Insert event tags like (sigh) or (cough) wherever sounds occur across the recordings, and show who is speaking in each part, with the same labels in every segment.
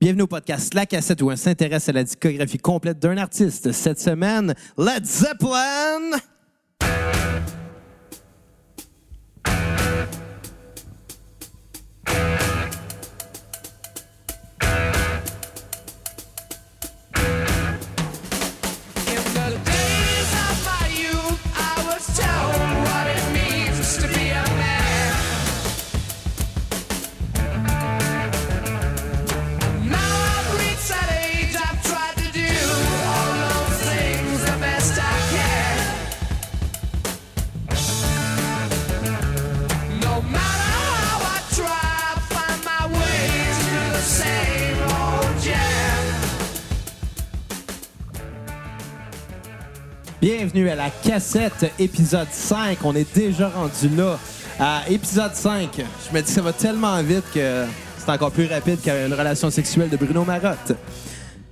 Speaker 1: Bienvenue au podcast La Cassette où on s'intéresse à la discographie complète d'un artiste. Cette semaine, Led Zeppelin!
Speaker 2: In the days of my youth, I was told what it means to be a man. Now I've reached that age, I've tried to do all those things the best I can. No matter how I try, I find my ways to the same old jam.
Speaker 1: Bienvenue à la cassette épisode 5. On est déjà rendu là à épisode 5. Je me dis que ça va tellement vite que c'est encore plus rapide qu'une relation sexuelle de Bruno Marotte.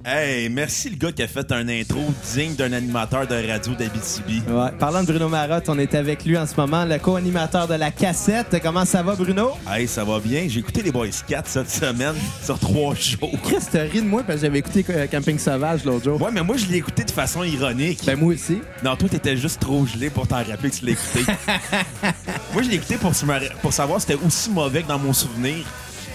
Speaker 3: Hey, merci le gars qui a fait un intro digne d'un animateur de radio d'Abitibi.
Speaker 1: Ouais. Parlant de Bruno Marotte, on est avec lui en ce moment, le co-animateur de la cassette. Comment ça va, Bruno?
Speaker 3: Hey, ça va bien? J'ai écouté les Boys 4 cette semaine sur trois jours.
Speaker 1: Chris, t'as ri de moi parce que j'avais écouté euh, Camping Sauvage l'autre jour.
Speaker 3: Ouais, mais moi, je l'ai écouté de façon ironique.
Speaker 1: Ben, moi aussi.
Speaker 3: Non, toi, t'étais juste trop gelé pour t'en rappeler que tu
Speaker 1: (laughs)
Speaker 3: l'as écouté. moi, je l'ai écouté pour, se mar- pour savoir si c'était aussi mauvais que dans mon souvenir.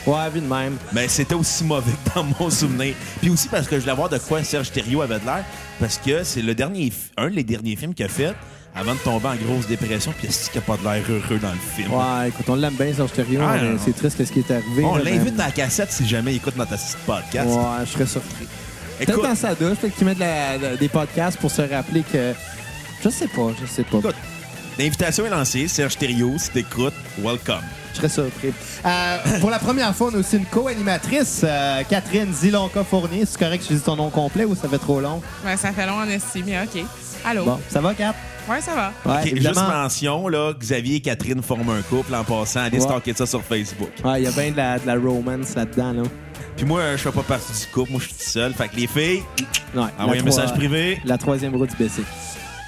Speaker 1: Ouais, vu de même.
Speaker 3: Mais c'était aussi mauvais que dans mon souvenir. Puis aussi parce que je voulais voir de quoi Serge Thériault avait de l'air. Parce que c'est le dernier, fi- un des derniers films qu'il a fait avant de tomber en grosse dépression. Puis est-ce qu'il n'a pas de l'air heureux dans le film?
Speaker 1: Ouais, écoute, on l'aime bien, Serge Thériault,
Speaker 3: Ah,
Speaker 1: mais
Speaker 3: non.
Speaker 1: c'est triste ce qui est arrivé.
Speaker 3: On
Speaker 1: là,
Speaker 3: l'invite
Speaker 1: mais-
Speaker 3: dans la cassette si jamais il écoute notre assist podcast.
Speaker 1: Ouais, je serais surpris. Peut-être
Speaker 3: Écoute,
Speaker 1: dans sa douche, peut-être qu'il met de la- de- des podcasts pour se rappeler que. Je sais pas, je sais pas.
Speaker 3: écoute, l'invitation est lancée. Serge Thériault, si t'écoutes, welcome.
Speaker 1: Je serais surpris. Euh, pour la première fois, on a aussi une co-animatrice, euh, Catherine Zilonka-Fournier. C'est correct que je dis ton nom complet ou ça fait trop long?
Speaker 4: Ben, ça fait long en estime, mais OK. Allô?
Speaker 1: Bon, ça va, Cap?
Speaker 4: Ouais, ça va.
Speaker 1: Ouais,
Speaker 3: Ok, Juste mention, là, Xavier et Catherine forment un couple en passant. Allez
Speaker 1: Ouais.
Speaker 3: stalker ça sur Facebook.
Speaker 1: Ouais, il y a bien de la, de la romance là-dedans, là.
Speaker 3: Puis moi, euh, je fais pas partie du couple. Moi, je suis tout seul. Fait que les filles,
Speaker 1: Ouais,
Speaker 3: envoyez Ah un
Speaker 1: la trois-
Speaker 3: message privé.
Speaker 1: La troisième roue du BC.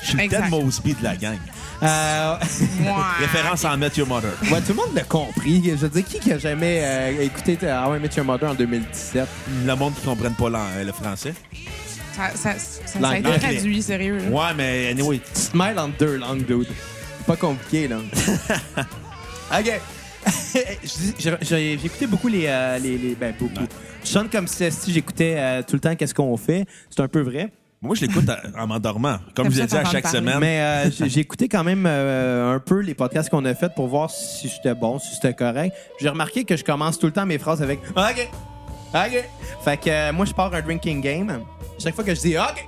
Speaker 3: Je suis le
Speaker 4: Exact.
Speaker 3: Ted Mosby de la gang.
Speaker 1: Euh,
Speaker 4: Moi.
Speaker 3: Référence à Met Your Mother.
Speaker 1: Ouais, tout le monde l'a compris. Je veux dire, qui qui a jamais euh, écouté euh, How I Met Your Mother en 2017?
Speaker 3: Le monde qui comprenne pas l'an- euh, le français.
Speaker 4: Ça, ça, ça, ça a
Speaker 1: L'anglais.
Speaker 4: été traduit, sérieux. là.
Speaker 3: Ouais, mais anyway.
Speaker 1: Tu te mêles en deux langues, dude. C'est Pas compliqué, là. OK. (laughs) Je dis- j'ai- J'ai j'ai écouté beaucoup les... euh, les, les- ben, beaucoup. Je sonne comme si si j'écoutais euh, tout le temps qu'est-ce qu'on fait. C'est un peu vrai.
Speaker 3: Moi, je l'écoute à- en m'endormant. Comme
Speaker 4: T'aimes
Speaker 3: je
Speaker 4: ça
Speaker 3: l'ai dit à
Speaker 4: t'entendre
Speaker 3: chaque
Speaker 4: parler.
Speaker 3: semaine.
Speaker 1: Mais euh, j'ai j'ai écouté quand même euh, un peu les podcasts qu'on a fait pour voir si c'était bon, si c'était correct. J'ai remarqué que je commence tout le temps mes phrases avec « OK, OK ». Fait que euh, moi, je pars un drinking game. Chaque fois que je dis « OK »,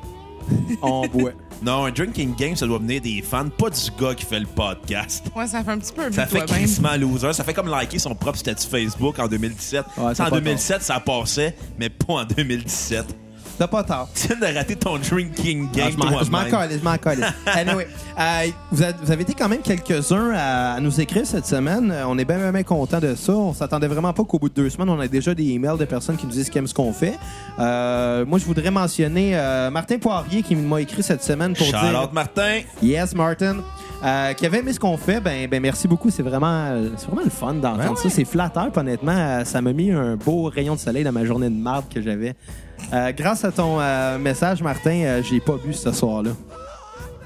Speaker 1: on boit.
Speaker 3: Non, un drinking game, ça doit venir des fans, pas du gars qui fait le podcast.
Speaker 4: Ouais, ça fait un petit peu. ben.
Speaker 3: Ça
Speaker 1: ben.
Speaker 3: fait
Speaker 4: toi-même.
Speaker 3: crissement loser. Ça fait comme liker son propre statut Facebook en 2017.
Speaker 1: Ouais, c'est
Speaker 3: Ça, en
Speaker 1: pas
Speaker 3: 2007, ça passait, mais pas en 2017.
Speaker 1: (laughs) T'as pas tard.
Speaker 3: Tu viens de rater ton drinking
Speaker 1: Ah,
Speaker 3: game
Speaker 1: je m'en- je m'en
Speaker 3: toi-même.
Speaker 1: colle, je m'en colle. Anyway, euh, vous, a- vous avez été quand même quelques-uns à, à nous écrire cette semaine. Euh, On est bien, bien, bien contents de ça. On s'attendait vraiment pas qu'au bout de deux semaines, on ait déjà des emails de personnes qui nous disent qu'ils aiment ce qu'on fait. Euh, moi, je voudrais mentionner euh, Martin Poirier qui m'a écrit cette semaine pour dire...
Speaker 3: Charlotte Martin.
Speaker 1: Yes, Martin. Euh, qui avait aimé ce qu'on fait, ben, ben merci beaucoup. C'est vraiment, euh, c'est vraiment le fun d'entendre
Speaker 3: Ben
Speaker 1: ça. C'est flatteur, puis honnêtement. euh, Ça m'a mis un beau rayon de soleil dans ma journée de marde que j'avais. Euh, grâce à ton euh, message, Martin, euh, j'ai pas bu ce soir-là.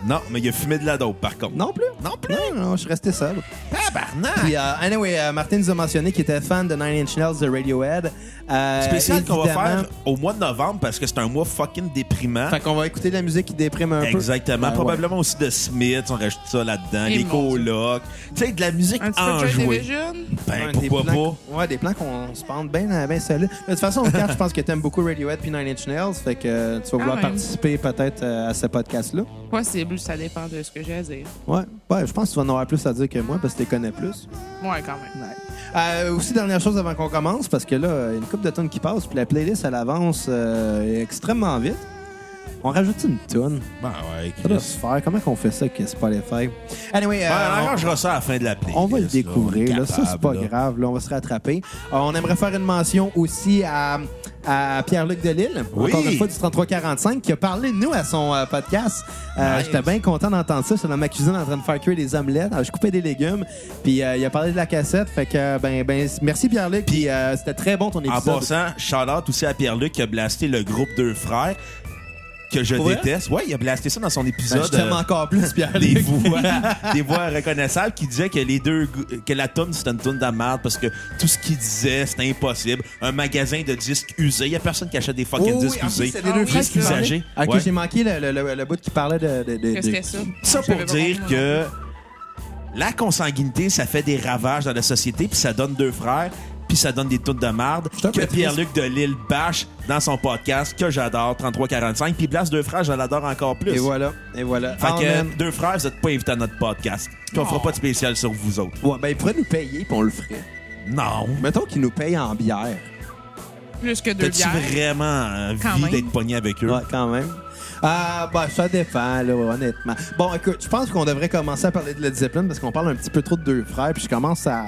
Speaker 3: Non, mais il a fumé de la dope, par contre.
Speaker 1: Non plus? Non plus? Non, non, je suis resté seul.
Speaker 3: Tabarnak!
Speaker 1: Puis, euh, anyway, euh, Martin nous a mentionné qu'il était fan de Nine Inch Nails de Radiohead. Euh,
Speaker 3: Spécial qu'on va
Speaker 1: évidemment.
Speaker 3: faire au mois de novembre parce que c'est un mois fucking déprimant.
Speaker 1: Fait qu'on va écouter de la musique qui déprime un peu.
Speaker 3: Exactement.
Speaker 1: Ben, ouais. Eh
Speaker 3: Probablement aussi de Smith, on rajoute ça là-dedans.
Speaker 4: Et
Speaker 3: Les
Speaker 4: mon Dieu.
Speaker 3: colocs. Tu sais, de la musique
Speaker 4: Un petit peu de Joy
Speaker 3: enjouée.
Speaker 4: Division.
Speaker 3: Ben,
Speaker 1: Ouais, des
Speaker 3: pourquoi
Speaker 1: plans-
Speaker 3: pas?
Speaker 1: Ouais, des plans qu'on se pente bien ben solides. De toute façon, Kat, je pense que t'aimes beaucoup Radiohead puis Nine Inch Nails, fait que euh, tu vas vouloir
Speaker 4: même.
Speaker 1: participer peut-être euh, à ce podcast-là.
Speaker 4: Possible, ça dépend de ce que j'ai à dire.
Speaker 1: Ouais, ouais, je pense que tu vas en avoir plus à dire que moi parce que tu les connais plus.
Speaker 4: Ouais, quand même.
Speaker 1: Euh, aussi, dernière chose avant qu'on commence, parce que là, il y a une coupe de tonnes qui passe, puis la playlist, elle avance euh, extrêmement vite. On rajoute une tonne.
Speaker 3: Ben ouais,
Speaker 1: Ça doit
Speaker 3: Chris.
Speaker 1: se faire. Comment qu'on fait ça avec Spotify? Anyway, euh,
Speaker 3: Ben,
Speaker 1: on-
Speaker 3: on arrangera ça à la fin de la playlist.
Speaker 1: On va le
Speaker 3: là.
Speaker 1: découvrir.
Speaker 3: On est
Speaker 1: là. ça, c'est pas
Speaker 3: capable, là.
Speaker 1: grave. là. on va se rattraper. Euh, on aimerait faire une mention aussi à à Pierre-Luc Delille,
Speaker 3: Oui.
Speaker 1: encore une fois du 3345, qui a parlé de nous à son euh, podcast. Euh,
Speaker 3: Nice.
Speaker 1: J'étais bien content d'entendre ça. J'étais dans ma cuisine en train de faire cuire des omelettes. Alors, je coupais des légumes. Puis euh, il a parlé de la cassette. Fait que, euh, ben, ben, merci Pierre-Luc. Puis euh, c'était très bon ton
Speaker 3: En
Speaker 1: épisode.
Speaker 3: passant, shout-out aussi à Pierre-Luc qui a blasté le groupe Deux Frères, que je
Speaker 1: Pour vrai?
Speaker 3: déteste. Ouais, il a blasté ça dans son
Speaker 1: Ben,
Speaker 3: épisode.
Speaker 1: je t'aime
Speaker 3: euh,
Speaker 1: encore
Speaker 3: (laughs)
Speaker 1: plus,
Speaker 3: des
Speaker 1: Pierre-Luc. (laughs)
Speaker 3: voix, des voix reconnaissables qui disaient que les deux go- que la toune c'était une toune de merde parce que tout ce qu'il disait c'était impossible un magasin de disques usés il y a personne qui achète des fucking
Speaker 1: Oh, oui,
Speaker 3: disques
Speaker 1: en plus,
Speaker 3: usés
Speaker 1: c'est
Speaker 4: Ah
Speaker 1: les deux
Speaker 4: oui,
Speaker 1: frères
Speaker 4: c'est
Speaker 1: qui
Speaker 3: ça.
Speaker 1: parlaient.
Speaker 3: Usagers,
Speaker 1: Ok,
Speaker 3: ouais.
Speaker 1: j'ai manqué le, le- le- le bout qui parlait de. de- de-
Speaker 4: Que
Speaker 1: de-
Speaker 4: c'était ça.
Speaker 3: ça
Speaker 4: J'avais
Speaker 3: pour
Speaker 4: pas
Speaker 3: dire
Speaker 4: compris,
Speaker 3: que la consanguinité ça fait des ravages dans la société puis ça donne deux frères puis ça donne des tounes de marde
Speaker 1: suis un peu
Speaker 3: que
Speaker 1: triste.
Speaker 3: Pierre-Luc de Lille bâche dans son podcast que j'adore 3345 puis Blas deux frères je l'adore encore plus
Speaker 1: Et Ah, voilà, et voilà.
Speaker 3: fait que
Speaker 1: Amen.
Speaker 3: deux frères vous êtes pas invités à notre podcast Puis on fera pas de spécial sur vous autres
Speaker 1: Ouais, ben, il pourrait nous payer, puis on le ferait.
Speaker 3: non
Speaker 1: Mettons qu'ils nous payent en bière.
Speaker 4: moi. Plus que deux
Speaker 3: T'as-tu
Speaker 4: bières.
Speaker 3: vraiment euh,
Speaker 4: Quand
Speaker 3: envie
Speaker 4: même.
Speaker 3: d'être pogné avec eux?
Speaker 1: Ouais, quand même. Ah, bah, ça dépend, là, honnêtement. Bon, écoute, je pense qu'on devrait commencer à parler de Led Zeppelin parce qu'on parle un petit peu trop de deux frères, puis je commence à, à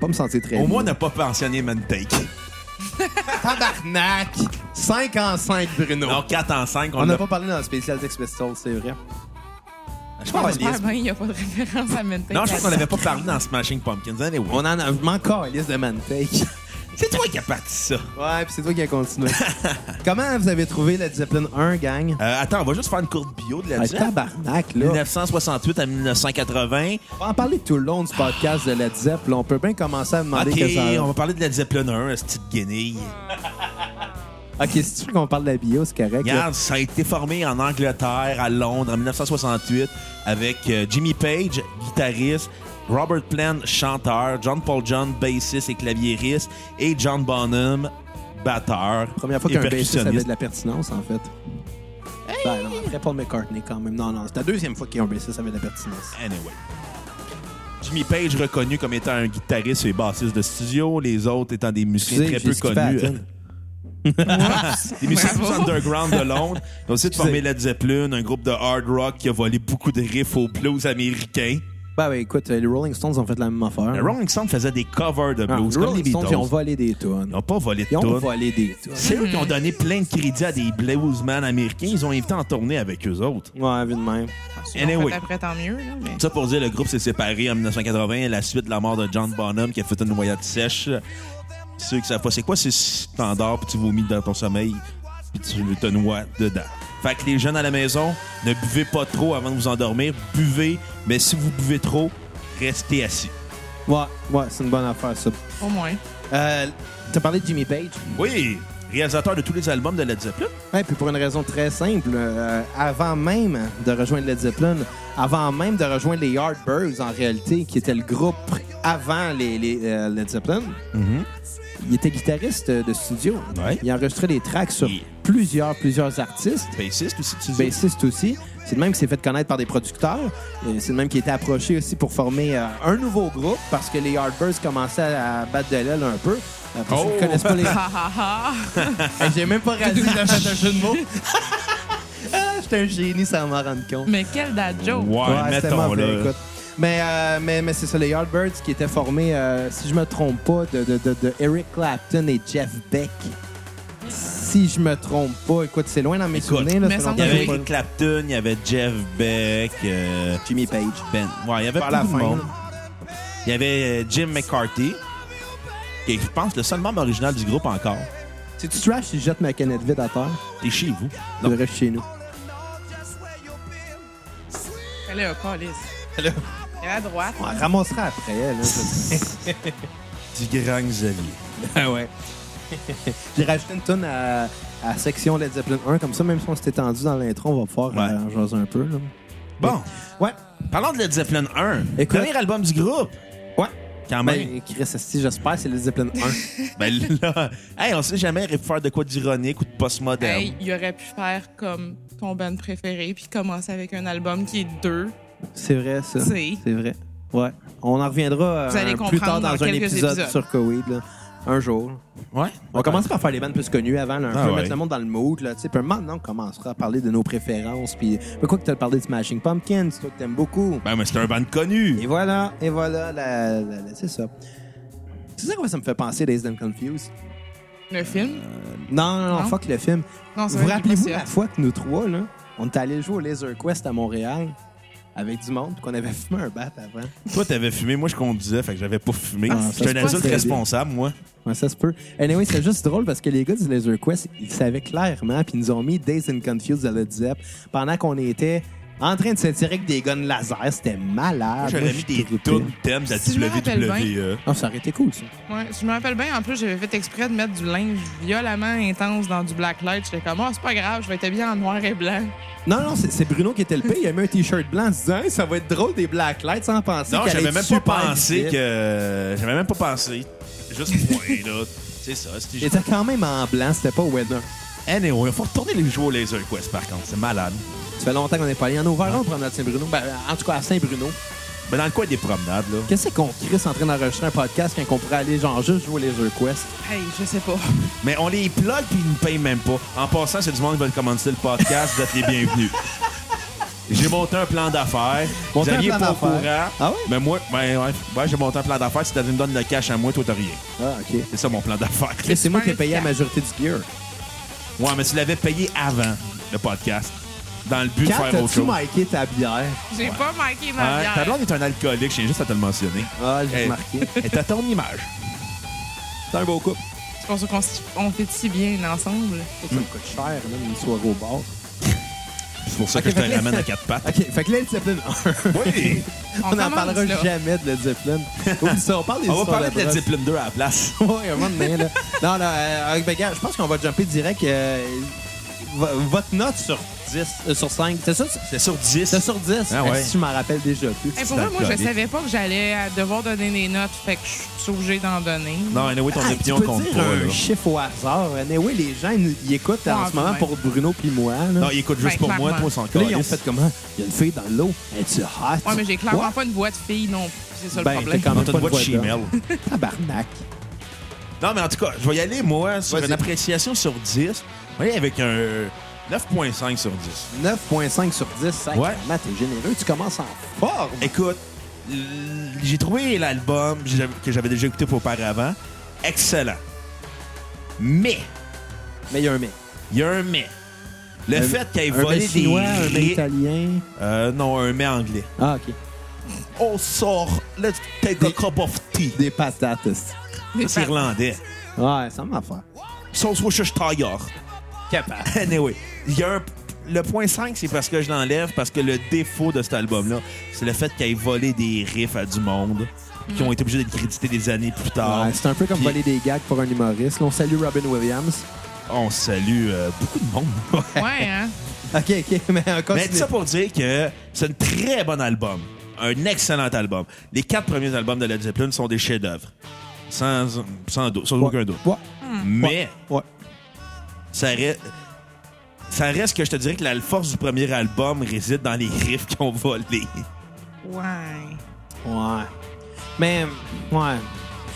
Speaker 1: pas me sentir très
Speaker 3: Au
Speaker 1: bien.
Speaker 3: moins, n'a pas pensionné Mantake.
Speaker 1: tabarnak! 5 en 5, Bruno.
Speaker 3: Non, 4 en 5,
Speaker 1: on n'a pas parlé dans le spécial Sex Pistols, c'est vrai.
Speaker 3: Je
Speaker 4: Ah,
Speaker 3: pense
Speaker 4: j'espère bien, il n'y a pas de référence à Mentek.
Speaker 3: Non, je pense qu'on n'avait pas parlé dans Smashing Pumpkins. Anyway.
Speaker 1: On en a encore Alice de Mantake.
Speaker 3: C'est toi qui as parti ça. Euh,
Speaker 1: (laughs) Ouais, puis c'est toi qui as continué. Comment vous avez trouvé Led Zeppelin 1, gang?
Speaker 3: Euh, attends, on va juste faire une courte bio de la
Speaker 1: Ah,
Speaker 3: Led Zepp.
Speaker 1: tabarnak, là.
Speaker 3: 1968 à 1980.
Speaker 1: On va en parler tout le long du podcast de Led Zeppelin. On peut bien commencer à demander
Speaker 3: Ok,
Speaker 1: que ça...
Speaker 3: on va parler de la Zeppelin 1, cette petite guenille.
Speaker 1: OK, si tu veux qu'on parle de la bio, c'est correct. là.
Speaker 3: Regarde, ça a été formé en Angleterre, à Londres, en 1968, avec euh, Jimmy Page, guitariste, Robert Plant, chanteur, John Paul John, bassiste et claviériste, et John Bonham, batteur.
Speaker 1: Première fois
Speaker 3: et
Speaker 1: qu'un bassiste avait
Speaker 3: percussionniste.
Speaker 1: de la pertinence, en fait. Ben non, après Paul McCartney, quand même. Non, non, c'est la deuxième fois qu'un bassiste avait de la pertinence.
Speaker 3: Anyway. Jimmy Page reconnu comme étant un guitariste et bassiste de studio, les autres étant des musiciens
Speaker 1: Excusez,
Speaker 3: très peu
Speaker 1: j'ai skippé
Speaker 3: hein.
Speaker 1: à
Speaker 3: connus.
Speaker 1: la tune.
Speaker 3: Des musiciens plus
Speaker 4: Bravo.
Speaker 3: underground de Londres. Ils ont aussi
Speaker 1: Excusez.
Speaker 3: formé Led Zeppelin, un groupe de hard rock qui a volé beaucoup de riffs aux blues américains.
Speaker 1: Ben, ben, écoute, euh, les Rolling Stones ont fait la même affaire.
Speaker 3: Les Rolling Stones faisaient des covers de
Speaker 1: Ah,
Speaker 3: blues,
Speaker 1: les
Speaker 3: comme les
Speaker 1: Rolling Stones, ils ont
Speaker 3: Beatles.
Speaker 1: volé des
Speaker 3: Ils
Speaker 1: tonnes.
Speaker 3: n'ont pas volé de
Speaker 1: Ils ont
Speaker 3: tunes.
Speaker 1: volé des tonnes.
Speaker 3: C'est eux qui ont donné plein de crédit à des bluesmen américains. Ils ont invité en tournée avec eux autres.
Speaker 1: Ouais, vu de même.
Speaker 4: Si on fait
Speaker 3: Anyway.
Speaker 4: Après, tant mieux. là, mais-
Speaker 3: Ça pour dire, le groupe s'est séparé en 1980 à la suite de la mort de John Bonham qui a fait une noyade sèche. Ceux qui savent pas c'est quoi, c'est standard, puis tu vomis dans ton sommeil, puis tu te noies dedans. Fait que les jeunes à la maison, ne buvez pas trop avant de vous endormir. Buvez, mais si vous buvez trop, restez assis.
Speaker 1: Ouais, ouais, c'est une bonne affaire, ça.
Speaker 4: Au moins.
Speaker 1: Euh, T'as parlé de Jimmy Page.
Speaker 3: Oui, réalisateur de tous les albums de Led Zeppelin.
Speaker 1: Ouais, puis pour une raison très simple, euh, avant même de rejoindre Led Zeppelin, avant même de rejoindre les Yardbirds en réalité, qui était le groupe avant les, les, euh, Led Zeppelin,
Speaker 3: Mm-hmm.
Speaker 1: il était guitariste euh, de studio.
Speaker 3: Ouais.
Speaker 1: Il enregistrait des tracks sur
Speaker 3: Il-
Speaker 1: plusieurs, plusieurs artistes.
Speaker 3: Bassiste aussi, tu dis?
Speaker 1: Bassiste aussi. C'est le même qui s'est fait connaître par des producteurs. Et C'est le même qui a été approché aussi pour former euh, un nouveau groupe parce que les Yardbirds commençaient à battre de l'aile un peu. Euh, pour ceux qui
Speaker 3: Oh!
Speaker 1: connaissent pas les
Speaker 3: (laughs)
Speaker 4: Ha ha ha.
Speaker 1: Hey, J'ai même pas réalisé que j'avais fait un jeu de mots. ah, j'étais un génie sans m'en rendre compte.
Speaker 4: Mais quelle dad joke.
Speaker 3: Ouais,
Speaker 1: c'était
Speaker 3: mettons
Speaker 1: mauvais,
Speaker 3: là.
Speaker 1: écoute. Mais, euh, mais, mais c'est ça, les Yardbirds qui étaient formés, euh, si je me trompe pas, de, de, de, de Eric Clapton et Jeff Beck. Si je me trompe pas, écoute, c'est loin dans mes
Speaker 3: Écoute,
Speaker 1: souvenirs. Là,
Speaker 4: mais
Speaker 1: ça fait
Speaker 4: semble
Speaker 3: Il y
Speaker 1: longtemps que
Speaker 3: avait
Speaker 1: j'ai pas-
Speaker 3: Eric Clapton, il y avait Jeff Beck, euh,
Speaker 1: Jimmy Page.
Speaker 3: Ben. Ouais, il y avait
Speaker 1: Par la
Speaker 3: beaucoup de
Speaker 1: fin,
Speaker 3: monde.
Speaker 1: là.
Speaker 3: Il y avait euh, Jim McCarthy, qui est, je pense, le seul membre original du groupe encore.
Speaker 1: Si tu trash, si je jette ma canette vide à terre,
Speaker 3: T'es chez vous.
Speaker 1: je
Speaker 3: Non.
Speaker 1: reste chez nous.
Speaker 4: Elle est au colis. Elle est à droite.
Speaker 1: On la ramassera après. Là,
Speaker 3: Du grand Xavier.
Speaker 1: ah ouais. j'ai rajouté une tonne à, à section Led Zeppelin 1, comme ça, même si on s'était tendu dans l'intro, on va pouvoir
Speaker 3: Ouais.
Speaker 1: euh, en jaser un peu. là.
Speaker 3: Bon,
Speaker 1: Ouais.
Speaker 3: parlons de Led Zeppelin 1.
Speaker 1: Écoute.
Speaker 3: Premier album du groupe,
Speaker 1: Ouais.
Speaker 3: quand même.
Speaker 1: Ben, Chris, esti, j'espère que c'est Led Zeppelin 1.
Speaker 3: Ben là, hey, on sait jamais il peut faire de quoi d'ironique ou de post-moderne.
Speaker 4: Hey, il aurait pu faire comme ton band préféré puis commencer avec un album qui est deux.
Speaker 1: c'est vrai, ça.
Speaker 4: Si.
Speaker 1: C'est vrai. Ouais. On en reviendra euh,
Speaker 4: Vous allez
Speaker 1: plus
Speaker 4: comprendre
Speaker 1: tard
Speaker 4: dans
Speaker 1: dans, un
Speaker 4: quelques
Speaker 1: épisode
Speaker 4: épisodes.
Speaker 1: sur Koweït, là. Un jour.
Speaker 3: Ouais.
Speaker 1: On va commencer par faire les bandes plus connues avant, là, un
Speaker 3: Ah
Speaker 1: peu
Speaker 3: ouais.
Speaker 1: mettre le monde dans le mood. Là, tu sais. puis maintenant, on commencera à parler de nos préférences. Puis, mais quoi que tu as parlé de Smashing Pumpkins, c'est toi que t'aimes beaucoup.
Speaker 3: Ben, mais c'est un band connu.
Speaker 1: Et voilà, et voilà, la- la- la- c'est ça. C'est ça quoi ça me fait penser, Days and Confused.
Speaker 4: Le film.
Speaker 1: Non, non, non,
Speaker 4: Non?
Speaker 1: fuck le film.
Speaker 4: Non, c'est
Speaker 1: vous
Speaker 4: vrai,
Speaker 1: rappelez-vous
Speaker 4: j'ai pas
Speaker 1: la
Speaker 4: su-
Speaker 1: fois que nous trois, là, on est allés jouer au Laser Quest à Montréal avec du monde, puis qu'on avait (laughs) fumé un bat avant?
Speaker 3: Toi, t'avais fumé. Moi, je conduisais, fait que j'avais pas fumé.
Speaker 1: Ah, ça,
Speaker 3: J'étais
Speaker 1: c'est
Speaker 3: un
Speaker 1: pas
Speaker 3: adulte
Speaker 1: sérieux.
Speaker 3: responsable, moi.
Speaker 1: Ouais, ça se peut. Anyway, c'est juste drôle parce que les gars du Laser Quest, ils savaient clairement, puis ils nous ont mis Days and Confused à Led Zepp pendant qu'on était en train de se tirer avec des guns laser. C'était malade. Ah,
Speaker 3: J'aurais
Speaker 1: Moi,
Speaker 3: mis
Speaker 1: je
Speaker 3: des
Speaker 1: trippais.
Speaker 3: tunes thèmes à E.
Speaker 4: Si je me rappelle
Speaker 3: WWE.
Speaker 1: Ah, ça aurait été cool, ça.
Speaker 4: Ouais, je me rappelle bien, en plus, j'avais fait exprès de mettre du linge violemment intense dans du blacklight. J'étais comme, oh, c'est pas grave, je vais être habillée en noir et blanc.
Speaker 1: Non, non, c'est c'est Bruno qui était le pire. Il a mis un T-shirt blanc en se disant Hey, ça va être drôle des blacklights sans penser
Speaker 3: Non,
Speaker 1: qu'elle allait
Speaker 3: j'avais
Speaker 1: être
Speaker 3: même pas
Speaker 1: super
Speaker 3: pensé
Speaker 1: visible.
Speaker 3: que. J'avais même pas pensé. Juste point, là. C'est ça.
Speaker 1: Il
Speaker 3: C'était
Speaker 1: était quand même en blanc, c'était pas Weather.
Speaker 3: Anyway, faut retourner les jouer au Laser Quest, par contre. C'est malade.
Speaker 1: Ça fait longtemps qu'on n'est pas allé en Auvergne, on prend notre Saint-Bruno. Ben, en tout cas, à Saint-Bruno.
Speaker 3: Mais dans le coin des promenades, là.
Speaker 1: Qu'est-ce qu'on crisse en train d'enregistrer un podcast quand on pourrait aller, genre, juste jouer les Laser Quest?
Speaker 4: Hey, je sais pas.
Speaker 3: Mais on les plug puis ils nous payent même pas. En passant, c'est du monde qui veut commencer le podcast. Vous êtes les bienvenus. J'ai monté un plan d'affaires. Vous
Speaker 1: Monté un
Speaker 3: n'aviez
Speaker 1: plan
Speaker 3: pas au courant.
Speaker 1: d'affaires. Ah ouais?
Speaker 3: Mais moi, ben, ouais, ouais, j'ai monté un plan d'affaires. Si tu me donnes le cash à moi, toi, t'as rien.
Speaker 1: Ah, OK.
Speaker 3: C'est ça mon plan d'affaires.
Speaker 1: Et c'est moi qui ai payé la majorité du gear.
Speaker 3: Ouais, mais tu l'avais payé avant le podcast. Dans le but de
Speaker 1: Kat,
Speaker 3: faire autre
Speaker 1: t'as-tu
Speaker 3: chose.
Speaker 1: miké ta bière?
Speaker 4: (laughs) J'ai pas manqué ma
Speaker 3: Ouais,
Speaker 4: bière.
Speaker 3: ta blonde Euh, est un alcoolique, je tiens juste à te le mentionner.
Speaker 1: Ah, j'ai
Speaker 3: Elle-
Speaker 1: remarqué.
Speaker 3: Elle (laughs) est à ton image.
Speaker 1: C'est un beau couple.
Speaker 4: C'est pour ça qu'on s- on fait si bien ensemble.
Speaker 1: Ça
Speaker 3: Mm.
Speaker 1: me coûte cher, même une soirée au bar.
Speaker 3: C'est pour ça
Speaker 1: Ok,
Speaker 3: que je te
Speaker 1: fait que-
Speaker 3: ramène à quatre pattes.
Speaker 1: OK, fait que là, le Zeppelin,
Speaker 3: (laughs) Oui!
Speaker 1: (laughs) on n'en
Speaker 4: commence,
Speaker 1: parlera
Speaker 4: là.
Speaker 1: jamais de Led Zeppelin. Oublie ça, on parle des
Speaker 3: On va
Speaker 1: histoires
Speaker 3: parler de la
Speaker 1: brosse.
Speaker 3: Zeppelin 2 à la place.
Speaker 1: Ouais, un moment donné, là. Non, non, euh, euh, ben, gars, je pense qu'on va jumper direct. euh, vo- votre note sur 10, euh, sur 5, c'est ça? c'est-
Speaker 3: C'est sur 10.
Speaker 1: C'est sur 10.
Speaker 3: Ah ouais.
Speaker 1: Fait que Si je m'en rappelle déjà plus.
Speaker 4: Hey, pour vrai, moi, je
Speaker 3: alcoolique.
Speaker 4: savais pas que j'allais euh, devoir donner des notes, fait que je suis obligée d'en donner.
Speaker 3: Non, anyway, ton
Speaker 1: Ah, tu
Speaker 3: opinion
Speaker 1: peux
Speaker 3: compte
Speaker 1: dire
Speaker 3: pas.
Speaker 1: un
Speaker 3: là.
Speaker 1: chiffre au hasard. Anyway, les gens, ils, ils écoutent
Speaker 4: Ouais,
Speaker 1: en ce
Speaker 4: quand
Speaker 1: moment
Speaker 4: même.
Speaker 1: pour Bruno puis moi. là.
Speaker 3: Non, il écoute juste
Speaker 4: Ben,
Speaker 3: pour moi,
Speaker 4: clairement.
Speaker 3: toi, son
Speaker 1: Puis là, ils ont
Speaker 3: calice.
Speaker 1: fait comment? Il y a une fille dans l'eau. Es-tu hot?
Speaker 4: Ouais, mais j'ai clairement
Speaker 1: What?
Speaker 4: pas une voix de fille non plus. C'est ça le
Speaker 1: Ben,
Speaker 4: problème.
Speaker 1: t'es quand
Speaker 3: Non,
Speaker 1: même
Speaker 3: t'as
Speaker 1: pas
Speaker 3: une voix de
Speaker 1: d'homme.
Speaker 3: chimel. (laughs)
Speaker 1: Tabarnak.
Speaker 3: Non, mais en tout cas, je vais y aller, moi, sur
Speaker 1: Vas-y.
Speaker 3: une appréciation sur 10. Je vais y aller avec un 9.5 sur 10.
Speaker 1: 9,5 sur 10, sacrément, t'es généreux. Tu commences en forme.
Speaker 3: Écoute, l- j'ai trouvé l'album que j'avais déjà écouté auparavant excellent. Mais,
Speaker 1: Mais il y a un mais.
Speaker 3: il y a un mais. Le
Speaker 1: Un-
Speaker 3: fait qu'elle ait
Speaker 1: Un mais
Speaker 3: volé
Speaker 1: chinois, un mais
Speaker 3: des... riz-
Speaker 1: italien.
Speaker 3: Euh, non, un mais anglais.
Speaker 1: Ah, OK.
Speaker 3: On sort, let's take a cup of tea.
Speaker 1: Des patates. aussi.
Speaker 4: (laughs)
Speaker 3: C'est irlandais.
Speaker 1: Ouais, ça m'a fait.
Speaker 3: Sauce Worcestershire.
Speaker 1: Capable.
Speaker 3: (laughs) Anyway, il y a un- Le point 5, c'est parce que je l'enlève, parce que le défaut de cet album-là, c'est le fait qu'elle ait volé des riffs à du monde qui ont été obligés d'être crédités des années plus tard.
Speaker 1: Ouais, c'est un peu comme
Speaker 3: Puis-
Speaker 1: voler des gags pour un humoriste. Là, On salue Robin Williams.
Speaker 3: On salue euh, beaucoup de monde. (laughs)
Speaker 4: Ouais, hein?
Speaker 1: OK, OK, (laughs) mais encore.
Speaker 3: Mais ça pour dire que c'est un très bon album. Un excellent album. Les quatre premiers albums de Led Zeppelin sont des chefs-d'œuvre. Sans, sans, doute, sans aucun doute.
Speaker 1: Ouais. Hmm.
Speaker 3: Mais
Speaker 1: ouais.
Speaker 3: ça reste. Ça reste que je te dirais que la force du premier album réside dans les riffs qui ont volé.
Speaker 4: Ouais.
Speaker 1: Ouais. Mais, ouais.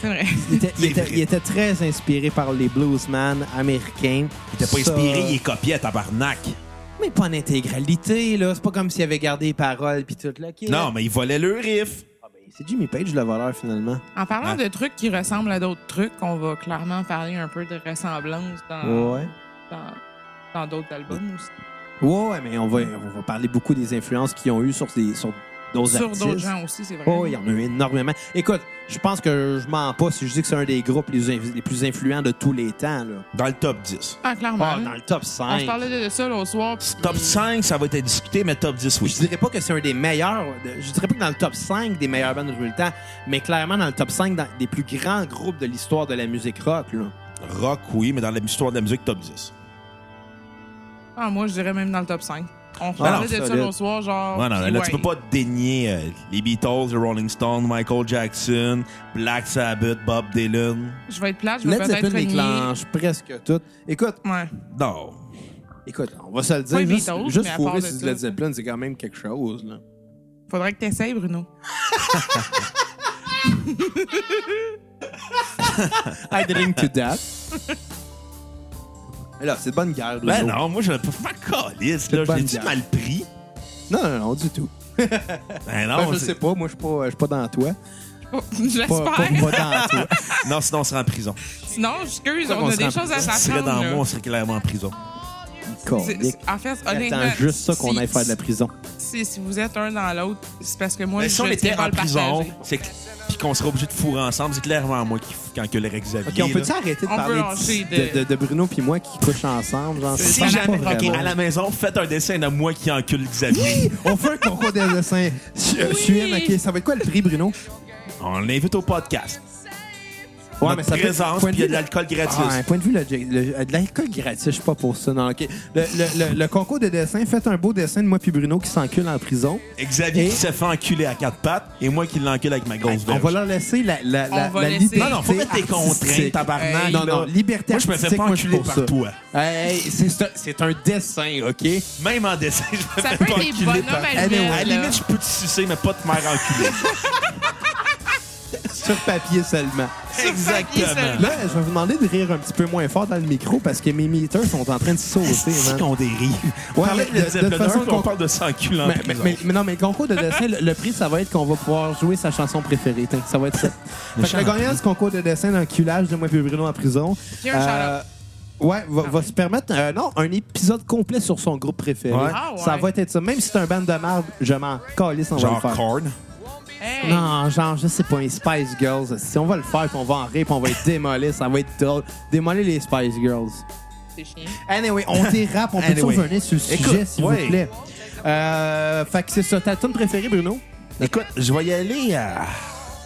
Speaker 4: C'est vrai.
Speaker 1: Il était, il
Speaker 3: C'est
Speaker 1: était-
Speaker 3: vrai.
Speaker 1: il était très inspiré par les bluesmen américains.
Speaker 3: Il était pas
Speaker 1: Ça-
Speaker 3: inspiré, il est copié à tabarnak.
Speaker 1: Mais pas en intégralité, là. C'est pas comme s'il avait gardé les paroles puis tout, là. OK, là.
Speaker 3: Non, mais il volait le riff.
Speaker 1: Ah, ben, c'est Jimmy Page, le voleur, finalement.
Speaker 4: En parlant
Speaker 3: Ah.
Speaker 4: de trucs qui ressemblent à d'autres trucs, on va clairement parler un peu de ressemblance dans
Speaker 1: Ouais.
Speaker 4: dans- dans d'autres albums aussi.
Speaker 1: Ouais, ouais, mais on va, on va parler beaucoup des influences qu'ils ont eues sur, des, sur d'autres
Speaker 4: Sur
Speaker 1: artistes.
Speaker 4: d'autres gens aussi, c'est vrai.
Speaker 1: Oh, il y en a eu énormément. Écoute, je pense que je mens pas si je dis que c'est un des groupes les, inf- les plus influents de tous les temps. Là.
Speaker 3: Dans le top 10.
Speaker 4: Ah, clairement.
Speaker 1: Ah, dans le top
Speaker 4: on
Speaker 1: 5.
Speaker 4: se parlait de ça l'autre soir. puis-
Speaker 3: Top 5, ça va être discuté, mais top 10,
Speaker 1: Je
Speaker 3: oui.
Speaker 1: dirais pas que c'est un des meilleurs. de- Je dirais pas que dans le top 5 des meilleurs bands de tous les temps, mais clairement dans le top 5 dans- des plus grands groupes de l'histoire de la musique rock. Là.
Speaker 3: Rock, oui, mais dans l'histoire de la musique, top 10.
Speaker 4: Ah, moi, je dirais même dans le top 5. On se
Speaker 1: Ah,
Speaker 4: parlait
Speaker 1: non,
Speaker 4: de ça
Speaker 1: solide.
Speaker 4: l'autre soir, genre.
Speaker 3: Ouais, non,
Speaker 4: puis
Speaker 3: là,
Speaker 4: ouais.
Speaker 3: tu peux pas dénier euh, les Beatles, les Rolling Stones, Michael Jackson, Black Sabbath, Bob Dylan.
Speaker 4: Je vais être plate, je vais
Speaker 1: Led
Speaker 4: peut-être
Speaker 1: Zeppelin
Speaker 4: renier.
Speaker 1: déclenche presque tout. Écoute,
Speaker 4: Ouais.
Speaker 3: Non.
Speaker 1: écoute, on va se le dire.
Speaker 4: Pas les
Speaker 1: juste
Speaker 4: Beatles,
Speaker 1: juste
Speaker 4: mais à
Speaker 1: fourrer
Speaker 4: part de
Speaker 1: sur du
Speaker 4: ça.
Speaker 1: Led Zeppelin, c'est quand même quelque chose. Là.
Speaker 4: Faudrait que t'essayes, Bruno. (laughs)
Speaker 1: I drink to that.
Speaker 4: (laughs)
Speaker 1: Mais là, c'est de bonne guerre.
Speaker 3: Ben
Speaker 1: Bruno.
Speaker 3: non, moi, je pas calice,
Speaker 1: C'est
Speaker 3: là. Je
Speaker 1: pas
Speaker 3: l'ai-tu
Speaker 1: une
Speaker 3: mal pris?
Speaker 1: non, non, non, du tout.
Speaker 3: Ben
Speaker 1: Ben,
Speaker 3: non, Ah,
Speaker 1: je sais pas, moi je suis pas, je suis pas dans toi.
Speaker 4: Oh,
Speaker 1: Pas, pas,
Speaker 4: J'espère.
Speaker 1: pas dans toi.
Speaker 3: Non, sinon, on serait en prison.
Speaker 4: Sinon, excuse,
Speaker 1: Pourquoi
Speaker 4: on
Speaker 1: qu'on
Speaker 4: a
Speaker 1: se rend-
Speaker 4: des choses à
Speaker 3: Si tu serais
Speaker 4: s'apprendre.
Speaker 3: dans
Speaker 4: là.
Speaker 3: moi, on serait clairement en prison.
Speaker 4: (laughs) C'est-
Speaker 1: Colique.
Speaker 4: c'est- En fait, honnêtement.
Speaker 1: Attends juste ça qu'on
Speaker 4: si-
Speaker 1: aille faire de la prison.
Speaker 4: Si, si vous êtes un dans l'autre, c'est parce que moi,
Speaker 3: Mais
Speaker 4: je
Speaker 3: Ben, si on
Speaker 4: tiens
Speaker 3: était
Speaker 4: pas à
Speaker 3: en
Speaker 4: le
Speaker 3: prison,
Speaker 4: partager.
Speaker 3: c'est cl- puis qu'on serait obligé de fourrer ensemble, c'est clairement moi qui quand que Eric Xavier.
Speaker 1: Ok, on
Speaker 3: là.
Speaker 1: peut-tu arrêter de
Speaker 4: On
Speaker 1: parler
Speaker 4: peut lâcher
Speaker 1: de, de,
Speaker 4: de-
Speaker 1: de Bruno puis moi qui couchent ensemble? Genre, ça
Speaker 3: Si
Speaker 1: marche pas
Speaker 3: jamais, ok,
Speaker 1: vraiment.
Speaker 3: à la maison, faites un dessin de moi qui encule Xavier.
Speaker 1: Oui, on fait un concours de dessin. Je
Speaker 4: Oui.
Speaker 1: suis M, ok. Ça va être quoi le prix, Bruno?
Speaker 3: On l'invite au podcast.
Speaker 1: Ouais,
Speaker 3: Notre
Speaker 1: peut-
Speaker 3: présence,
Speaker 1: point
Speaker 3: puis il y a
Speaker 1: vue-
Speaker 3: de l'alcool gratuit.
Speaker 1: Ah, un point de vue logique. Le- euh, de l'alcool gratuit, je suis pas pour ça. Non, ok. Le, le- le- le concours de dessin, faites un beau dessin de moi puis Bruno qui s'encule en prison.
Speaker 3: Et Xavier
Speaker 1: Et-
Speaker 3: qui se fait enculer à quatre pattes et moi qui l'encule avec ma grosse
Speaker 1: On
Speaker 3: verge.
Speaker 1: va leur laisser la, la, la,
Speaker 4: On va
Speaker 1: la
Speaker 4: laisser-
Speaker 1: liberté.
Speaker 3: Non, non, faut mettre des
Speaker 1: artistique.
Speaker 3: contraintes, tabarnak.
Speaker 1: non, non,
Speaker 3: là.
Speaker 1: liberté
Speaker 3: Moi, je me fais
Speaker 1: artistique,
Speaker 3: pas
Speaker 1: moi, je suis
Speaker 3: enculer hein.
Speaker 1: pour
Speaker 3: par
Speaker 1: ça.
Speaker 3: toi.
Speaker 1: Hey, c'est ça- c'est un dessin, OK? (laughs)
Speaker 3: Même en dessin, je me
Speaker 4: Ça
Speaker 3: fais
Speaker 4: peut
Speaker 3: pas
Speaker 4: être des
Speaker 3: enculer
Speaker 4: bonhommes
Speaker 3: par-
Speaker 4: à
Speaker 1: Anyway,
Speaker 4: l'huile,
Speaker 3: À la
Speaker 4: là.
Speaker 3: limite, je peux te sucer, mais pas te faire
Speaker 1: (laughs)
Speaker 3: enculer.
Speaker 1: Sur papier seulement.
Speaker 4: Sur papier,
Speaker 3: Exactement.
Speaker 1: Là, Ben, je vais vous demander de rire un petit peu moins fort dans le micro parce que mes militaires sont en train de sauter,
Speaker 3: C'est
Speaker 1: man.
Speaker 3: qu'on dérive.
Speaker 1: Ouais,
Speaker 3: Parlez
Speaker 1: mais de-
Speaker 3: de Zeppelin,
Speaker 1: de façon
Speaker 3: puis
Speaker 1: qu'on-
Speaker 3: on parle de s'enculer en
Speaker 1: Mais, mais-
Speaker 3: prison.
Speaker 1: mais- mais non, mais le concours de dessin, le, le prix, ça va être qu'on va pouvoir jouer sa chanson préférée. Tiens, ça va
Speaker 3: (laughs)
Speaker 1: être ça. Fait que le gagnant de ce concours de dessin d'un culage de moi et Bruno en prison. Euh,
Speaker 4: J'ai un shout-out.
Speaker 1: ouais, va, va se permettre euh, non, un épisode complet sur son groupe préféré.
Speaker 3: Ouais.
Speaker 4: Ah ouais.
Speaker 1: Ça va être ça. Même si c'est un band de merde, je m'en calisse, on va
Speaker 3: Genre
Speaker 1: le faire.
Speaker 3: Korn.
Speaker 4: Hey.
Speaker 1: Non, genre, je sais pas, les Spice Girls. Si on va le faire, puis on va en rire, puis on va être démoli, ça va être drôle. Démolir les Spice Girls.
Speaker 4: C'est chiant.
Speaker 1: Anyway, on dérape, on peut
Speaker 3: Anyway.
Speaker 1: revenir sur le
Speaker 3: Écoute,
Speaker 1: sujet, s'il
Speaker 3: ouais.
Speaker 1: vous plaît. Euh, fait que c'est ça. Ta tune préférée, Bruno?
Speaker 3: Écoute, je vais y aller à...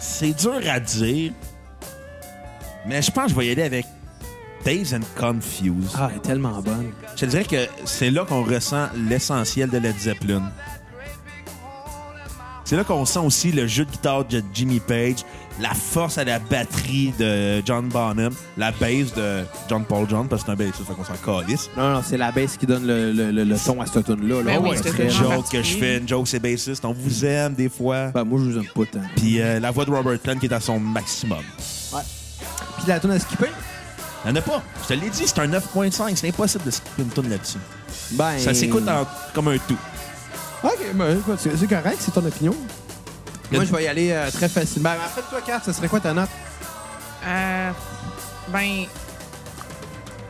Speaker 3: C'est dur à dire, mais je pense que je vais y aller avec Days and Confused.
Speaker 1: Ah, elle est tellement bonne.
Speaker 3: Je te dirais que c'est là qu'on ressent l'essentiel de Led Zeppelin. C'est là qu'on sent aussi le jeu de guitare de Jimmy Page, la force à la batterie de John Bonham, la bass de John Paul John, parce que c'est un bassiste, fait qu'on s'en calisse.
Speaker 1: Non, non, c'est la baisse qui donne le, le- le- le ton à cette tune-là. là.
Speaker 4: Ben oui,
Speaker 1: Ouais,
Speaker 4: c'est
Speaker 1: très
Speaker 3: une
Speaker 4: tellement
Speaker 1: genre-
Speaker 4: parti-
Speaker 3: joke que je fais, une joke, c'est bassiste, on vous aime des fois.
Speaker 1: Ben, moi, je vous aime pas tant.
Speaker 3: Puis euh, la voix de Robert Plant qui est à son maximum.
Speaker 1: Puis la tune à skipper?
Speaker 3: Y'en a pas. Je te l'ai dit, c'est un 9.5. C'est impossible de skipper une tonne là-dessus.
Speaker 1: Ben.
Speaker 3: Ça s'écoute en- comme un tout.
Speaker 1: Ok, ben, écoute, c'est c'est correct, c'est ton opinion. Moi, je vais y aller euh, très facilement. Ben, en fait, toi, Kat, ce serait quoi ta note?
Speaker 4: Euh, ben,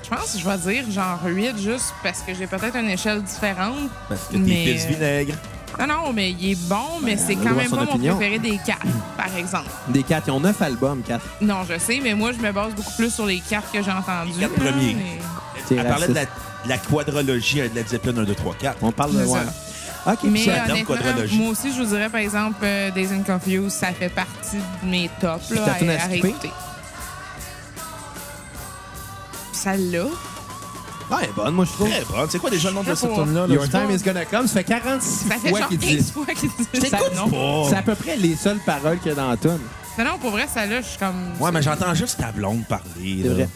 Speaker 4: je pense que je vais dire genre 8 juste parce que j'ai peut-être une échelle différente.
Speaker 3: Parce que t'es
Speaker 4: Mais-
Speaker 3: pisse vinaigre.
Speaker 4: Non, non, mais il est bon, mais
Speaker 1: Ben,
Speaker 4: c'est
Speaker 1: elle
Speaker 4: quand
Speaker 1: doit
Speaker 4: même
Speaker 1: son
Speaker 4: pas
Speaker 1: opinion.
Speaker 4: mon préféré des quatre, par exemple.
Speaker 1: Des 4, ils ont 9 albums, 4.
Speaker 4: Non, je sais, mais moi, je me base beaucoup plus sur les quatre que j'ai entendues.
Speaker 3: Les quatre
Speaker 4: là,
Speaker 3: premiers.
Speaker 4: mais-
Speaker 1: T'es
Speaker 3: Elle parlait de la,
Speaker 1: raciste.
Speaker 3: de la quadrologie euh, de la Zeppelin 1, 2, 3, 4.
Speaker 1: On parle de.
Speaker 4: C'est
Speaker 1: Ouais. Ok,
Speaker 4: Mais euh,
Speaker 1: puis-
Speaker 3: la dame
Speaker 4: honnêtement,
Speaker 3: quadrologie.
Speaker 4: moi aussi, je vous dirais, par exemple, euh, Days and Confused, ça fait partie de mes tops là,
Speaker 1: ta
Speaker 4: à,
Speaker 1: toune à
Speaker 4: à
Speaker 1: skipper?
Speaker 4: réécouter. Celle-là,
Speaker 1: Ah, elle est bonne, moi, je trouve.
Speaker 3: Très bonne. C'est quoi déjà le nom de cette
Speaker 4: Pour-
Speaker 3: tune-là? là?
Speaker 1: Your time is gonna come. Ça fait 46
Speaker 4: ça fait
Speaker 1: fois
Speaker 4: genre
Speaker 1: qu'ils
Speaker 4: 15
Speaker 1: disent.
Speaker 4: fois qu'ils disent ça.
Speaker 1: t'écoute
Speaker 4: Non.
Speaker 3: Oh.
Speaker 1: C'est à peu près les seules paroles qu'il y a dans la tune.
Speaker 4: Non, non, pour vrai, celle-là, je suis comme.
Speaker 3: Ouais, mais j'entends juste ta blonde parler.
Speaker 1: C'est
Speaker 3: là.
Speaker 1: vrai.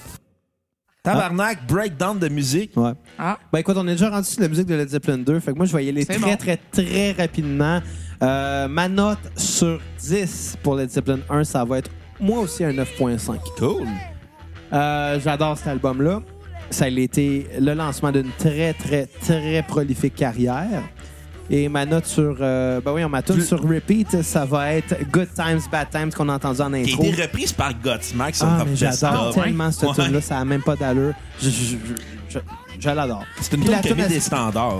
Speaker 3: Tabarnak, breakdown de musique.
Speaker 1: Ouais.
Speaker 4: Ah,
Speaker 1: Ben écoute, on est déjà rendu sur la musique de Led Zeppelin 2. Fait que moi, je vais y aller
Speaker 4: C'est
Speaker 1: très,
Speaker 4: bon.
Speaker 1: très, très rapidement. Euh, ma note sur 10 pour Led Zeppelin 1, ça va être moi aussi un 9.5.
Speaker 3: Cool.
Speaker 1: Euh, J'adore cet album-là. Ça a été le lancement d'une très, très, très prolifique carrière. Et ma note sur... euh, ben oui, on m'a
Speaker 3: Tu-
Speaker 1: sur repeat, ça va être Good Times, Bad Times qu'on a entendu en
Speaker 3: Qui a
Speaker 1: intro.
Speaker 3: été reprise par Godsmack sur
Speaker 1: Ah,
Speaker 3: Top
Speaker 1: mais
Speaker 3: Best
Speaker 1: j'adore
Speaker 3: Of.
Speaker 1: tellement cette
Speaker 3: Ouais.
Speaker 1: tune-là, ça n'a même pas d'allure. Je, je- je- je- je l'adore.
Speaker 3: C'est une
Speaker 1: Puis
Speaker 3: tune
Speaker 1: la
Speaker 3: qui a
Speaker 1: tune
Speaker 3: mis
Speaker 1: à,
Speaker 3: des standards.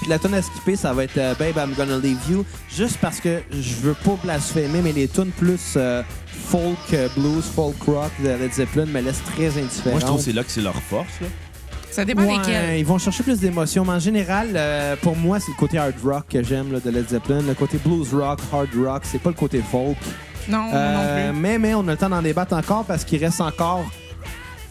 Speaker 1: puis la tune à skipper, ça va être euh, Babe, I'm Gonna Leave You, juste parce que je veux pas blasphémer, mais les tunes plus euh, folk, euh, blues, folk rock de Led Zeppelin me laissent très indifférent.
Speaker 3: Moi, je trouve que c'est là que c'est leur force. là.
Speaker 4: ça dépend
Speaker 1: Ouais,
Speaker 4: desquelles.
Speaker 1: Ils vont chercher plus d'émotions. Mais en général, euh, pour moi, c'est le côté hard rock que j'aime là, de Led Zeppelin. Le côté blues rock, hard rock, c'est pas le côté folk.
Speaker 4: Non,
Speaker 1: Euh,
Speaker 4: non plus.
Speaker 1: mais, mais on a le temps d'en débattre encore parce qu'il reste encore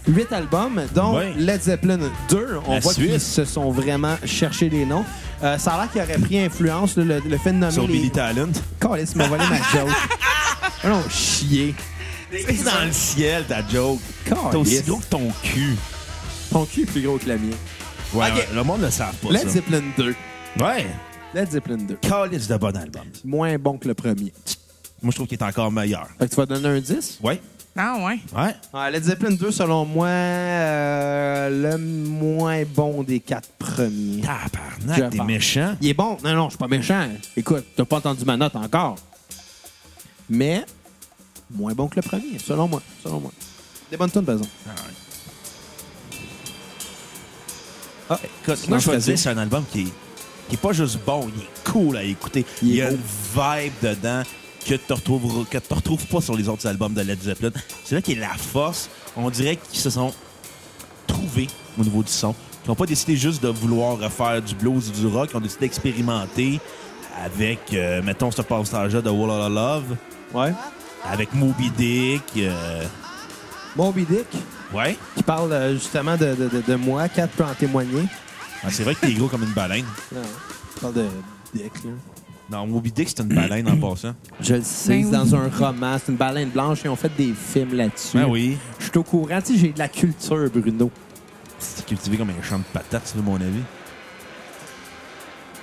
Speaker 1: 8 albums, dont
Speaker 3: Ouais.
Speaker 1: Led Zeppelin 2. On
Speaker 3: La
Speaker 1: voit
Speaker 3: suite.
Speaker 1: qu'ils se sont vraiment cherchés les noms. Euh, ça a l'air qu'il aurait pris influence là, le, le fait de nommer
Speaker 3: Sur
Speaker 1: les... (laughs)
Speaker 3: Billy Talent.
Speaker 1: Calisse, m'a
Speaker 3: (laughs)
Speaker 1: volé ma joke. Ah non, chier.
Speaker 3: C'est dans le ciel, ta joke. T'es aussi
Speaker 1: Calisse.
Speaker 3: gros que ton cul.
Speaker 1: Ton cul est plus gros que le mien.
Speaker 3: Ouais,
Speaker 1: Ok.
Speaker 3: ouais, le monde ne le savent pas.
Speaker 1: Led
Speaker 3: ça.
Speaker 1: Zeppelin 2.
Speaker 3: Ouais.
Speaker 1: Led Zeppelin 2.
Speaker 3: Calice de bon album.
Speaker 1: Moins bon que le premier.
Speaker 3: Moi, je trouve qu'il est encore meilleur.
Speaker 1: Fait que tu vas donner un 10?
Speaker 3: Ouais.
Speaker 4: Ah, ouais.
Speaker 3: Ouais.
Speaker 1: Ouais, Led Zeppelin 2, selon moi, euh, le moins bon des quatre premiers. Je
Speaker 3: Tabarnak, t'es
Speaker 1: pense.
Speaker 3: méchant.
Speaker 1: Il est bon. Non, non, je suis pas méchant. Écoute, t'as pas entendu ma note encore. Mais moins bon que le premier, selon moi. Selon moi. Des bonnes tonnes, par exemple. Ah,
Speaker 3: Écoute,
Speaker 1: Non,
Speaker 3: moi,
Speaker 1: je
Speaker 3: je veux
Speaker 1: fais
Speaker 3: dire,
Speaker 1: ça.
Speaker 3: c'est un album qui est, qui est pas juste bon, il est cool à écouter.
Speaker 1: Il
Speaker 3: Il,
Speaker 1: est
Speaker 3: y a
Speaker 1: beau.
Speaker 3: une vibe dedans que tu retrouveras- que tu ne retrouves pas sur les autres albums de Led Zeppelin. C'est là qu'est la force. On dirait qu'ils se sont trouvés au niveau du son. Ils n'ont pas décidé juste de vouloir faire du blues ou du rock. Ils ont décidé d'expérimenter avec, euh, mettons, ce passage-là de Wall of Love,
Speaker 1: Ouais.
Speaker 3: avec Moby Dick. euh,
Speaker 1: Moby Dick,
Speaker 3: ouais.
Speaker 1: qui parle euh, justement de, de, de, de moi, Kat peut en témoigner.
Speaker 3: Ah, c'est vrai que t'es gros comme une baleine.
Speaker 1: Ah, ouais. Il parle de Dick, là.
Speaker 3: Non, Moby Dick,
Speaker 1: (coughs)
Speaker 3: c'est une baleine en passant.
Speaker 1: Je le sais,
Speaker 4: Ben
Speaker 1: c'est dans
Speaker 4: oui.
Speaker 1: un roman, c'est une baleine blanche et on fait des films là-dessus.
Speaker 3: Ben oui.
Speaker 1: Je suis au courant, tu sais, j'ai de la culture, Bruno.
Speaker 3: C'est cultivé comme un champ de patates, c'est mon avis.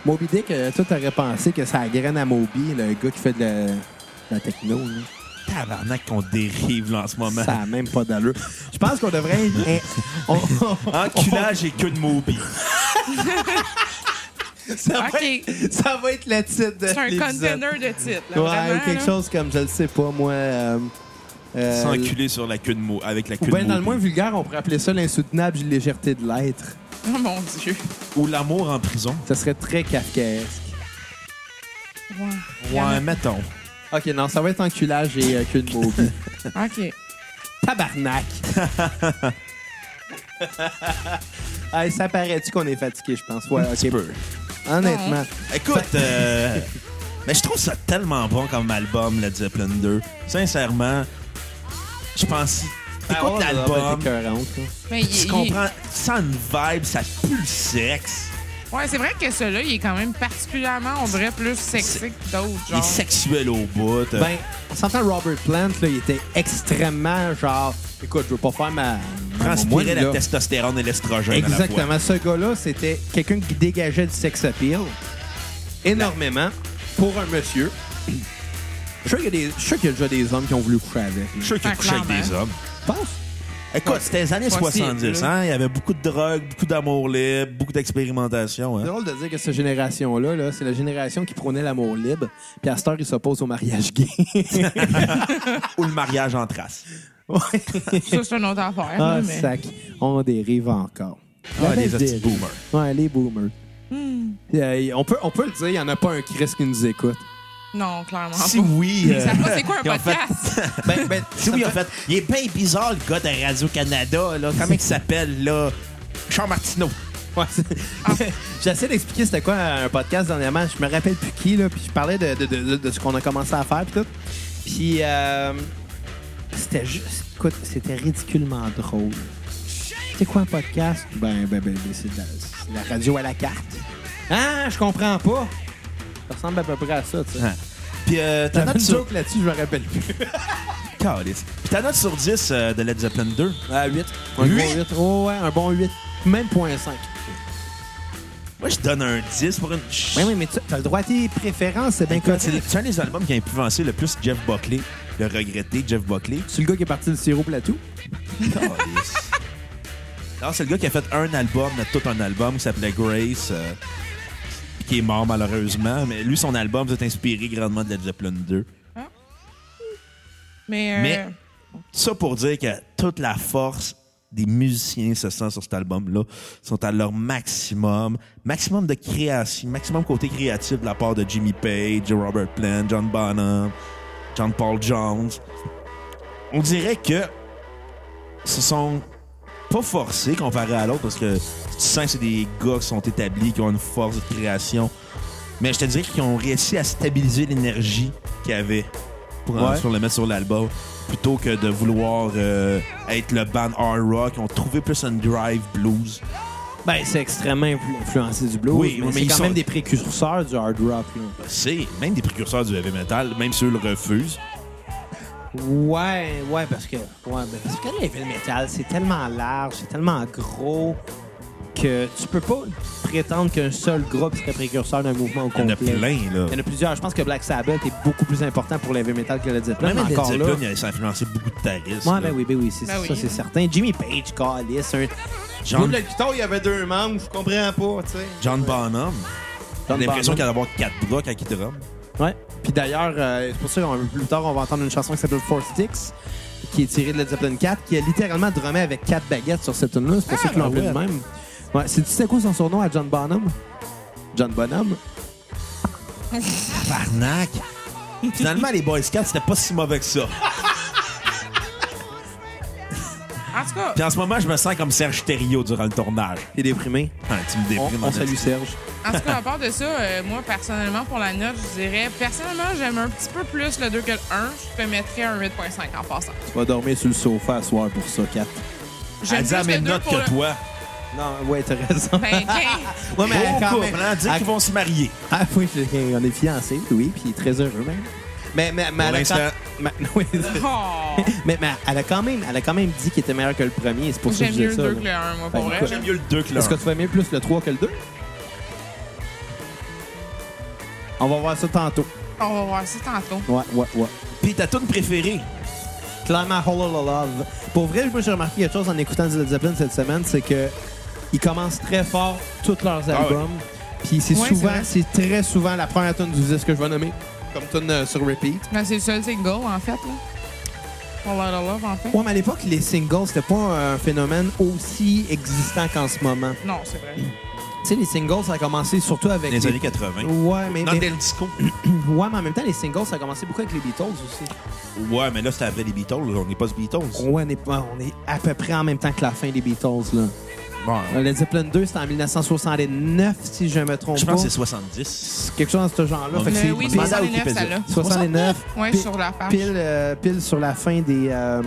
Speaker 1: Moby Dick, euh, toi, t'aurais pensé que ça graine à Moby, le gars qui fait de la, de la techno. là.
Speaker 3: Tabarnak qu'on dérive là en ce moment.
Speaker 1: Ça a même pas d'allure. Je pense qu'on devrait. eh,
Speaker 3: (laughs)
Speaker 1: on- on-
Speaker 3: Enculage et queue de Moby.
Speaker 1: ça, va
Speaker 4: Ok.
Speaker 1: être, ça va être le titre de
Speaker 4: C'est un
Speaker 1: l'épisode.
Speaker 4: container de titres. là,
Speaker 1: Ouais,
Speaker 4: vraiment,
Speaker 1: ou quelque
Speaker 4: là.
Speaker 1: chose comme, je le sais pas, moi. euh, euh,
Speaker 3: S'enculer sur la queue de Moby, avec la
Speaker 1: Ou
Speaker 3: queue
Speaker 1: bien,
Speaker 3: de
Speaker 1: dans le
Speaker 3: Moby.
Speaker 1: moins vulgaire, on pourrait appeler ça l'insoutenable légèreté de l'être.
Speaker 4: Oh mon Dieu.
Speaker 3: Ou l'amour en prison.
Speaker 1: Ça serait très kafkaesque.
Speaker 4: Ouais.
Speaker 3: Ouais, mettons.
Speaker 1: Ok, non, ça va être enculage et euh, queue de
Speaker 3: (laughs)
Speaker 1: Moby.
Speaker 4: OK.
Speaker 1: Tabarnak! hey, ça paraît-tu qu'on est fatigué, je pense? Ouais, ok.
Speaker 3: peu.
Speaker 1: Honnêtement.
Speaker 3: Écoute,
Speaker 1: (laughs)
Speaker 3: euh, mais je trouve ça tellement bon comme album, Led Zeppelin 2. Sincèrement, je pense...
Speaker 1: Ah
Speaker 3: Écoute
Speaker 1: ouais, ça doit
Speaker 3: l'album,
Speaker 1: être écœurante, là.
Speaker 4: Mais il-
Speaker 3: tu
Speaker 4: il-
Speaker 3: comprends, tu sens une vibe, ça pue le sexe.
Speaker 4: Ouais, c'est vrai que celui-là, il est quand même particulièrement, on dirait, plus sexy que d'autres.
Speaker 3: Il est
Speaker 4: Genre.
Speaker 3: sexuel au bout. euh,
Speaker 1: Ben, on s'entend Robert Plant, là, il était extrêmement genre. Écoute, je veux pas faire ma. ma- mon
Speaker 3: transpirer
Speaker 1: moine,
Speaker 3: la
Speaker 1: là.
Speaker 3: testostérone et l'estrogène à la fois.
Speaker 1: Exactement. Ce gars-là, c'était quelqu'un qui dégageait du sex appeal énormément pour un monsieur. Je suis sûr qu'il y a des- je suis sûr qu'il y a déjà des hommes qui ont voulu coucher avec.
Speaker 3: Je suis sûr qu'il
Speaker 4: Ah,
Speaker 3: couchait avec des
Speaker 4: clairement.
Speaker 3: hommes.
Speaker 1: Pense.
Speaker 3: Écoute, c'était les années
Speaker 4: Possible,
Speaker 3: 70,
Speaker 4: là.
Speaker 3: hein? Il y avait beaucoup de drogue, beaucoup d'amour libre, beaucoup d'expérimentation,
Speaker 1: C'est
Speaker 3: hein?
Speaker 1: drôle de dire que cette génération-là, là, c'est la génération qui prônait l'amour libre, puis à cette heure, ils s'opposent au mariage
Speaker 3: (laughs)
Speaker 1: gay.
Speaker 3: Ou le mariage en trace.
Speaker 1: Ouais.
Speaker 4: Ça, c'est une autre affaire.
Speaker 1: Ah,
Speaker 4: là, mais...
Speaker 1: sac. On dérive encore.
Speaker 3: Ah,
Speaker 1: La
Speaker 3: les
Speaker 1: belle
Speaker 3: hosties
Speaker 1: dérive.
Speaker 3: boomers.
Speaker 1: Ouais, les boomers. Puis, euh, on, peut, on peut le dire, il n'y en a pas un Chris qui nous écoute.
Speaker 4: Non, clairement
Speaker 3: Si
Speaker 4: pas.
Speaker 3: oui...
Speaker 4: Ils
Speaker 3: euh,
Speaker 4: savent pas
Speaker 3: (laughs)
Speaker 4: c'est quoi un
Speaker 3: ils ont fait-
Speaker 4: podcast.
Speaker 1: Ben, ben, (laughs)
Speaker 3: Si oui, en fait, il est bien bizarre, le gars de Radio-Canada, là. Comment il s'appelle, là? Jean Martineau.
Speaker 1: ouais, c'est- (laughs) J'essaie d'expliquer c'était quoi un podcast dernièrement. Je me rappelle plus qui, là, puis je parlais de, de- de- de ce qu'on a commencé à faire, puis tout. Puis, euh, c'était juste. Écoute, c'était ridiculement drôle. C'est quoi un podcast? Ben, ben, ben, ben, c'est de, la- c'est de la radio à la carte. Ah, je comprends pas. Ça ressemble à peu près à ça, tu sais.
Speaker 3: Hein. Puis euh, ta
Speaker 1: T'as
Speaker 3: note
Speaker 1: une
Speaker 3: sur...
Speaker 1: joke là-dessus, je me rappelle plus.
Speaker 3: Calisse. Puis ta note sur 10 euh, de Led Zeppelin 2.
Speaker 1: Ah, 8. Un
Speaker 3: Huit?
Speaker 1: bon 8. Oh, ouais, un bon 8. Même point 5.
Speaker 3: Moi, je donne un 10 pour une...
Speaker 1: Oui, oui, mais tu as le droit à tes préférences, c'est bien
Speaker 3: Écoute,
Speaker 1: correct.
Speaker 3: c'est le- c'est un des albums qui a influencé le plus Jeff Buckley, le regretté Jeff Buckley.
Speaker 1: C'est le gars qui est parti du sirop plateau.
Speaker 3: Calisse. Alors, c'est le gars qui a fait un album, mais tout un album, qui s'appelait Grace, euh, qui est mort malheureusement. Mais lui, son album s'est inspiré grandement de Led Zeppelin 2.
Speaker 4: Mais, euh,
Speaker 3: Mais- Ça pour dire que toute la force des musiciens se sent sur cet album-là. Ils sont à leur maximum. Maximum de création, maximum côté créatif de la part de Jimmy Page, Robert Plant, John Bonham, John Paul Jones. On dirait que se sont pas forcés comparé à l'autre parce que tu sens que c'est des gars qui sont établis, qui ont une force de création. Mais je te dirais qu'ils ont réussi à stabiliser l'énergie qu'il y avait pour en-
Speaker 1: Ouais.
Speaker 3: sur le mettre sur l'album plutôt que de vouloir euh, être le band hard rock. Ils ont trouvé plus un drive blues.
Speaker 1: Ben, c'est extrêmement influ- influencé du blues,
Speaker 3: Oui,
Speaker 1: mais,
Speaker 3: mais
Speaker 1: c'est
Speaker 3: ils
Speaker 1: quand
Speaker 3: sont-
Speaker 1: même des précurseurs du hard rock. là.
Speaker 3: C'est même des précurseurs du heavy metal, même s'ils le refusent.
Speaker 1: Ouais, ouais, parce que, ouais, ben, parce que le heavy metal, c'est tellement large, c'est tellement gros que tu peux pas prétendre qu'un seul groupe serait précurseur d'un mouvement au
Speaker 3: Il y en
Speaker 1: complet.
Speaker 3: a plein, là.
Speaker 1: Il y en a plusieurs. Je pense que Black Sabbath est beaucoup plus important pour le heavy metal que le Zeppelin,
Speaker 3: Même
Speaker 1: mais
Speaker 3: Led
Speaker 1: encore là.
Speaker 3: Zeppelin, il a- ça a influencé beaucoup de guitaristes.
Speaker 1: Ouais,
Speaker 3: là.
Speaker 1: ben oui, ben oui, c'est
Speaker 4: Ben
Speaker 1: ça,
Speaker 4: oui.
Speaker 1: c'est certain. Jimmy Page, Callis, un.
Speaker 3: John-
Speaker 1: Lui, guitare, il avait deux membres, je comprends pas, tu sais.
Speaker 3: John Bonham. J'ai
Speaker 1: John
Speaker 3: l'impression
Speaker 1: Bonham.
Speaker 3: qu'il allait avoir quatre bras quand il drum.
Speaker 1: Ouais. Puis Puis d'ailleurs, euh, c'est pour ça un peu plus tard, on va entendre une chanson qui s'appelle Four Sticks, qui est tirée de Led Zeppelin 4, qui a littéralement drummé avec quatre baguettes sur cette tune-là. C'est pour ça
Speaker 3: Ah,
Speaker 1: qu'ils l'ont
Speaker 3: ben
Speaker 1: appelé de
Speaker 3: ouais.
Speaker 1: même. Ouais, c'est tu sais quoi son surnom à John Bonham? John Bonham?
Speaker 3: Barnac. Finalement, les Boy Scouts, c'était pas si mauvais que ça.
Speaker 4: En tout cas,
Speaker 3: Puis en ce moment, je me sens comme Serge Thériault durant le tournage.
Speaker 1: Il est déprimé.
Speaker 3: Hein, tu me
Speaker 1: On,
Speaker 3: déprimes.
Speaker 1: on
Speaker 3: en
Speaker 1: salue
Speaker 3: esti.
Speaker 1: Serge.
Speaker 4: en tout cas, à part de ça, euh, moi, personnellement, pour la note, je dirais, personnellement, j'aime un petit peu plus le 2 que le 1. Je te mettrais un 8.5 en passant.
Speaker 1: Tu vas dormir sur le sofa à soir pour ça, Kat.
Speaker 3: Elle dit la
Speaker 4: plus le
Speaker 3: même
Speaker 4: 2
Speaker 3: note
Speaker 4: pour le-
Speaker 3: que toi.
Speaker 1: Non, ouais, t'as raison. (laughs)
Speaker 4: Ben, quin-
Speaker 1: Ouais,
Speaker 3: Mais
Speaker 1: quand
Speaker 3: couple,
Speaker 1: même-
Speaker 3: hein, dire
Speaker 1: à-
Speaker 3: qu'ils vont se marier.
Speaker 1: Ah oui, je- on est fiancés, oui, puis très heureux même. Mais, mais, mais
Speaker 3: Pour
Speaker 1: elle a
Speaker 3: l'instant.
Speaker 1: quand- mais- (laughs) oui, c'est-
Speaker 4: Oh.
Speaker 1: mais- mais elle a quand même, elle a quand même dit qu'il était meilleur que le premier, c'est pour ça que je
Speaker 4: J'aime mieux
Speaker 1: disais
Speaker 4: le
Speaker 1: ça.
Speaker 4: 2 que
Speaker 1: là.
Speaker 4: le 1, moi, pour
Speaker 1: Ben,
Speaker 4: vrai.
Speaker 1: écoute,
Speaker 3: J'aime mieux le 2 que le
Speaker 1: Est-ce que
Speaker 3: 1.
Speaker 1: tu vas aimer plus le 3 que le 2? On va voir ça tantôt.
Speaker 4: On va voir ça tantôt.
Speaker 1: Ouais, ouais, ouais.
Speaker 3: Puis ta tune préférée.
Speaker 1: Clairement, Hollow Love. Pour vrai, moi, j'ai remarqué quelque chose en écoutant du Led Zeppelin cette semaine, c'est que ils commencent très fort tous leurs albums. Puis c'est
Speaker 4: Ouais,
Speaker 1: souvent,
Speaker 4: c'est
Speaker 1: c'est très souvent la première tune du disque que je vais nommer comme tune euh, sur repeat.
Speaker 4: Ben, c'est le seul single, en fait. Là. Pour Lot of Love, en fait.
Speaker 1: Ouais, mais à l'époque, les singles, c'était pas un phénomène aussi existant qu'en ce moment.
Speaker 4: Non, c'est vrai.
Speaker 1: Tu sais, les singles, ça a commencé surtout avec.
Speaker 3: Les
Speaker 1: des-
Speaker 3: années 80.
Speaker 1: Ouais mais,
Speaker 3: Dans
Speaker 1: mais-
Speaker 3: Del Disco.
Speaker 1: ouais, mais en même temps, les singles, ça a commencé beaucoup avec les Beatles aussi.
Speaker 3: Ouais, mais là, c'était après les Beatles. On n'est pas les Beatles.
Speaker 1: Ouais, on est, on est à peu près en même temps que la fin des Beatles, là.
Speaker 3: Bon,
Speaker 1: Euh, Led Zeppelin 2, c'était en 1969, si je me trompe
Speaker 3: je
Speaker 1: pas.
Speaker 3: pense que c'est 70.
Speaker 1: c'est quelque chose dans ce genre-là.
Speaker 3: On
Speaker 1: Fait que
Speaker 3: est-
Speaker 1: c'est
Speaker 4: Mais Euh, oui,
Speaker 3: c'est
Speaker 1: bizarre.
Speaker 3: ça.
Speaker 4: 69, ça là.
Speaker 1: 69,
Speaker 4: Ouais,
Speaker 1: pi-
Speaker 4: sur la page.
Speaker 1: pile, euh, pile sur la fin des, euh,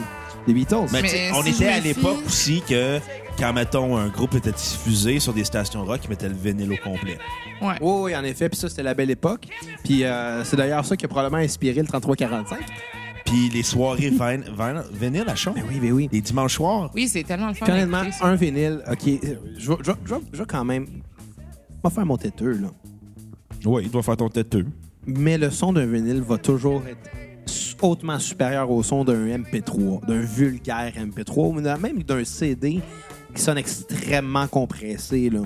Speaker 1: des Beatles.
Speaker 3: Mais,
Speaker 4: Mais
Speaker 3: tu sais, on
Speaker 4: si je
Speaker 3: était à
Speaker 4: me fie-
Speaker 3: l'époque aussi que quand, mettons, un groupe était diffusé sur des stations rock, ils mettaient le vinyle au complet.
Speaker 4: Ouais.
Speaker 1: Oui, oui, en effet. Puis ça, c'était la belle époque. Puis euh, c'est d'ailleurs ça qui a probablement inspiré le 33-45.
Speaker 3: Puis les
Speaker 4: (laughs)
Speaker 3: soirées vin- vin- vinyle à chaud.
Speaker 1: Ben oui, ben oui.
Speaker 3: Les dimanches soirs.
Speaker 4: Oui, c'est tellement le fun.
Speaker 1: Honnêtement,
Speaker 4: d'écouter ça.
Speaker 1: un vinyle, OK, euh, je vais- je vais- je vais je vais quand même... Je vais faire mon têteux, là.
Speaker 3: Oui, il doit faire ton têteux.
Speaker 1: Mais le son d'un vinyle va toujours être s- hautement supérieur au son d'un MP3, d'un vulgaire MP3, ou d'un- même d'un CD qui sonne extrêmement compressé, là.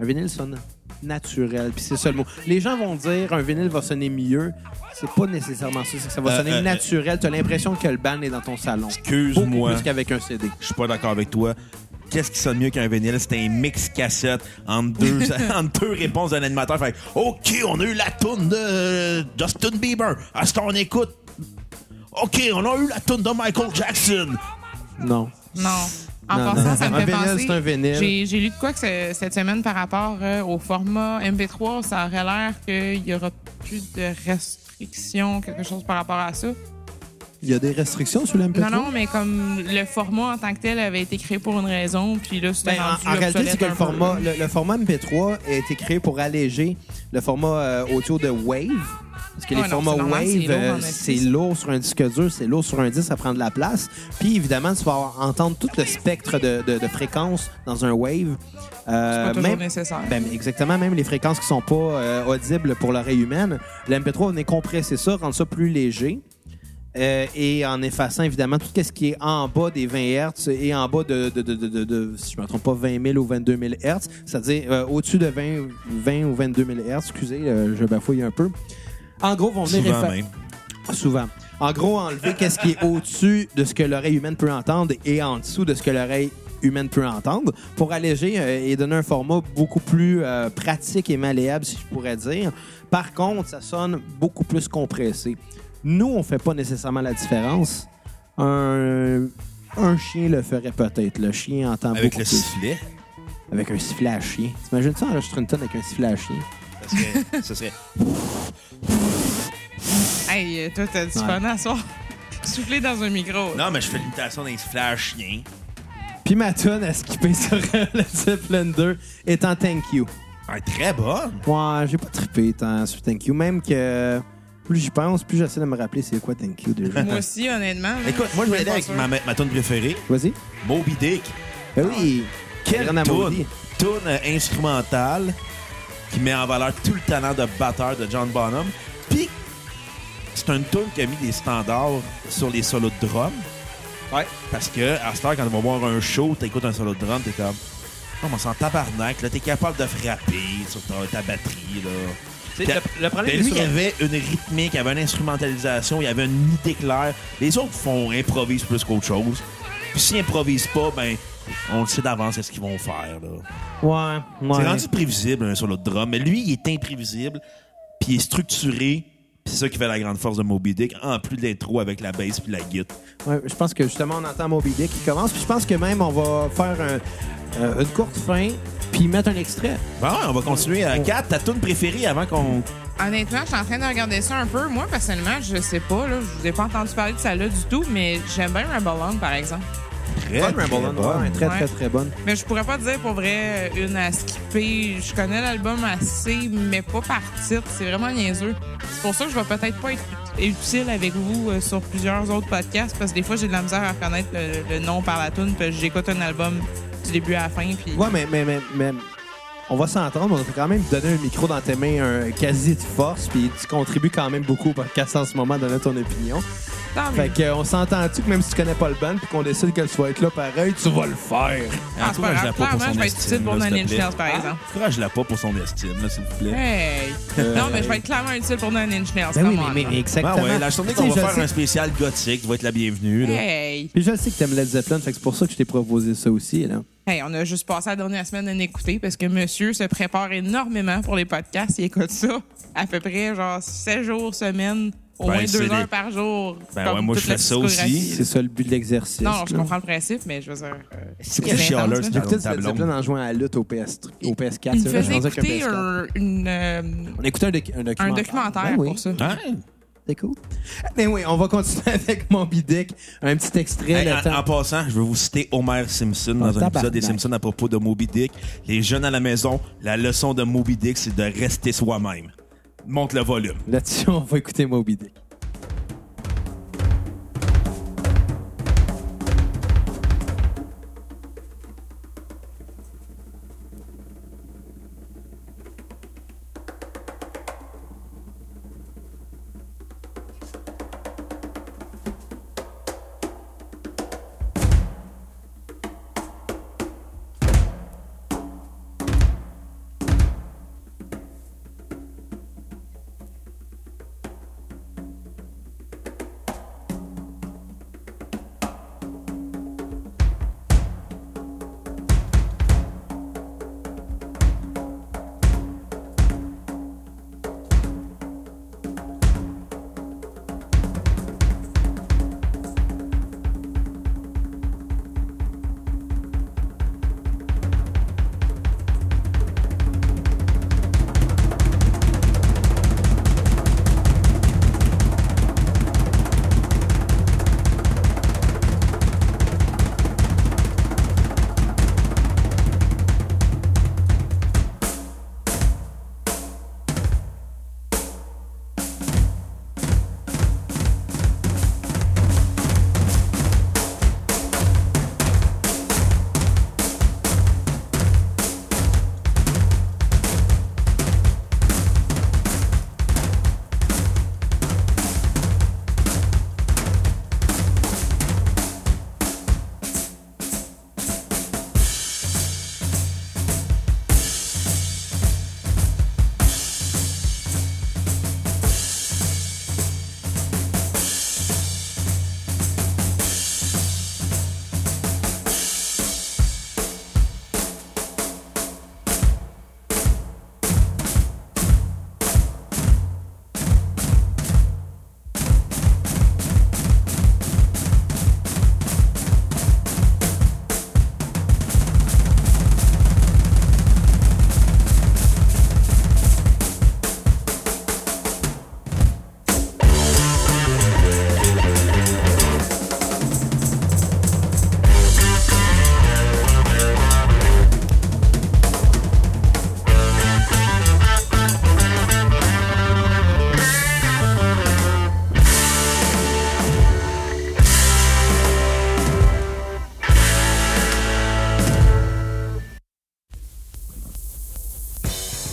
Speaker 1: Un vinyle sonne naturel, puis c'est ça le mot. Les gens vont dire un vinyle va sonner mieux. C'est pas nécessairement ça, c'est que ça va
Speaker 3: Euh,
Speaker 1: sonner
Speaker 3: euh,
Speaker 1: naturel. T'as l'impression que le band est dans ton salon. Beaucoup
Speaker 3: Excuse-moi.
Speaker 1: plus qu'avec un CD.
Speaker 3: Je suis pas d'accord avec toi. Qu'est-ce qui sonne mieux qu'un vinyle? C'était un mix cassette entre
Speaker 4: (laughs)
Speaker 3: deux, (laughs) entre deux réponses d'un animateur. Fait que, OK, on a eu la toune de Justin Bieber. À ce qu'on écoute. OK, on a eu la toune de Michael Jackson.
Speaker 1: Non.
Speaker 4: Non. En
Speaker 1: Non, non,
Speaker 4: passant,
Speaker 1: non.
Speaker 4: ça me
Speaker 1: Un
Speaker 4: fait
Speaker 1: vinyle,
Speaker 4: penser.
Speaker 1: c'est un vinyle.
Speaker 4: J'ai, j'ai lu de quoi que ce- cette semaine par rapport euh, au format MP3, ça aurait l'air qu'il y aura plus de restrictions, quelque chose par rapport à ça.
Speaker 1: Il y a des restrictions sur le MP3?
Speaker 4: Non, non, mais comme le format en tant que tel avait été créé pour une raison, puis là, c'était
Speaker 1: Ben,
Speaker 4: rendu
Speaker 1: en, en réalité,
Speaker 4: obsolète
Speaker 1: c'est que le
Speaker 4: un peu.
Speaker 1: format, le, le format MP3 a été créé pour alléger le format euh, audio de Wave. Parce que
Speaker 4: Ouais,
Speaker 1: les
Speaker 4: Ah, non,
Speaker 1: formats
Speaker 4: c'est normal, c'est
Speaker 1: Wave,
Speaker 4: lourd,
Speaker 1: euh,
Speaker 4: en effet.
Speaker 1: c'est lourd sur un disque dur, c'est lourd sur un disque, ça prend de la place. Puis évidemment, tu vas avoir- entendre tout le spectre de, de- de fréquences dans un Wave. Euh,
Speaker 4: C'est pas toujours
Speaker 1: même-
Speaker 4: nécessaire.
Speaker 1: ben, exactement, même les fréquences qui sont pas euh, audibles pour l'oreille humaine. Le MP3, on est compressé ça, rendre ça plus léger. Euh, et en effaçant évidemment tout ce qui est en bas des 20 Hz et en bas de, de, de, de- de- de- si je me trompe pas, 20 000 ou 22 000 Hz, c'est-à-dire euh, au-dessus de 20, 20 ou 22 000 Hz, excusez, euh, je bafouille un peu. En gros, vont venir
Speaker 3: Souvent
Speaker 1: effa-
Speaker 3: même.
Speaker 1: Ah, Souvent. En gros, enlever qu'est-ce qui est au-dessus de ce que l'oreille humaine peut entendre et en dessous de ce que l'oreille humaine peut entendre pour alléger euh, et donner un format beaucoup plus euh, pratique et malléable, si je pourrais dire. Par contre, ça sonne beaucoup plus compressé. Nous, on fait pas nécessairement la différence. Un, un chien le ferait peut-être. Le chien entend
Speaker 3: Avec
Speaker 1: beaucoup
Speaker 3: le
Speaker 1: plus.
Speaker 3: sifflet.
Speaker 1: Avec un sifflet à chien. T'imagines ça enregistrer une tonne avec un sifflet à chien?
Speaker 3: Ça serait, ça serait-
Speaker 4: Hey, euh, toi, t'as du
Speaker 1: Ouais.
Speaker 4: fun à soir. (laughs) Souffler dans un micro.
Speaker 3: Non, mais je fais l'imitation d'un sifflet à chien.
Speaker 1: Puis ma tonne à skipper sur (laughs) le Zeppelin 2 étant Thank You.
Speaker 3: Un très bon.
Speaker 1: Ouais, j'ai pas trippé tant sur Thank You. Même que plus j'y pense, plus j'essaie de me rappeler c'est quoi Thank You déjà.
Speaker 4: Moi aussi, honnêtement. là,
Speaker 3: Écoute, moi, je vais aller
Speaker 4: suis
Speaker 3: avec
Speaker 4: pas
Speaker 3: ma,
Speaker 4: sûre.
Speaker 3: ma toune préférée,
Speaker 1: Vas-y.
Speaker 3: Moby Dick.
Speaker 1: Ben oui.
Speaker 3: Quelle
Speaker 1: Rien à
Speaker 3: toune,
Speaker 1: maudire.
Speaker 3: toune euh, instrumentale qui met en valeur tout le talent de batteur de John Bonham. Puis, c'est une toune qui a mis des standards sur les solos de drum.
Speaker 1: Ouais.
Speaker 3: Parce que, à cette heure, quand on va voir un show, t'écoutes un solo de drum, t'es comme, oh, mais c'est en tabarnak, là, t'es capable de frapper sur ta, ta batterie, là.
Speaker 5: Tu sais, le- le problème
Speaker 3: Ben,
Speaker 5: est
Speaker 3: lui, il
Speaker 5: sur-
Speaker 3: avait une rythmique, il avait une instrumentalisation, il avait une idée claire. Les autres font improvisent plus qu'autre chose. Puis s'ils improvisent pas, ben on le sait d'avance ce qu'ils vont faire. là.
Speaker 1: Ouais, ouais.
Speaker 3: C'est rendu prévisible un sur l'autre drum, mais lui, il est imprévisible, puis il est structuré. puis C'est ça qui fait la grande force de Moby Dick, en plus de l'intro avec la bass puis la guitare.
Speaker 1: Ouais, je pense que justement, on entend Moby Dick qui commence. Puis je pense que même, on va faire un- euh, une courte fin, puis mettre un extrait.
Speaker 3: Ben ouais, on va continuer à 4. Ta tune préférée avant qu'on.
Speaker 4: Honnêtement, je suis en train de regarder ça un peu. Moi, personnellement, je sais pas. Là, je vous ai pas entendu parler de ça là du tout, mais j'aime bien Rumble On, par exemple.
Speaker 3: Très,
Speaker 1: Bonne Rumble
Speaker 3: Eh, très
Speaker 1: On,
Speaker 3: bonne.
Speaker 1: ouais, très,
Speaker 4: Ouais.
Speaker 1: très, très bonne.
Speaker 4: Mais je pourrais pas dire pour vrai euh, une à skipper. Je connais l'album assez, mais pas par titre. C'est vraiment niaiseux. C'est pour ça que je vais peut-être pas être ut- utile avec vous euh, sur plusieurs autres podcasts parce que des fois, j'ai de la misère à reconnaître le, le nom par la tune. Puis j'écoute un album du début à la fin. Puis
Speaker 1: Ouais, mais, mais, mais, mais on va s'entendre. On t'a quand même donné un micro dans tes mains, un quasi de force, puis tu contribues quand même beaucoup au podcast en ce moment, donner ton opinion.
Speaker 4: Tant mieux.
Speaker 1: Fait que, euh, on s'entend-tu que même si tu connais pas le band, puis qu'on décide qu'elle soit être là pareil, tu vas le faire.
Speaker 4: Ah, c'est pas grave. Clairement, je vais être utile pour Daniel Childs, par exemple.
Speaker 3: Encourage-la Hein? pas pour son estime, là, s'il vous plaît.
Speaker 4: Hey! Non, mais je vais être clairement utile pour Nine Inch Nails.
Speaker 1: Ben oui,
Speaker 4: come on,
Speaker 1: mais,
Speaker 4: là.
Speaker 1: mais, mais exactement.
Speaker 3: Ah ouais, la journée
Speaker 1: Tu sais,
Speaker 3: qu'on va
Speaker 1: je
Speaker 3: faire
Speaker 1: sais-
Speaker 3: un spécial gothique, tu vas être la bienvenue. Là.
Speaker 4: Hey!
Speaker 1: Puis je le sais que t'aimes Led Zeppelin, fait que c'est pour ça que je t'ai proposé ça aussi. Là.
Speaker 4: Hey, on a juste passé la dernière semaine à l'écouter parce que monsieur se prépare énormément pour les podcasts. Il écoute ça à peu près genre 7 jours, semaine, au
Speaker 3: Ben,
Speaker 4: moins
Speaker 3: c'est
Speaker 4: 2 heures
Speaker 3: des-
Speaker 4: par jour.
Speaker 3: Ben
Speaker 4: comme
Speaker 3: ouais, moi,
Speaker 4: toute
Speaker 3: je
Speaker 4: la
Speaker 3: fais ça aussi.
Speaker 4: discographie.
Speaker 1: C'est ça le but de l'exercice.
Speaker 4: Non, je
Speaker 1: là.
Speaker 4: comprends le principe, mais je veux dire. euh,
Speaker 3: C'est
Speaker 4: qu'il y a
Speaker 3: chialeur,
Speaker 4: d'intense,
Speaker 3: c'est
Speaker 1: J'ai
Speaker 3: dans
Speaker 1: écouté
Speaker 3: le
Speaker 1: Led Zeppelin
Speaker 3: tableau.
Speaker 1: en jouant à la lutte au, PS... au PS4.
Speaker 4: il me
Speaker 1: c'est vrai, je
Speaker 4: faisait
Speaker 1: pensais qu'un
Speaker 4: écouter
Speaker 1: PS4.
Speaker 4: un, une, euh,
Speaker 1: On écoutait un, doc- un
Speaker 4: un
Speaker 1: documentaire.
Speaker 4: documentaire
Speaker 1: Ben oui,
Speaker 4: pour ça.
Speaker 3: Hein?
Speaker 1: C'est cool. Mais Ben oui, on va continuer (laughs) avec mon bidic. Un petit extrait.
Speaker 3: Hey,
Speaker 1: le
Speaker 3: en,
Speaker 1: temps.
Speaker 3: en passant, je veux vous citer Homer Simpson
Speaker 1: Oh,
Speaker 3: dans un
Speaker 1: tabarnak.
Speaker 3: épisode des Simpsons à propos de Moby Dick. Les jeunes à la maison, la leçon de Moby Dick, c'est de rester soi-même. Monte le volume.
Speaker 1: Là-dessus, on va écouter Moby Dick.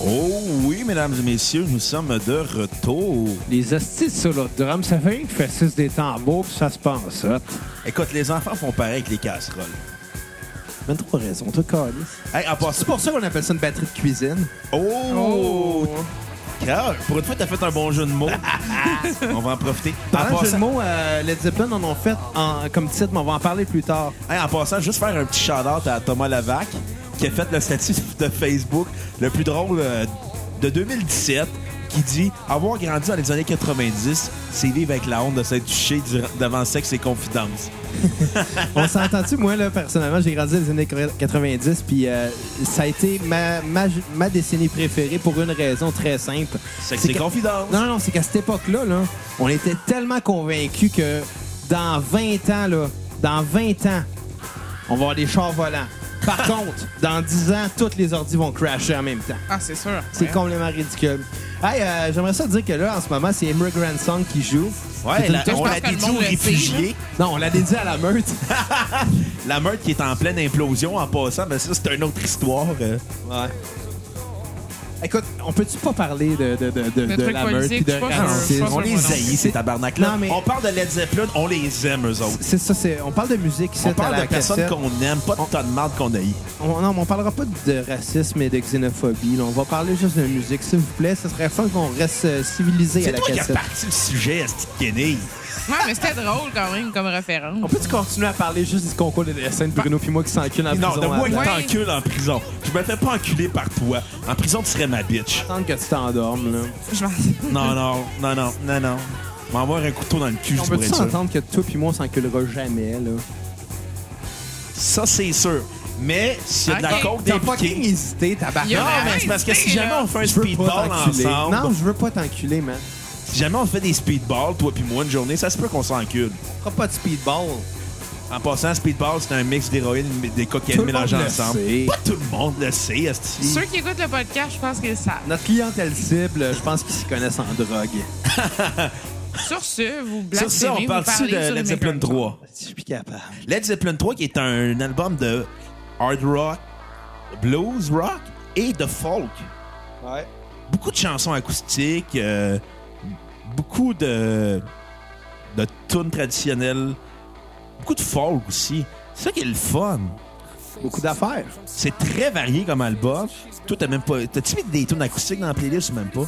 Speaker 3: Oh oui, mesdames et messieurs, nous sommes de retour.
Speaker 1: Les hosties sur le drum, ça fait rien que je fasse des tambours, puis ça se hein. pense. Ça.
Speaker 3: Écoute, les enfants font pareil avec les casseroles.
Speaker 1: Même trop raison, toi, câlisse.
Speaker 3: Hey, en passant,
Speaker 1: C'est pour ça qu'on appelle ça une batterie de cuisine.
Speaker 3: Oh! Ah, pour une fois, t'as fait un bon jeu de mots. on va en profiter. En
Speaker 1: Parlant de jeu de
Speaker 3: passant-
Speaker 1: mots, euh, Led Zeppelin en ont fait en- comme titre, mais on va en parler plus tard.
Speaker 3: Hey, en passant, juste faire un petit shout-out à Thomas Lavac, qui a fait le statut de Facebook le plus drôle euh, de 2017, qui dit Avoir grandi dans les années 90, c'est vivre avec la honte de s'être touché durant- devant sexe et confidence.
Speaker 1: On s'entend-tu? Moi, là, personnellement, j'ai grandi dans les années 90, puis euh, ça a été ma, ma, ma décennie préférée pour une raison très simple.
Speaker 3: Sexe et
Speaker 1: que-
Speaker 3: confidence.
Speaker 1: Non, non, c'est qu'à cette époque-là, là, on était tellement convaincus que dans 20 ans, là, dans 20 ans, on va avoir des chars volants. (laughs) Par contre, dans 10 ans, tous les ordis vont crasher en même temps.
Speaker 4: Ah, c'est sûr.
Speaker 1: C'est
Speaker 4: Ouais.
Speaker 1: complètement ridicule. Hey, euh, j'aimerais ça dire que là, en ce moment, c'est Immigrant Song qui joue.
Speaker 3: Ouais, la-
Speaker 4: Je pense
Speaker 3: on l'a
Speaker 4: que le
Speaker 3: dédié
Speaker 4: monde
Speaker 3: aux
Speaker 4: le sait,
Speaker 3: réfugiés.
Speaker 1: Non, on l'a dédié à la meute.
Speaker 3: La meute qui est en pleine implosion en passant, mais ça, c'est une autre histoire. euh.
Speaker 1: (laughs) Ouais. Écoute, on peut-tu pas parler de, de, de, de,
Speaker 4: Le
Speaker 1: de
Speaker 4: truc
Speaker 1: la meute
Speaker 4: politique,
Speaker 1: puis de
Speaker 4: je pense
Speaker 1: racisme?
Speaker 4: que- Ah, je pense
Speaker 3: On
Speaker 4: que
Speaker 3: les
Speaker 4: moi, non.
Speaker 3: haït, ces
Speaker 1: Non,
Speaker 3: tabarnak-là.
Speaker 1: mais-
Speaker 3: On parle de Led Zeppelin, on les aime, eux autres.
Speaker 1: C'est ça, c'est, on parle de musique ici.
Speaker 3: On
Speaker 1: à
Speaker 3: parle
Speaker 1: la
Speaker 3: de personnes
Speaker 1: cassette.
Speaker 3: qu'on aime, pas de tas de marde qu'on haït.
Speaker 1: On, non, mais on parlera pas de racisme et de xénophobie. là. On va parler juste de musique, s'il vous plaît. Ce serait fun qu'on reste euh, civilisé à
Speaker 3: C'est
Speaker 1: la
Speaker 3: toi qui as
Speaker 1: cassette.
Speaker 3: parti le sujet, Esti de Kenny.
Speaker 4: Ouais, mais c'était drôle quand même comme
Speaker 1: On
Speaker 4: référence.
Speaker 1: peut-tu continuer à parler juste du concours de dessin de Bruno puis moi qui s'enculent en
Speaker 3: Non, de
Speaker 1: prison? à
Speaker 3: moi qui
Speaker 1: la-
Speaker 4: date.
Speaker 3: t'encule en prison. Je me fais pas enculer par toi. En prison, tu serais ma bitch.
Speaker 1: Attendre que tu t'endormes, là.
Speaker 4: Je m'en-
Speaker 3: Non, non, non, non, non, non. M'envoie un couteau dans le cul,
Speaker 1: On
Speaker 3: je
Speaker 1: peut-tu
Speaker 3: pourrais ça.
Speaker 1: s'entendre que toi puis moi, on s'enculera jamais, là?
Speaker 3: Ça, c'est sûr. Mais s'il y a de la
Speaker 4: Ok.
Speaker 3: coke
Speaker 1: T'as fucking
Speaker 3: dépliquée...
Speaker 1: hésité, tabarnak.
Speaker 4: Yo,
Speaker 3: Non, mais c'est parce que si jamais on fait un speedball ensemble,
Speaker 1: Non, je veux pas t'enculer, man.
Speaker 3: si jamais on fait des speedballs, toi puis moi, une journée, ça se peut qu'on s'encule.
Speaker 1: On fera pas de speedball.
Speaker 3: En passant, speedball, c'est un mix d'héroïne et des
Speaker 1: Tout
Speaker 3: cocaïnes
Speaker 1: le
Speaker 3: mélangées
Speaker 1: monde le
Speaker 3: ensemble.
Speaker 1: sait.
Speaker 3: Pas tout le monde le sait, Esti.
Speaker 4: Ceux qui écoutent le podcast, je pense qu'ils le savent.
Speaker 1: Notre clientèle cible, je pense qu'ils s'y connaissent en drogue.
Speaker 4: Sur ce, vous
Speaker 3: Ça,
Speaker 4: blasphémez,
Speaker 3: ça, on
Speaker 4: vous
Speaker 3: parle-tu
Speaker 4: parlez
Speaker 3: de
Speaker 4: sur
Speaker 3: Led
Speaker 4: les
Speaker 3: Zeppelin
Speaker 4: Megan.
Speaker 3: 3?
Speaker 1: Je suis plus capable.
Speaker 3: Led Zeppelin 3 qui est un album de hard rock, blues rock et de folk.
Speaker 1: Ouais.
Speaker 3: Beaucoup de chansons acoustiques, euh, beaucoup de, de tunes traditionnelles, beaucoup de folk aussi. C'est ça qui est le fun.
Speaker 1: Beaucoup d'affaires.
Speaker 3: C'est très varié comme album. Toi, t'as même pas. T'as-tu mis des tunes acoustiques dans la playlist ou même pas?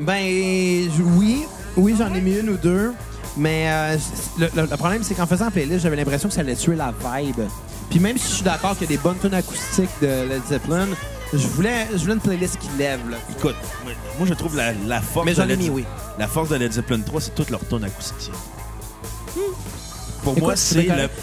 Speaker 1: Ben, je- oui. Oui, j'en ai mis une ou deux. Mais euh, le, le- le problème, c'est qu'en faisant la playlist, j'avais l'impression que ça allait tuer la vibe. Puis même si je suis d'accord qu'il y a des bonnes tunes acoustiques de Led Zeppelin, je voulais, je voulais une playlist qui lève, là.
Speaker 3: Écoute, moi- moi je trouve la, la force
Speaker 1: Mais j'en
Speaker 3: de
Speaker 1: ai
Speaker 3: Led-
Speaker 1: mis, oui.
Speaker 3: La force de Led Zeppelin 3, c'est toute leur tune acoustique. Pour
Speaker 1: Hmm. Écoute,
Speaker 3: moi,
Speaker 1: c'est
Speaker 3: c'est
Speaker 1: bien
Speaker 3: le
Speaker 1: correct.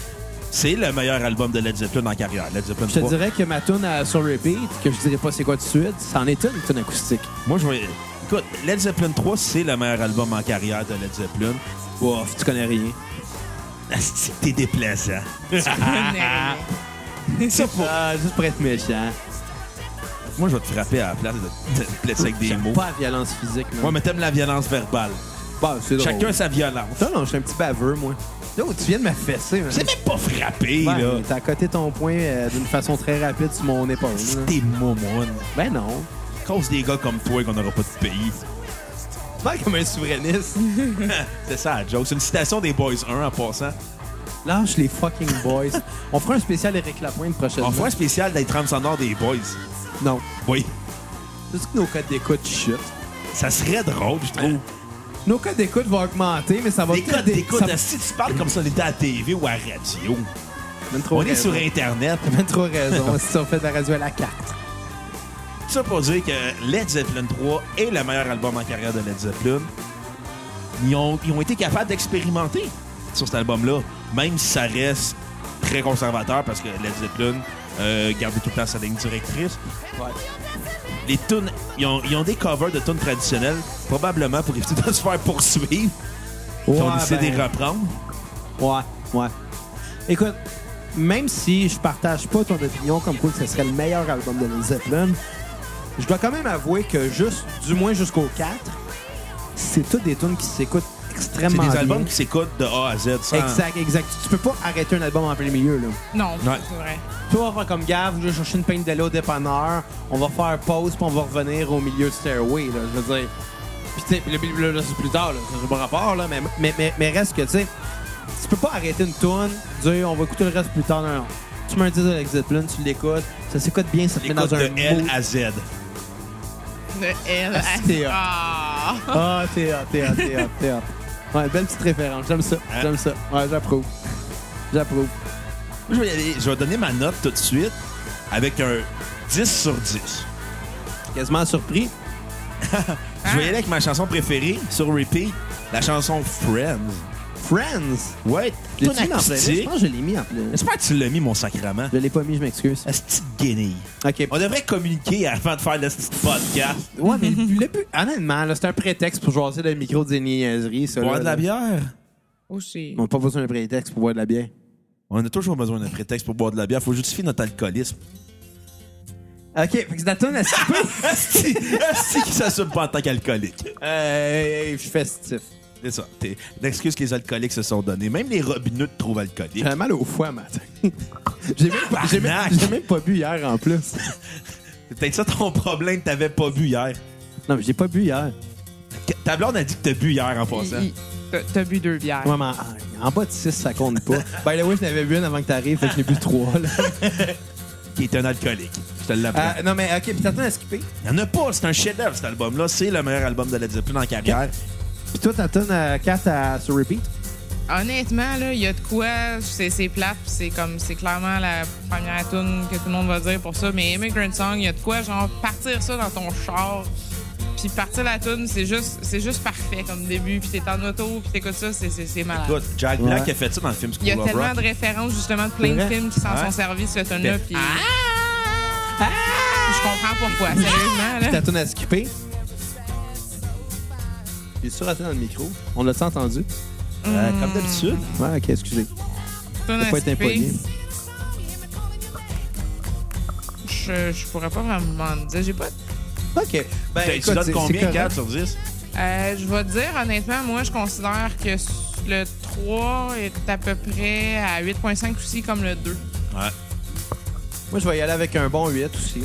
Speaker 3: c'est le meilleur album de Led Zeppelin en carrière. Led Zeppelin
Speaker 1: Je te
Speaker 3: 3.
Speaker 1: dirais que ma tune à- sur repeat, que je dirais pas c'est quoi tout de suite, c'en est une, une tune acoustique.
Speaker 3: Moi je vais- écoute, Led Zeppelin 3, c'est le meilleur album en carrière de Led Zeppelin.
Speaker 1: Ouf, tu connais
Speaker 3: (laughs)
Speaker 1: rien.
Speaker 3: Asti,
Speaker 1: (laughs)
Speaker 3: T'es déplaçant.
Speaker 4: Ah,
Speaker 1: Ça pour... Ah, juste pour être méchant.
Speaker 3: Moi je vais te frapper à la place de te blesser avec des
Speaker 1: J'aime
Speaker 3: mots.
Speaker 1: pas la violence physique, non.
Speaker 3: Moi, mais t'aimes la violence verbale.
Speaker 1: Bah, c'est drôle.
Speaker 3: Chacun hein. sa violence.
Speaker 1: Non, non, je suis un petit baveux, moi. Yo, tu viens de m'affaisser, man.
Speaker 3: C'est même pas frappé,
Speaker 1: Ouais,
Speaker 3: là.
Speaker 1: mais T'as coté ton poing euh, d'une façon très rapide sur mon épaule. là.
Speaker 3: C'est T'es momoune.
Speaker 1: Ben non.
Speaker 3: Cause des gars comme toi qu'on n'aura pas de pays.
Speaker 1: Tu parles comme un souverainiste.
Speaker 3: (laughs) C'est ça la joke. C'est une citation des Boys 1 en passant.
Speaker 1: Lâche les fucking boys. (laughs) On fera un spécial Eric Lapointe prochainement.
Speaker 3: On fera un spécial des trames sonores des Boys.
Speaker 1: Non.
Speaker 3: Oui.
Speaker 1: Juste que nos codes d'écoute shit.
Speaker 3: Ça serait drôle, je trouve.
Speaker 1: Nos codes d'écoute vont augmenter, mais ça va
Speaker 3: Les
Speaker 1: peut-être
Speaker 3: codes d'écoute,
Speaker 1: ça-
Speaker 3: si tu parles comme ça, on était à la TV ou à la radio.
Speaker 1: Même trop
Speaker 3: On est
Speaker 1: raison.
Speaker 3: sur Internet.
Speaker 1: (laughs) T'as même trop raison. si on fait de la radio à la carte.
Speaker 3: Ça pour dire que Led Zeppelin 3 est le meilleur album en carrière de Led Zeppelin. Ils ont, ils ont été capables d'expérimenter sur cet album-là, même si ça reste très conservateur parce que Led Zeppelin euh, gardait tout le temps sa ligne directrice. Les tunes, ils ont, ils ont des covers de tunes traditionnelles, probablement pour éviter de (laughs) se faire poursuivre. Ils ont décidé de les reprendre.
Speaker 1: Ouais, ben, ouais. Écoute, même si je partage pas ton opinion comme quoi que ce serait le meilleur album de Led Zeppelin, je dois quand même avouer que juste, du moins jusqu'au 4, c'est toutes des tunes qui s'écoutent
Speaker 3: C'est
Speaker 1: extrêmement
Speaker 3: des
Speaker 1: bien.
Speaker 3: albums qui s'écoutent de A à Z. hein. Sans...
Speaker 1: Exact, exact. Tu peux pas arrêter un album en plein milieu, là.
Speaker 4: Non,
Speaker 3: Ouais.
Speaker 4: c'est vrai.
Speaker 1: Toi, on va comme Gav, je vais chercher une peine d'aller au dépanneur, on va faire pause, puis on va revenir au milieu de Stairway, là, je veux dire. Puis tu sais, puis là, puis là, là, c'est plus tard, là, ça n'a pas rapport, là, mais, mais, mais, mais reste que, tu sais, tu peux pas arrêter une toune, dire on va écouter le reste plus tard, non, non. Tu mets un disque de Led Zeppelin, tu l'écoutes, ça s'écoute bien, ça te met
Speaker 3: L'écoute
Speaker 1: dans un
Speaker 3: de L
Speaker 1: mood.
Speaker 3: à Z.
Speaker 4: De L
Speaker 1: Ah, c'était hot.
Speaker 4: à A.
Speaker 1: Ah, t'es hot, t'es hot, t'es hot, t'es hot. Ouais, belle petite référence. J'aime ça.
Speaker 3: Hein?
Speaker 1: J'aime ça. Ouais, j'approuve. J'approuve.
Speaker 3: Je vais, y aller- je vais donner ma note tout de suite avec un 10 sur 10.
Speaker 1: Quasiment surpris.
Speaker 3: Je vais y aller avec ma chanson préférée sur repeat, la chanson Friends.
Speaker 1: Friends.
Speaker 3: Ouais,
Speaker 1: L'ai-tu
Speaker 3: ton
Speaker 1: mis en playlist? Je
Speaker 3: acoustique.
Speaker 1: pense que je l'ai mis en playlist.
Speaker 3: J'espère que tu l'as mis, mon sacrement.
Speaker 1: Je l'ai pas mis, je m'excuse.
Speaker 3: La petite guenille.
Speaker 1: OK.
Speaker 3: On devrait communiquer avant de faire le petit podcast.
Speaker 1: Ah, Ouais, mais le but, le but- honnêtement, là, c'est un prétexte pour jaser le micro des niaiseries, ça.
Speaker 3: Boire
Speaker 1: là,
Speaker 3: de la
Speaker 1: là.
Speaker 3: bière.
Speaker 4: Oh, shit.
Speaker 1: On n'a pas besoin d'un prétexte pour boire de la bière.
Speaker 3: On a toujours besoin d'un prétexte pour boire de la bière. Faut justifier notre alcoolisme.
Speaker 1: OK, fait que c'est la toune à skipper. (laughs)
Speaker 3: Asti, (laughs) asti qui s'assume pas en tant qu'alcoolique.
Speaker 1: Euh, je suis festif.
Speaker 3: C'est ça. T'es- L'excuse que les alcooliques se sont donnée. Même les robineux te trouvent alcoolique.
Speaker 1: J'ai mal au foie, (laughs) matin. J'ai même, pas- j'ai même-
Speaker 3: Tabarnak!
Speaker 1: j'ai même pas bu hier, en plus.
Speaker 3: C'est peut-être ça ton problème, t'avais pas bu hier.
Speaker 1: Non, mais j'ai pas bu hier.
Speaker 3: Que- Ta blonde a dit que t'as bu hier en passant.
Speaker 4: Il- il- t'as- T'as bu deux bières.
Speaker 1: Ouais, mais en, en bas de 6, ça compte pas. (laughs) By the way, je n'avais bu une avant que t'arrives, fait que j'ai bu trois, là.
Speaker 3: Qui est un alcoolique. Je te l'apprends.
Speaker 1: Euh, non, mais OK, puis t'attends à skipper.
Speaker 3: Il y en a pas. C'est un chef-d'œuvre, cet album-là. C'est le meilleur album de la discipline en carrière.
Speaker 1: Puis toi, t'attends à 4 à, sur repeat.
Speaker 4: Honnêtement, là, il y a de quoi, c'est c'est plate, puis c'est comme, c'est clairement la première tune que tout le monde va dire pour ça, mais Immigrant Song, il y a de quoi, genre, partir ça dans ton char, puis partir la tune, c'est juste, c'est juste parfait comme début, puis t'es en auto, puis t'écoutes ça, c'est- c'est c'est malade.
Speaker 3: Écoute, Jack Black
Speaker 1: Ouais.
Speaker 3: a fait ça dans le film
Speaker 4: Il y a
Speaker 3: School of
Speaker 4: tellement
Speaker 3: Rock.
Speaker 4: de références, justement, de plein
Speaker 1: C'est
Speaker 4: de
Speaker 1: vrai?
Speaker 4: films qui s'en
Speaker 3: Ouais.
Speaker 4: sont servis, de cette tune-là,
Speaker 3: Fait-
Speaker 4: puis... Je comprends pourquoi, sérieusement, là.
Speaker 1: T'attends à skipper. J'ai surraté dans le micro. On l'a-tu entendu?
Speaker 3: Euh, comme d'habitude.
Speaker 1: Ouais, OK, excusez.
Speaker 4: Tune
Speaker 1: Faut
Speaker 4: à
Speaker 1: pas être
Speaker 4: skipper.
Speaker 1: impoli.
Speaker 4: Je, je pourrais pas vraiment te dire, j'ai pas...
Speaker 1: OK. Ben,
Speaker 3: T'as- tu
Speaker 1: écoute,
Speaker 3: donnes
Speaker 1: c'est- c'est
Speaker 3: combien,
Speaker 1: correct.
Speaker 3: 4 sur 10?
Speaker 4: Euh, je vais te dire, honnêtement, moi, je considère que le 3 est à peu près à 8,5 aussi, comme le 2.
Speaker 3: Ouais.
Speaker 1: Moi, je vais y aller avec un bon 8 aussi.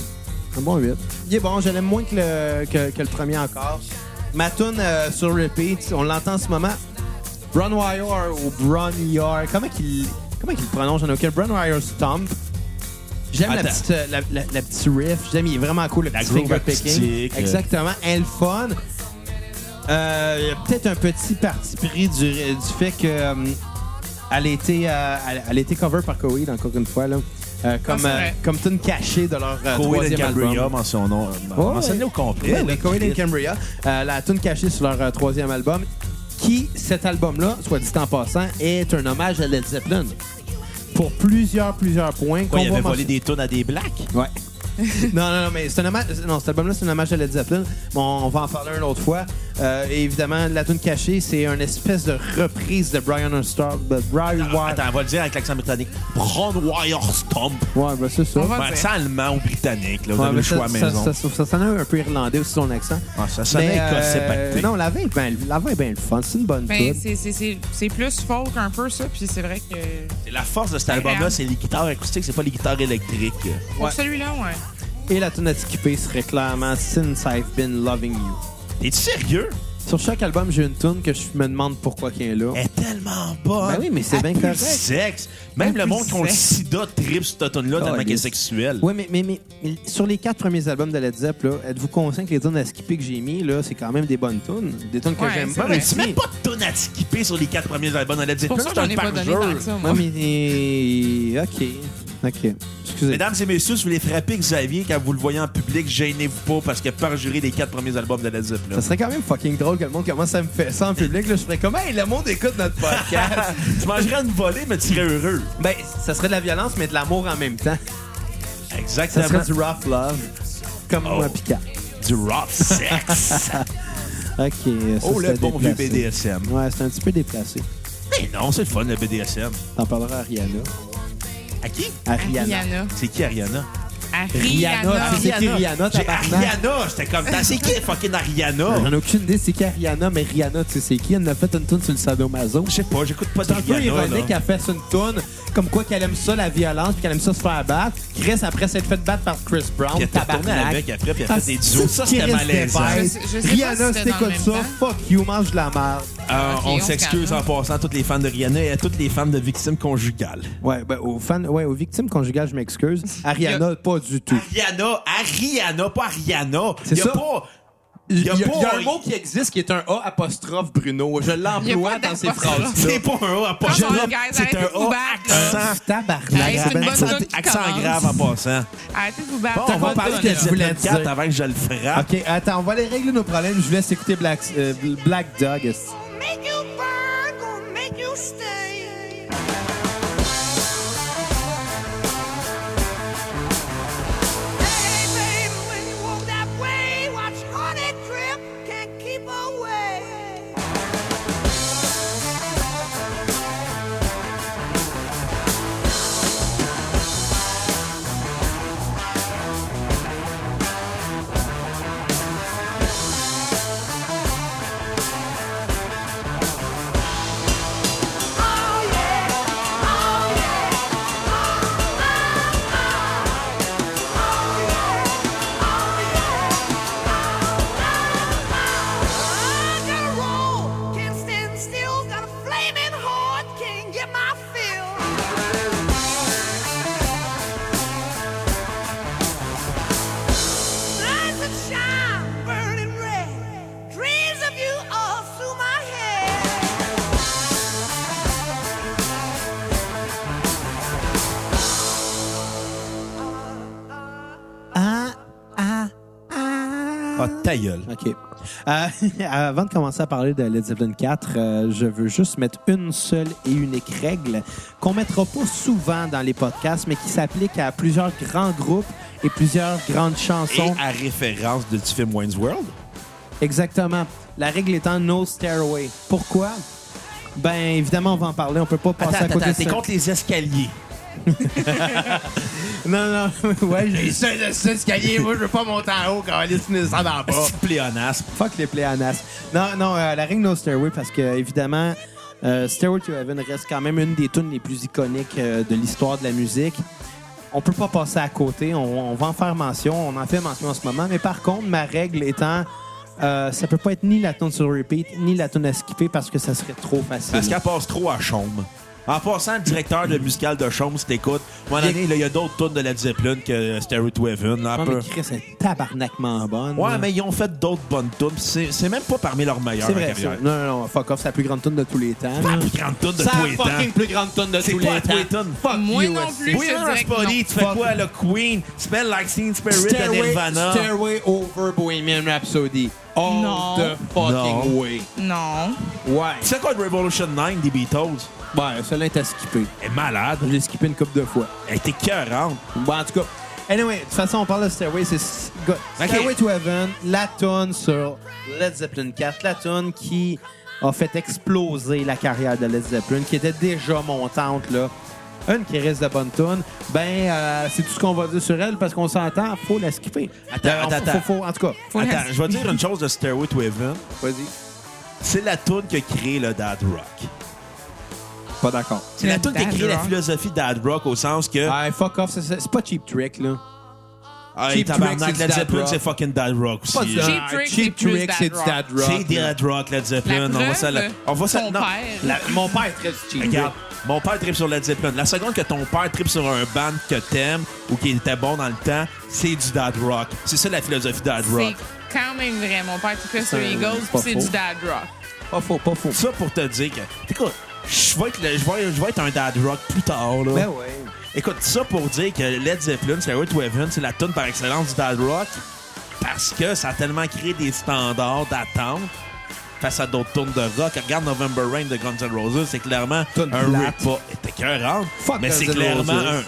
Speaker 1: Un bon 8. Il est bon, je l'aime moins que le, que, que le premier encore. Ma tune euh, sur repeat, on l'entend en ce moment. Brunwire ou Brunwire, comment qu'il comment qu'il le prononce en auquel Brunwire Stomp. J'aime la
Speaker 3: Attends.
Speaker 1: petite, euh, la, la- la petite riff, j'aime, il est vraiment cool, le
Speaker 3: La
Speaker 1: petit
Speaker 3: groove
Speaker 1: finger picking.
Speaker 3: artistique, euh.
Speaker 1: Exactement, elle est fun. Euh, il y a peut-être un petit parti pris du, du fait que euh, elle a été, euh, elle, elle a été cover par Coheed encore une fois là. Euh, comme
Speaker 4: Ah, c'est
Speaker 1: euh,
Speaker 4: vrai.
Speaker 1: comme tune cachée de leur euh,
Speaker 3: Coed and
Speaker 1: troisième
Speaker 3: Cambria,
Speaker 1: album.
Speaker 3: mentionnons.
Speaker 1: Ouais,
Speaker 3: Mentionnez au complet.
Speaker 1: Ouais,
Speaker 3: là.
Speaker 1: oui, Coheed and Cambria, euh, la tune cachée sur leur euh, troisième album, qui cet album-là, soit dit en passant, est un hommage à Led Zeppelin pour plusieurs plusieurs points.
Speaker 3: Quoi,
Speaker 1: qu'on
Speaker 3: il
Speaker 1: va
Speaker 3: avait volé
Speaker 1: mentionner.
Speaker 3: des tonnes à des blacks?
Speaker 1: Ouais. (laughs) non, non, non, mais c'est un hommage. Non, cet album-là, c'est un hommage à Led Zeppelin. Bon, on va en parler une autre fois. Euh, et évidemment, la tune cachée, c'est une espèce de reprise de Brian Star, de Brian
Speaker 3: Ah,
Speaker 1: Wire.
Speaker 3: Attends, on va le dire avec l'accent britannique. Brandwire Stomp.
Speaker 1: Ouais, ben c'est ça.
Speaker 4: On va-
Speaker 3: Ben, accent allemand ou britannique, là. Vous
Speaker 1: Ouais,
Speaker 3: avez
Speaker 1: mais
Speaker 3: le
Speaker 1: ça,
Speaker 3: choix à
Speaker 1: ça,
Speaker 3: maison.
Speaker 1: Ça, ça, ça sonnait un peu irlandais aussi, son accent.
Speaker 3: Ah, ça sonnait
Speaker 1: Mais,
Speaker 3: écossais
Speaker 1: euh,
Speaker 3: pacté.
Speaker 1: Non, la veille, ben, la veille, ben, le fun. C'est une bonne
Speaker 4: Ben,
Speaker 1: tune.
Speaker 4: c'est- c'est- c'est c'est plus folk un peu, ça, puis c'est vrai que...
Speaker 3: La force de cet album-là, c'est les guitares acoustiques, c'est pas les guitares électriques.
Speaker 4: Pour
Speaker 1: Ouais.
Speaker 4: celui-là, ouais.
Speaker 1: Et la tune à skipper serait clairement Since I've Been Loving You.
Speaker 3: T'es-tu sérieux?
Speaker 1: Sur chaque album, j'ai une tune que je me demande pourquoi qu'elle est là.
Speaker 3: Elle est tellement bonne.
Speaker 1: Ben oui, mais c'est
Speaker 3: Elle
Speaker 1: bien
Speaker 3: pue le
Speaker 1: correct.
Speaker 3: sexe. Même
Speaker 4: Elle
Speaker 3: le
Speaker 4: pue
Speaker 3: monde
Speaker 4: le
Speaker 3: qui ont le
Speaker 4: sexe.
Speaker 3: sida tripe cette automne-là tellement
Speaker 1: Caliste.
Speaker 3: qu'elle est sexuelle.
Speaker 1: Oui, mais, mais, mais mais sur les quatre premiers albums de Led Zepp, là, êtes-vous conscient que les tunes à skipper que j'ai mis, là, c'est quand même des bonnes tunes? Des tunes que
Speaker 4: Ouais,
Speaker 1: j'aime
Speaker 4: c'est
Speaker 1: pas.
Speaker 4: vrai.
Speaker 3: Tu mets pas de tonne à skipper sur les quatre premiers albums de Led
Speaker 4: Pour
Speaker 3: Zeppelin.
Speaker 4: ça,
Speaker 3: c'est
Speaker 4: j'en
Speaker 3: un
Speaker 4: ai pas donné
Speaker 3: parjure.
Speaker 4: tant que ça, moi.
Speaker 1: Ouais, mais. euh, OK. OK. Excusez.
Speaker 3: Mesdames et messieurs, si vous voulez frapper Xavier quand vous le voyez en public, gênez-vous pas parce que parjurer les quatre premiers albums de Led Zeppelin.
Speaker 1: Ça serait quand même fucking drôle que le monde commence à me faire ça en public. Là, je ferais comme, hey, le monde écoute notre podcast.
Speaker 3: tu mangerais une volée, mais tu serais heureux.
Speaker 1: (laughs) ben, ça serait de la violence, mais de l'amour en même temps. Ça
Speaker 3: Exactement.
Speaker 1: serait du rough love. Comme
Speaker 3: Oh.
Speaker 1: moi, Picard.
Speaker 3: du rock sex.
Speaker 1: OK. ça,
Speaker 3: oh, le
Speaker 1: c'était
Speaker 3: bon vieux
Speaker 1: déplacé.
Speaker 3: BDSM.
Speaker 1: Ouais, c'est un petit peu déplacé.
Speaker 3: (laughs) Mais non, c'est le fun, le BDSM.
Speaker 1: T'en parleras à Rihanna.
Speaker 3: À qui?
Speaker 1: À Rihanna.
Speaker 4: Rihanna.
Speaker 3: C'est qui, Ariana?
Speaker 4: À
Speaker 1: Rihanna,
Speaker 4: Rihanna.
Speaker 1: c'est qui Rihanna,
Speaker 3: J'ai
Speaker 1: tabarnak?
Speaker 3: Ariana! J'étais comme, t'as- c'est qui, fucking
Speaker 1: J'en
Speaker 3: Ariana?
Speaker 1: ai aucune idée c'est qui Ariana, mais Rihanna, tu sais c'est qui? Elle en a fait une tune sur le sadomaso.
Speaker 3: Je sais pas, j'écoute pas
Speaker 1: C'est un peu
Speaker 3: d'Ariana,
Speaker 1: ironique,
Speaker 3: là.
Speaker 1: elle fait une tune comme quoi qu'elle aime ça, la violence, puis qu'elle aime ça se faire battre. Chris, après s'être fait battre par Chris Brown,
Speaker 3: Puis elle t'a tourné
Speaker 1: tabarnak.
Speaker 3: avec après, puis elle a fait des duos. Ça,
Speaker 1: Chris
Speaker 3: c'était malaisant.
Speaker 1: Dépêche.
Speaker 4: Je sais- je sais pas
Speaker 1: Rihanna,
Speaker 4: si
Speaker 1: si
Speaker 4: c'était dans
Speaker 1: t'écoutes ça,
Speaker 4: le même
Speaker 1: fuck you, mange de la merde.
Speaker 3: Euh,
Speaker 4: Ok,
Speaker 3: on
Speaker 4: on
Speaker 3: s'excuse
Speaker 4: calme.
Speaker 3: en passant à toutes les fans de Rihanna et à toutes les femmes de victimes conjugales.
Speaker 1: Ouais, ben, aux fans, ouais, aux victimes conjugales, je m'excuse. À
Speaker 4: Il
Speaker 1: Rihanna, pas du tout.
Speaker 3: Rihanna, à Rihanna, pas à Rihanna.
Speaker 1: C'est
Speaker 3: y a
Speaker 1: ça.
Speaker 3: Pas...
Speaker 1: Il y, a,
Speaker 3: pas-
Speaker 1: il y a un mot qui existe qui est un A apostrophe Bruno. Je
Speaker 4: Il y a
Speaker 1: l'emploie
Speaker 4: pas
Speaker 1: dans ces
Speaker 4: d'apostrophe.
Speaker 1: phrases. (laughs)
Speaker 3: C'est pas un O à pas
Speaker 4: Come on,
Speaker 3: Drop,
Speaker 4: guys,
Speaker 3: C'est un
Speaker 4: arrêtez de vous
Speaker 3: O
Speaker 4: battre, là.
Speaker 3: accent,
Speaker 1: Tabarnak.
Speaker 4: Hey, c'est
Speaker 1: ben,
Speaker 4: une bonne
Speaker 1: ça-
Speaker 3: accent,
Speaker 4: Bonne
Speaker 3: accent
Speaker 4: commence.
Speaker 3: grave en passant.
Speaker 4: Arrêtez de vous battre.
Speaker 3: Bon,
Speaker 4: T'as
Speaker 3: on va
Speaker 4: pas
Speaker 3: parler
Speaker 4: de
Speaker 3: de
Speaker 4: gun,
Speaker 1: je voulais
Speaker 3: Diablo 4
Speaker 1: dire.
Speaker 3: avant que je le frappe.
Speaker 1: Ok, attends, on va aller régler nos problèmes. Je vous laisse écouter Black, euh, Black Dog. est-ce-
Speaker 2: Gonna make you burn, gonna make you stay. Hey, baby, when you walk that way, watch honey drip, can't keep away. Oh, yeah, oh, yeah, oh, oh, oh. Oh, yeah, oh, yeah, oh, oh, oh. I gotta roll, can't stand still, got a flaming heart, can't get my fill. Lights that shine, burning red, dreams of you all through my head.
Speaker 3: Ah, ta gueule.
Speaker 1: OK. Euh, (laughs) avant de commencer à parler de Led Zeppelin 4, euh, je veux juste mettre une seule et unique règle qu'on mettra pas souvent dans les podcasts, mais qui s'applique à plusieurs grands groupes et plusieurs grandes
Speaker 3: Et
Speaker 1: chansons.
Speaker 3: à référence de du film Wayne's World.
Speaker 1: Exactement. La règle étant No Stairway. Pourquoi? Ben, évidemment, on va en parler. On peut pas passer à côté de ça.
Speaker 3: les escaliers.
Speaker 1: Non, non. (laughs) ouais, j'ai ça, escalier. Moi, je veux pas monter en haut quand elle est descendre en
Speaker 3: Pas pléonasme.
Speaker 1: Fuck les pléonasmes. Non, non, euh, la règle No Stairway, parce que, évidemment, euh, Stairway to Heaven reste quand même une des tunes les plus iconiques euh, de l'histoire de la musique. On peut pas passer à côté. On, on va en faire mention. On en fait mention en ce moment. Mais par contre, ma règle étant, euh, ça peut pas être ni la tune sur repeat, ni la tune à skipper, parce que ça serait trop facile.
Speaker 3: Parce qu'elle passe trop à Chaume. En passant, le directeur de musical de Chaume, si t'écoutes, à un moment donné, là, il y a d'autres tunes de la Zeppelin que Stairway to Heaven. là, un
Speaker 1: Ouais,
Speaker 3: peu.
Speaker 1: mais Chris est tabarnakement bonne.
Speaker 3: Ouais, mais ils ont fait d'autres bonnes tunes. C'est c'est même pas parmi leurs meilleures
Speaker 1: C'est
Speaker 3: en
Speaker 1: vrai.
Speaker 3: carrière.
Speaker 1: c'est- Non, non, non, fuck off, c'est la plus grande tune de tous les temps.
Speaker 3: Pas
Speaker 1: là.
Speaker 3: la plus grande tune de
Speaker 1: C'est
Speaker 3: tous
Speaker 1: la
Speaker 3: les
Speaker 1: fucking
Speaker 3: temps.
Speaker 1: plus grande tune de
Speaker 3: C'est
Speaker 1: tous
Speaker 3: pas
Speaker 1: les
Speaker 3: la
Speaker 1: temps.
Speaker 3: plus grande tune.
Speaker 1: Fuck
Speaker 4: Moi
Speaker 1: you,
Speaker 4: non
Speaker 1: esti.
Speaker 4: plus.
Speaker 3: Oui,
Speaker 4: Je te dirais que
Speaker 3: Body,
Speaker 4: non.
Speaker 3: tu fais
Speaker 1: Fuck.
Speaker 3: quoi, le Queen? Tu fais Like Teen Spirit de
Speaker 1: Stairway,
Speaker 3: Nirvana.
Speaker 1: Stairway over Bohemian Rhapsody. All
Speaker 4: Non.
Speaker 1: the fucking
Speaker 3: Non.
Speaker 1: way.
Speaker 4: Non.
Speaker 1: Ouais.
Speaker 3: Tu sais quoi de Revolution 9 des Beatles?
Speaker 1: Ben, celle-là est à skipper.
Speaker 3: Elle est malade.
Speaker 1: Je l'ai skippé une couple de fois.
Speaker 3: Elle était cœurante.
Speaker 1: Bon, en tout cas. Anyway, de toute façon, on parle de Stairway. C'est s- go-
Speaker 3: Ok.
Speaker 1: Stairway to Heaven, la tune sur Led Zeppelin 4. La tune qui a fait exploser la carrière de Led Zeppelin, qui était déjà montante, là. Une qui reste de bonne tune. Ben, euh, c'est tout ce qu'on va dire sur elle parce qu'on s'entend, faut la skipper.
Speaker 3: Attends,
Speaker 1: Euh,
Speaker 3: attends,
Speaker 1: faut-
Speaker 3: attends.
Speaker 1: faut- faut- en tout cas,
Speaker 4: Faut la-
Speaker 3: Attends, je vais dire une chose de Stairway to Heaven.
Speaker 1: vas-y.
Speaker 3: C'est la toune qui a créé le dad rock.
Speaker 1: Pas d'accord.
Speaker 3: C'est la
Speaker 4: Le
Speaker 3: toune qui a
Speaker 4: dad
Speaker 3: créé la
Speaker 4: rock.
Speaker 3: philosophie dad rock au sens que
Speaker 1: Ah, fuck off, c'est- c'est c'est pas Cheap Trick, là.
Speaker 3: ah,
Speaker 1: Cheap Trick,
Speaker 3: tabarnak,
Speaker 1: c'est
Speaker 3: Led
Speaker 1: dad
Speaker 3: Zeppelin
Speaker 1: rock.
Speaker 3: c'est fucking dad rock aussi.
Speaker 4: ça.
Speaker 3: là.
Speaker 4: Cheap Trick,
Speaker 1: Cheap
Speaker 4: c'est plus
Speaker 1: Trick,
Speaker 4: dad
Speaker 1: c'est du
Speaker 4: rock.
Speaker 1: dad rock.
Speaker 3: C'est des
Speaker 1: là.
Speaker 3: dad rock Led Zeppelin.
Speaker 4: La
Speaker 3: on va
Speaker 4: preuve,
Speaker 3: ça on va ça
Speaker 4: ton
Speaker 3: non.
Speaker 4: père.
Speaker 1: La- mon père très cheap.
Speaker 3: Regarde, mon père tripe sur Led Zeppelin. La seconde que ton père tripe sur un band que t'aimes ou qui était bon dans le temps, c'est du dad rock. C'est ça la philosophie dad
Speaker 4: C'est
Speaker 3: rock.
Speaker 4: quand même vrai. Mon père, tu fais sur
Speaker 1: C'est
Speaker 4: Eagles,
Speaker 1: pas
Speaker 4: puis c'est
Speaker 1: faux.
Speaker 4: du dad rock.
Speaker 1: Pas faux, pas faux.
Speaker 3: Ça pour te dire que écoute, je vais être le- je vais je vais être un dad rock plus tard là.
Speaker 1: Ben ouais.
Speaker 3: Écoute, ça pour dire que Led Zeppelin, Stairway to Heaven, c'est la tune par excellence du dad rock parce que ça a tellement créé des standards d'attente face à d'autres tunes de rock. Regarde November Rain de Guns N' Roses, c'est clairement
Speaker 1: Tune
Speaker 3: un
Speaker 1: plate.
Speaker 3: rip-up. T'es écœurant,
Speaker 1: Fuck
Speaker 3: mais
Speaker 1: Guns
Speaker 3: c'est
Speaker 1: N'
Speaker 3: clairement
Speaker 1: Roses.
Speaker 3: un...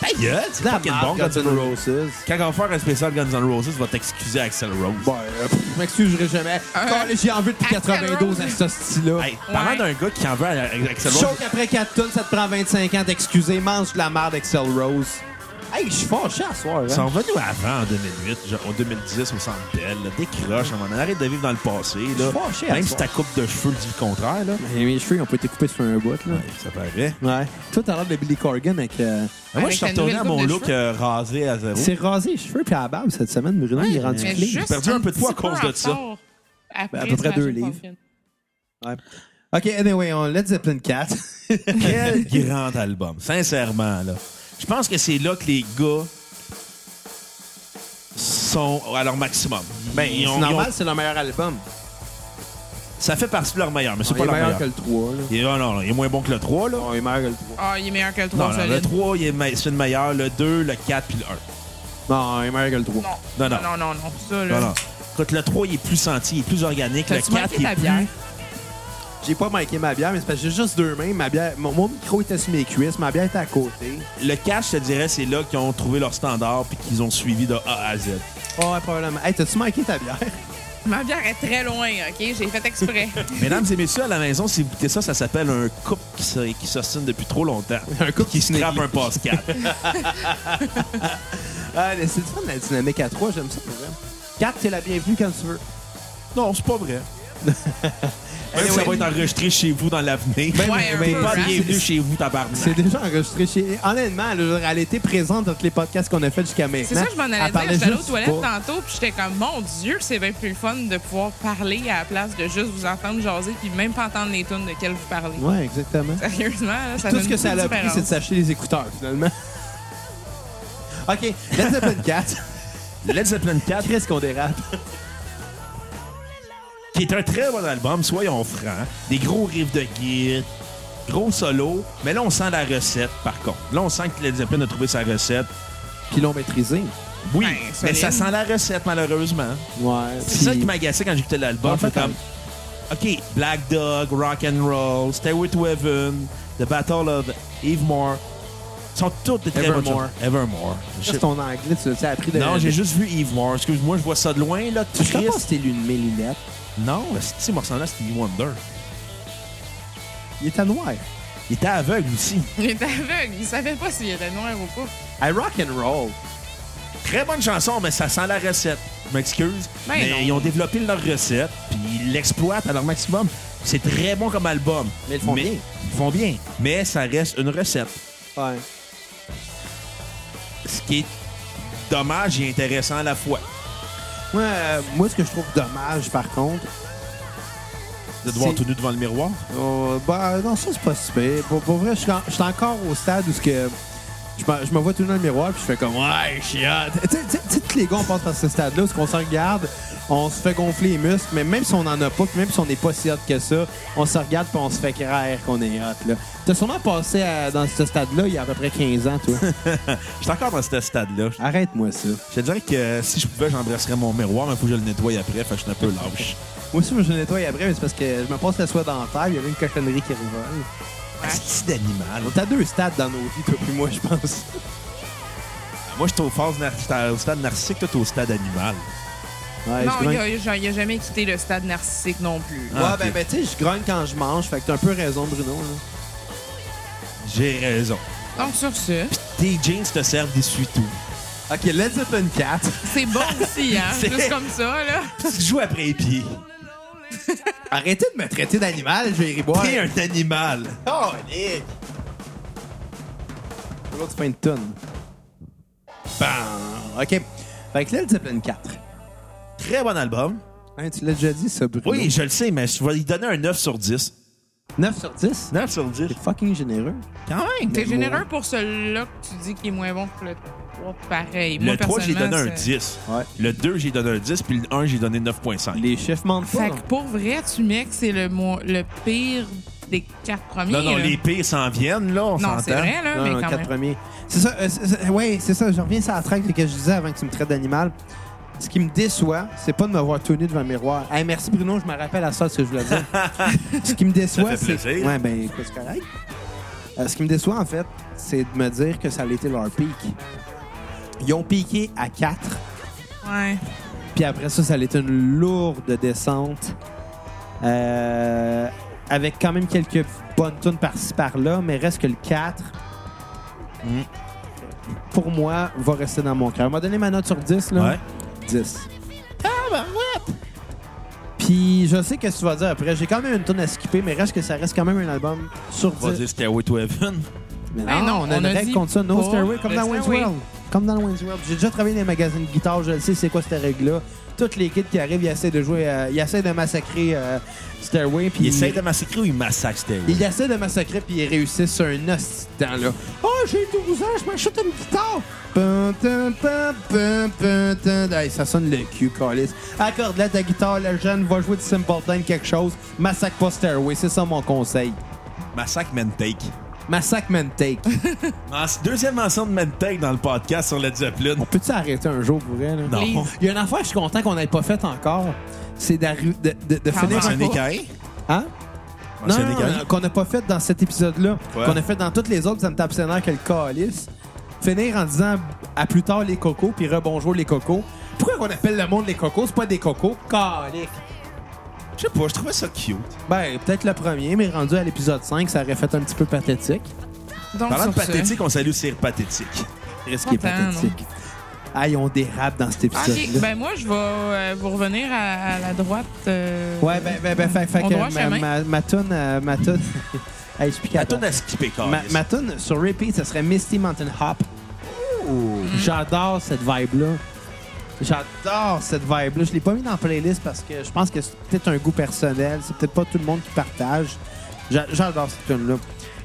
Speaker 3: Ta gueule, c'est
Speaker 1: La
Speaker 3: fucking bon
Speaker 1: marque
Speaker 3: Guns N' Roses.
Speaker 1: Roses.
Speaker 3: Quand on va faire un spécial Guns N' Roses, va t'excuser Axel Rose.
Speaker 1: Bon, euh, pff, je m'excuserai jamais. Quand j'ai envie depuis
Speaker 4: Axl Rose.
Speaker 1: 92 à ce style-là.
Speaker 3: Hey, parlant
Speaker 4: Ouais.
Speaker 3: d'un gars qui en veut à Axel Rose,
Speaker 1: Choc après 4 tonnes, ça te prend 25 ans d'excuser. Mange de la merde, Excel Rose. Hey, je suis fâché à soir.
Speaker 3: Ils
Speaker 1: hein.
Speaker 3: sont revenus avant, en 2008, genre, en 2010, au Centre Bell. là. Décroche, on arrête de vivre dans le passé.
Speaker 1: Je
Speaker 3: Là.
Speaker 1: suis fâché à
Speaker 3: Même
Speaker 1: ce
Speaker 3: si
Speaker 1: soir.
Speaker 3: ta coupe de cheveux dit le contraire, là.
Speaker 1: Mais Mes cheveux, ils ont pas été coupés sur un bout, là.
Speaker 3: ça paraît.
Speaker 1: Ouais. Toi, t'as l'air de Billy Corgan avec. euh,
Speaker 3: Mais moi, je suis
Speaker 4: ta
Speaker 3: retourné
Speaker 4: nouvelle
Speaker 3: à
Speaker 4: coupe
Speaker 3: mon
Speaker 4: de
Speaker 3: look
Speaker 4: cheveux.
Speaker 3: euh, rasé à zéro.
Speaker 1: C'est rasé les cheveux puis à la barbe cette semaine. Bruno, il est rendu
Speaker 4: Mais
Speaker 1: clean.
Speaker 4: juste
Speaker 3: perdu un peu de poids à
Speaker 4: petit
Speaker 3: cause
Speaker 4: en
Speaker 3: de ça.
Speaker 4: retard. Après
Speaker 1: Ben, à peu près
Speaker 4: Smashing
Speaker 1: deux livres.
Speaker 4: Pumpkins.
Speaker 1: Ouais. OK, anyway, on Led Zeppelin (laughs) 4.
Speaker 3: Quel grand album, sincèrement. là. Je pense que c'est là que les gars sont à leur maximum. Ben,
Speaker 1: c'est
Speaker 3: ils ont- ils ont-
Speaker 1: normal, c'est leur meilleur album.
Speaker 3: ça fait partie de leur meilleur, mais c'est
Speaker 1: Ah, il
Speaker 3: pas
Speaker 1: est
Speaker 3: leur
Speaker 1: meilleur
Speaker 3: meilleur.
Speaker 1: que le 3. Là.
Speaker 3: Il est, oh, non, non, il est moins bon que le 3. Là.
Speaker 1: On est meilleur que le 3.
Speaker 4: Ah, il est meilleur que le 3
Speaker 3: Non, non, le 3, il est me- c'est le meilleur. Le 2, le 4, puis le 1.
Speaker 1: Non, il est meilleur que le 3.
Speaker 4: Non.
Speaker 3: Non,
Speaker 4: Non,
Speaker 3: Ah, non.
Speaker 4: non, non, non. Ça, là.
Speaker 3: Non, non. Écoute, le 3, il est plus senti, il est plus organique. Le
Speaker 4: T'as-tu
Speaker 3: 4,
Speaker 4: manqué
Speaker 3: il
Speaker 4: ta
Speaker 3: est plus...
Speaker 4: bière?
Speaker 1: J'ai pas manqué ma bière, mais c'est parce que j'ai juste deux mains. Ma bière, mon, mon micro était sur mes cuisses, ma bière était à côté.
Speaker 3: Le 4, je te dirais, c'est là qu'ils ont trouvé leur standard puis qu'ils ont suivi de A à Z.
Speaker 1: Oh, ouais, probablement. Hey, t'as-tu manqué ta bière? (laughs)
Speaker 4: Ma bière est très loin, OK? J'ai fait
Speaker 3: (laughs)
Speaker 4: exprès.
Speaker 3: Mesdames et messieurs, à la maison, si vous écoutez ça, ça s'appelle un couple qui se- qui s'ostine depuis trop longtemps.
Speaker 1: Un couple
Speaker 3: qui se
Speaker 1: qui se
Speaker 3: trappe un Pascal.
Speaker 1: Ah, mais c'est le fun, la dynamique à 3, j'aime ça pour vrai. 4, t'es la bienvenue quand tu veux.
Speaker 3: non, c'est pas (laughs) vrai. Même si ça va être enregistré chez vous dans l'avenir.
Speaker 1: Ben,
Speaker 4: Ouais, un
Speaker 1: mais-
Speaker 4: peu,
Speaker 3: pas
Speaker 4: hein?
Speaker 3: bienvenue chez vous, tabarnak.
Speaker 1: C'est déjà enregistré chez. Honnêtement, là, genre, elle était présente dans tous les podcasts qu'on a fait jusqu'à maintenant.
Speaker 4: C'est ça, je m'en
Speaker 1: Elle
Speaker 4: allais dire.
Speaker 1: parlait
Speaker 4: J'étais allée aux
Speaker 1: juste
Speaker 4: toilettes
Speaker 1: pas.
Speaker 4: tantôt, puis j'étais comme, mon Dieu, c'est bien plus le fun de pouvoir parler à la place de juste vous entendre jaser, puis même pas entendre les tunes de quelles vous parlez.
Speaker 1: Ouais, exactement.
Speaker 4: Sérieusement, là, ça
Speaker 1: Tout
Speaker 4: donne
Speaker 1: ce que ça
Speaker 4: une
Speaker 1: a pris,
Speaker 4: différence.
Speaker 1: c'est de s'acheter des écouteurs, finalement. (laughs) OK, Led Zeppelin 4.
Speaker 3: Led Zeppelin 4,
Speaker 1: Qu'est-ce qu'on dérape?
Speaker 3: qui est un très bon album, soyons francs. Des gros riffs de guide, gros solo. Mais là, on sent la recette, par contre. Là, on sent que Led Zeppelin a trouvé sa recette.
Speaker 1: Puis l'ont maîtrisé.
Speaker 3: Oui,
Speaker 4: Ben,
Speaker 3: mais
Speaker 4: solide.
Speaker 3: ça sent la recette, malheureusement.
Speaker 1: Ouais.
Speaker 3: C'est ça qui m'agaçait quand j'écoutais l'album.
Speaker 1: En fait, euh,
Speaker 3: C'est comme, OK, Black Dog, Rock and Roll, Stairway to Heaven, The Battle of Evermore. Ils sont toutes des très bonnes
Speaker 1: Evermore.
Speaker 3: choses. Evermore. Je-
Speaker 1: C'est ton anglais, tu l'as appris de.
Speaker 3: Non, j'ai juste vu Evermore. Excuse-moi, je vois ça de loin, là.
Speaker 1: Je sais
Speaker 3: Chris.
Speaker 1: pas si c'était l'une de mes lunettes.
Speaker 3: Non, ce morceau-là, c'était Stevie Wonder.
Speaker 1: Il était noir.
Speaker 3: Il était aveugle aussi.
Speaker 4: Il était aveugle. Il savait pas s'il était noir ou pas.
Speaker 1: I rock and roll.
Speaker 3: Très bonne chanson, mais ça sent la recette. Je m'excuse.
Speaker 4: Ben
Speaker 3: mais
Speaker 4: non.
Speaker 3: ils ont développé leur recette, puis ils l'exploitent à leur maximum. C'est très bon comme album.
Speaker 1: Mais ils le font bien.
Speaker 3: Ils font bien. Mais ça reste une recette.
Speaker 1: Ouais.
Speaker 3: ce qui est dommage et intéressant à la fois.
Speaker 1: Moi, euh, moi, ce que je trouve dommage, par contre,
Speaker 3: De devoir
Speaker 1: C'est-
Speaker 3: tout nu devant le miroir.
Speaker 1: Euh, ben, non, ça, c'est pas si pire. Pour, pour vrai, je suis en- je suis encore au stade où ce que je me, je me vois tout dans le miroir puis je fais comme Ouais, chiante. Tu sais, tu sais, tu sais, tous les gars, on passe par ce stade-là où ce qu'on se regarde, on se fait gonfler les muscles, mais même si on en a pas, puis même si on n'est pas si hot que ça, on se regarde puis on se fait craire qu'on est hot. là. T'as sûrement passé à- dans ce stade-là il y a à peu près 15 ans, toi.
Speaker 3: Je suis encore dans ce stade-là.
Speaker 1: (laughs) Arrête-moi ça.
Speaker 3: Je te dirais que euh, si je pouvais, j'embrasserais mon miroir, mais il faut que je le nettoie après, fait que je suis
Speaker 1: (laughs)
Speaker 3: un peu lâche.
Speaker 1: Moi aussi, moi, je nettoie après, mais c'est parce que je me passe la soie dentaire, il y a une cochonnerie qui revole.
Speaker 3: Asti d'animal.
Speaker 1: On est à deux stades dans nos vies, toi puis moi, je pense.
Speaker 3: Moi, je suis au, phase nar- j'étais au stade narcissique, toi, t'es au stade animal.
Speaker 1: Ouais, je
Speaker 4: non,
Speaker 1: grogne-
Speaker 4: il a, genre, il a jamais quitté le stade narcissique non plus.
Speaker 3: Ah,
Speaker 1: ouais, ben,
Speaker 3: ok.
Speaker 1: ben, tu sais, je grogne quand je mange, fait que t'as un peu raison, Bruno. là.
Speaker 3: J'ai raison.
Speaker 4: Donc, sur ce,
Speaker 3: Tes jeans te servent d'essuie-tout.
Speaker 1: Ok, Let's Open 4.
Speaker 4: c'est bon aussi, hein?
Speaker 3: (laughs) C'est-
Speaker 4: Juste comme ça, là.
Speaker 3: Puis tu joues après les pieds.
Speaker 1: Arrêtez de me traiter d'animal, je vais y boire.
Speaker 3: T'es un animal.
Speaker 1: Oh, Nick! L'autre, c'est pas une tonne. Bam! Ok. Fait que Let's Open 4.
Speaker 3: Très bon album.
Speaker 1: Hein, tu l'as déjà dit, ça, Bruno?
Speaker 3: Oui, je le sais, mais je vais lui donner un 9 sur 10.
Speaker 1: 9 sur 10?
Speaker 3: 9 sur 10?
Speaker 1: C'est fucking généreux.
Speaker 3: Quand même.
Speaker 4: T'es généreux pour celui-là que tu dis qu'il est moins bon que le 3. Pareil. Moi,
Speaker 3: Le 3, j'ai donné un
Speaker 4: personnellement, c'est-
Speaker 3: 10.
Speaker 1: Ouais.
Speaker 3: Le 2, j'ai donné un 10, puis le 1, j'ai donné 9.5.
Speaker 1: Les chefs mentent pas.
Speaker 4: Fait que pour vrai, tu mets que c'est le, mo- le pire des quatre premiers.
Speaker 3: Non, non,
Speaker 4: là.
Speaker 3: les pires s'en viennent, là, on s'entend.
Speaker 4: Non, c'est vrai, là,
Speaker 1: Non,
Speaker 4: mais
Speaker 1: non,
Speaker 4: quand
Speaker 1: quatre
Speaker 4: même.
Speaker 1: premiers. C'est ça, euh, c'est- c'est- ouais, c'est ça. Je reviens sur la traque de ce que je disais avant que tu me traites d'animal. Ce qui me déçoit, c'est pas de me voir tout nu devant le miroir. Hey, merci Bruno, je me rappelle à ça ce que je voulais dire.
Speaker 4: (laughs)
Speaker 1: ce qui me déçoit,
Speaker 3: Ça fait
Speaker 1: c'est.
Speaker 3: plaisir.
Speaker 1: Ouais, ben, écoute, c'est correct. Euh, ce qui me déçoit, en fait, c'est de me dire que ça a été leur pic. Ils ont piqué à 4,
Speaker 4: Ouais.
Speaker 1: puis après ça, ça a été une lourde descente. Euh, avec quand même quelques bonnes tunes par-ci par-là, mais reste que le 4. pour moi, va rester dans mon cœur. Elle m'a donné ma note sur 10, là.
Speaker 3: Ouais.
Speaker 1: 10. Puis je sais qu'est-ce que tu vas dire après. J'ai quand même une tonne à skipper, mais reste que ça reste quand même un album sur
Speaker 3: On va
Speaker 1: 10.
Speaker 3: dire Stairway to Heaven.
Speaker 1: Mais
Speaker 4: Ben non,
Speaker 1: on a
Speaker 4: on
Speaker 1: une
Speaker 4: a
Speaker 1: règle
Speaker 4: dit
Speaker 1: contre ça. No
Speaker 4: pas
Speaker 1: Stairway, comme
Speaker 4: le
Speaker 1: dans Wayne's
Speaker 4: Stairway.
Speaker 1: World. Comme dans Wayne's World. J'ai déjà travaillé dans les magasins de guitare, je le sais, c'est quoi cette règle-là. Tous les kids qui arrivent, ils essaient de jouer, euh, ils essaient de massacrer euh, Stairway. Puis
Speaker 3: Il essaie de massacrer ou il massacre Stairway?
Speaker 1: Ils essaient de massacrer puis ils réussissent sur un os dedans, là. Oh, j'ai 12 ans, je m'achète une guitare! Pum, tum, pum, pum, pum, tum. Hey, ça sonne le cul, Carlis. Accorde-la ta guitare, la jeune, va jouer du Simple Plan, quelque chose. Massacre pas Stairway, c'est ça mon conseil.
Speaker 3: Massacre Mentake.
Speaker 1: Massacre Man Take.
Speaker 3: Mas- Deuxième mention de Mentake dans le podcast sur Led Zeppelin.
Speaker 4: Ah,
Speaker 1: On peut-tu arrêter un jour pour elle? là?
Speaker 3: Non.
Speaker 4: Please.
Speaker 1: Il y a une affaire que je suis content qu'on n'ait pas faite encore. C'est d'arri- de, de, de
Speaker 4: Pardon.
Speaker 1: finir
Speaker 4: Mentionné
Speaker 1: un
Speaker 3: Mentionné Caïn.
Speaker 1: Hein? Non,
Speaker 3: Mentionné
Speaker 1: non, non,
Speaker 3: Caïn.
Speaker 1: qu'on n'a pas fait dans cet épisode-là,
Speaker 3: Ouais.
Speaker 1: qu'on a fait dans toutes les autres, ça me tape sénère que le calice. Finir en disant à plus tard les cocos, puis rebonjour les cocos. Pourquoi on appelle le monde les cocos? C'est pas des cocos, calice.
Speaker 3: Je sais pas, je trouvais ça cute.
Speaker 1: Ben, peut-être le premier, mais rendu à l'épisode 5, ça aurait fait un petit peu pathétique.
Speaker 4: Donc,
Speaker 3: Parlant de
Speaker 4: sur ce-
Speaker 3: pathétique, on salue Sir Pathétique.
Speaker 1: Est-ce qui est
Speaker 4: Pas tant, non.
Speaker 1: pathétique? Aïe, on dérape dans cet
Speaker 4: Ah,
Speaker 1: épisode-là.
Speaker 4: OK. Ben, moi, je vais euh, vous revenir à, à la droite. euh,
Speaker 1: Ouais, ben, ben, ben, fait, fait
Speaker 4: On
Speaker 1: que
Speaker 4: doit
Speaker 1: ma,
Speaker 4: chemin.
Speaker 1: ma, ma toune, euh, ma toune, (laughs) Hey, je suis plus
Speaker 3: La
Speaker 1: capable.
Speaker 3: toune à skipper, Caïn.
Speaker 1: Ma, ma toune sur repeat, ça serait Misty Mountain Hop. J'adore cette vibe-là. J'adore cette vibe-là. Je l'ai pas mis dans la playlist parce que je pense que c'est peut-être un goût personnel. C'est peut-être pas tout le monde qui partage. J'a- J'adore cette tune-là.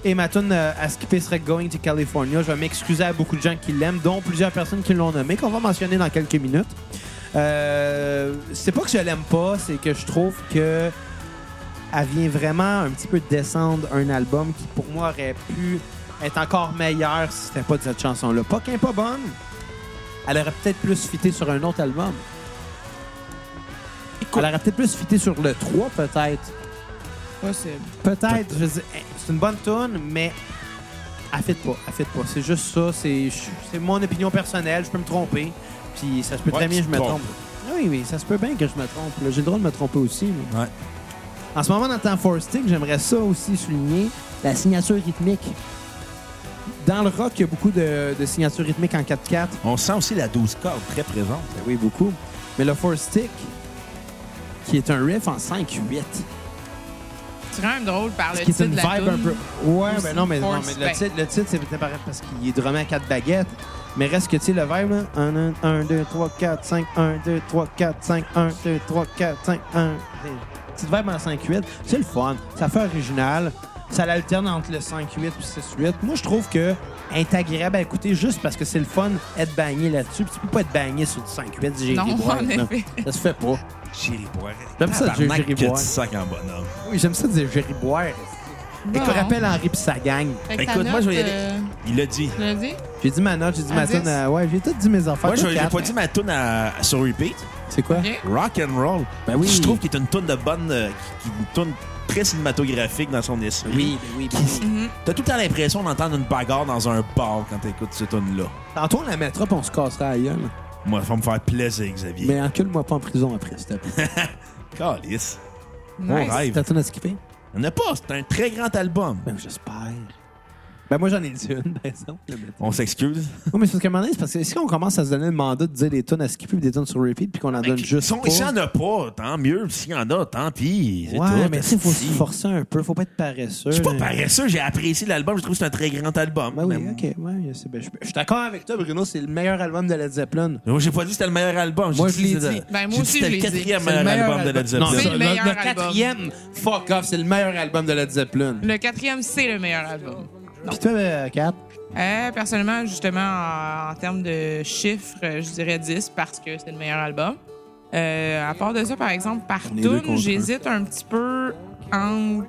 Speaker 1: Et ma tune euh, à skipper serait Going to California. Je vais m'excuser à beaucoup de gens qui l'aiment, dont plusieurs personnes qui l'ont nommé, qu'on va mentionner dans quelques minutes. Euh, c'est pas que je l'aime pas, c'est que je trouve que elle vient vraiment un petit peu descendre un album qui pour moi aurait pu être encore meilleur si c'était pas de cette chanson-là. Pas qu'elle est pas bonne, elle aurait peut-être plus fité sur un autre album. Elle aurait peut-être plus fité sur le 3, peut-être.
Speaker 4: Possible.
Speaker 1: Peut-être, je veux dire, hey, c'est une bonne tune, mais elle fit pas, elle fit pas. C'est juste ça, c'est je- c'est mon opinion personnelle, je peux me tromper, puis ça se peut
Speaker 3: Ouais,
Speaker 1: très bien
Speaker 3: tu
Speaker 1: que je
Speaker 3: te
Speaker 1: me
Speaker 3: trompes.
Speaker 1: trompe. Oui, oui, ça se peut bien que je me trompe. là. J'ai le droit de me tromper aussi. là.
Speaker 3: Ouais.
Speaker 1: En ce moment, dans le temps four stick, j'aimerais ça aussi souligner, la signature rythmique. Dans le rock, il y a beaucoup de, de signatures rythmiques en 4-4.
Speaker 3: On sent aussi la 12 cordes très présente.
Speaker 1: Ben oui, beaucoup. Mais le four stick, qui est un riff en 5-8.
Speaker 4: C'est quand même drôle par le
Speaker 1: Ce qui est
Speaker 4: titre
Speaker 1: une
Speaker 4: de la
Speaker 1: vibe un
Speaker 4: toune.
Speaker 1: peu. Ouais,
Speaker 4: Aussi,
Speaker 1: ben non, mais, non,
Speaker 4: force,
Speaker 1: mais le
Speaker 4: ben.
Speaker 1: titre, le titre c'est peut-être pareil parce qu'il est drummé à quatre baguettes. Mais reste que, tu sais, le vibe, là. 1, 2, 3, 4, 5, 1, 2, 3, 4, 5, 1, 2, 3, 4, 5, 1. Petite vibe en 5-8. C'est le fun. Ça fait original. Ça l'alterne entre le 5-8 et le 6-8. Moi, je trouve que est agréable à écouter juste parce que c'est le fun être bagné là-dessus. Puis tu peux pas être bagné sur du 5-8 j'ai
Speaker 4: Non,
Speaker 1: des boîtes,
Speaker 4: en
Speaker 1: là.
Speaker 4: effet.
Speaker 1: Ça se fait pas.
Speaker 3: Chérie Boire.
Speaker 1: J'aime ça,
Speaker 3: Tabarnak
Speaker 1: Jerry
Speaker 3: que
Speaker 1: Boire.
Speaker 3: tu sacs en bonhomme.
Speaker 1: Oui, j'aime ça dire Jerry Boire. Et qu'on
Speaker 4: Bon.
Speaker 1: rappelle Henri pis sa gang.
Speaker 4: Fait que ta
Speaker 3: Écoute, moi, je vais y
Speaker 4: note,
Speaker 3: aller.
Speaker 4: euh,
Speaker 3: Il l'a dit.
Speaker 4: tu l'as dit?
Speaker 1: J'ai dit ma note, j'ai dit ma
Speaker 4: À
Speaker 1: tune.
Speaker 4: 10.
Speaker 1: euh, ouais, j'ai tout dit mes affaires. Toi,
Speaker 3: Moi, j'ai j'ai
Speaker 1: quatre. hein.
Speaker 3: pas dit ma toune à- sur repeat.
Speaker 1: C'est quoi?
Speaker 4: Ok.
Speaker 3: Rock and roll.
Speaker 1: Ben oui.
Speaker 3: Je trouve qu'il est une toune de bonne, euh, qui, qui- une toune très cinématographique dans son esprit.
Speaker 1: Oui, ben oui, ben oui.
Speaker 4: Mhm.
Speaker 3: T'as tout le temps l'impression d'entendre une bagarre dans un bar quand t'écoutes cette toune-là.
Speaker 1: Tantôt, on la mettra puis on se cassera à gueule.
Speaker 3: Moi, ça va me faire plaisir, Xavier.
Speaker 1: Mais encule-moi pas en prison après, s'il te plaît.
Speaker 3: Calice.
Speaker 4: Nice.
Speaker 3: rêve.
Speaker 1: T'as tune à skipper?
Speaker 3: On n'a pas, c'est un très grand album.
Speaker 1: Ben, j'espère. Ben, moi, j'en ai dit une, par exemple. oui,
Speaker 3: On s'excuse.
Speaker 1: mais c'est parce qu'à un moment donné, c'est parce que si on commence à se donner le mandat de dire des tunes à skipper puis des tunes sur repeat puis
Speaker 4: Ben,
Speaker 1: qu'on en donne juste
Speaker 3: S'il
Speaker 1: pas...
Speaker 3: y en a pas, tant mieux. S'il y en a, tant pis. C'est
Speaker 1: Ouais,
Speaker 3: tout.
Speaker 1: mais tu sais, faut se
Speaker 3: Si.
Speaker 1: forcer un peu. Faut pas être paresseux.
Speaker 3: Je suis pas
Speaker 1: là.
Speaker 3: paresseux, j'ai apprécié l'album, je trouve que c'est un très grand album.
Speaker 1: Ben oui,
Speaker 3: Mais-
Speaker 1: OK. Ouais, c'est- ben, je je suis d'accord avec toi, Bruno. C'est le meilleur album de Led Zeppelin.
Speaker 3: Moi, j'ai pas dit que c'était le meilleur album.
Speaker 1: Moi,
Speaker 3: J'ai
Speaker 1: je l'ai
Speaker 3: que
Speaker 1: dit.
Speaker 3: c'était-
Speaker 4: Ben, moi
Speaker 3: j'ai dit
Speaker 4: aussi,
Speaker 3: que
Speaker 4: je
Speaker 3: c'était
Speaker 4: l'ai dit.
Speaker 3: le quatrième
Speaker 1: C'est le meilleur
Speaker 3: album de Led
Speaker 1: Non,
Speaker 3: Zeppelin.
Speaker 1: c'est
Speaker 4: C'est
Speaker 1: le,
Speaker 4: le meilleur
Speaker 1: le
Speaker 4: album.
Speaker 1: quatrième, fuck off, c'est le meilleur album de Led Zeppelin.
Speaker 4: Le quatrième, c'est le meilleur album.
Speaker 1: Puis toi, euh, Kat,
Speaker 4: Euh, personnellement, justement, en, en termes de chiffres, euh, je dirais 10 parce que c'est le meilleur album. Euh, à part de ça, par exemple, par
Speaker 1: est deux
Speaker 4: tune,
Speaker 1: contre
Speaker 4: j'hésite un petit peu entre...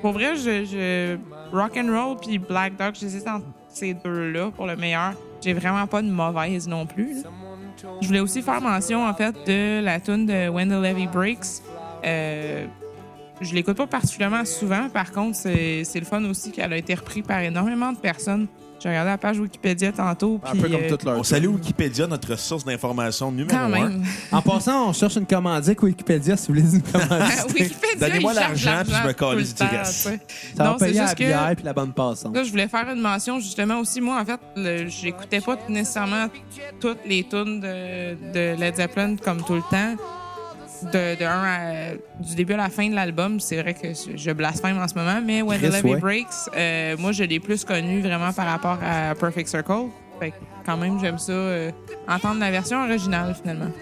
Speaker 4: Pour vrai, je, je... Rock and Roll puis Black Dog, j'hésite entre ces deux-là pour le meilleur. J'ai vraiment pas de mauvaise non plus. là. Je voulais aussi faire mention, en fait, de la tune de When the Levy Breaks. Euh, je l'écoute pas particulièrement souvent. Par contre, c'est c'est le fun aussi qu'elle a été reprise par énormément de personnes J'ai regardé la page Wikipédia tantôt.
Speaker 1: Un
Speaker 4: puis,
Speaker 1: peu comme
Speaker 4: euh,
Speaker 1: toute leur.
Speaker 3: On salue Wikipédia, notre source d'information numéro
Speaker 4: Quand
Speaker 3: un.
Speaker 4: même.
Speaker 1: En passant, on cherche une commandique Wikipédia si vous voulez nous commander.
Speaker 4: (laughs) Wikipédia,
Speaker 3: Donnez-moi
Speaker 4: ils cherchent
Speaker 3: l'argent, puis je me
Speaker 4: tout le
Speaker 3: calisse du
Speaker 4: temps,
Speaker 3: reste.
Speaker 4: tu sais.
Speaker 1: Ça va
Speaker 4: (laughs) Non, c'est
Speaker 1: payer la
Speaker 4: juste
Speaker 1: bière
Speaker 4: que...
Speaker 1: puis la bonne passante.
Speaker 4: Là, je voulais faire une mention justement aussi. Moi, en fait, le- j'écoutais pas nécessairement toutes les tunes de, de Led Zeppelin comme tout le temps. De, de un à- du début à la fin de l'album, c'est vrai que je blasphème en ce moment, mais When
Speaker 1: Chris,
Speaker 4: the Levee
Speaker 1: ouais.
Speaker 4: Breaks, euh, moi, je l'ai plus connu vraiment par rapport à Perfect Circle. Fait que quand même, j'aime ça euh, entendre la version originale finalement.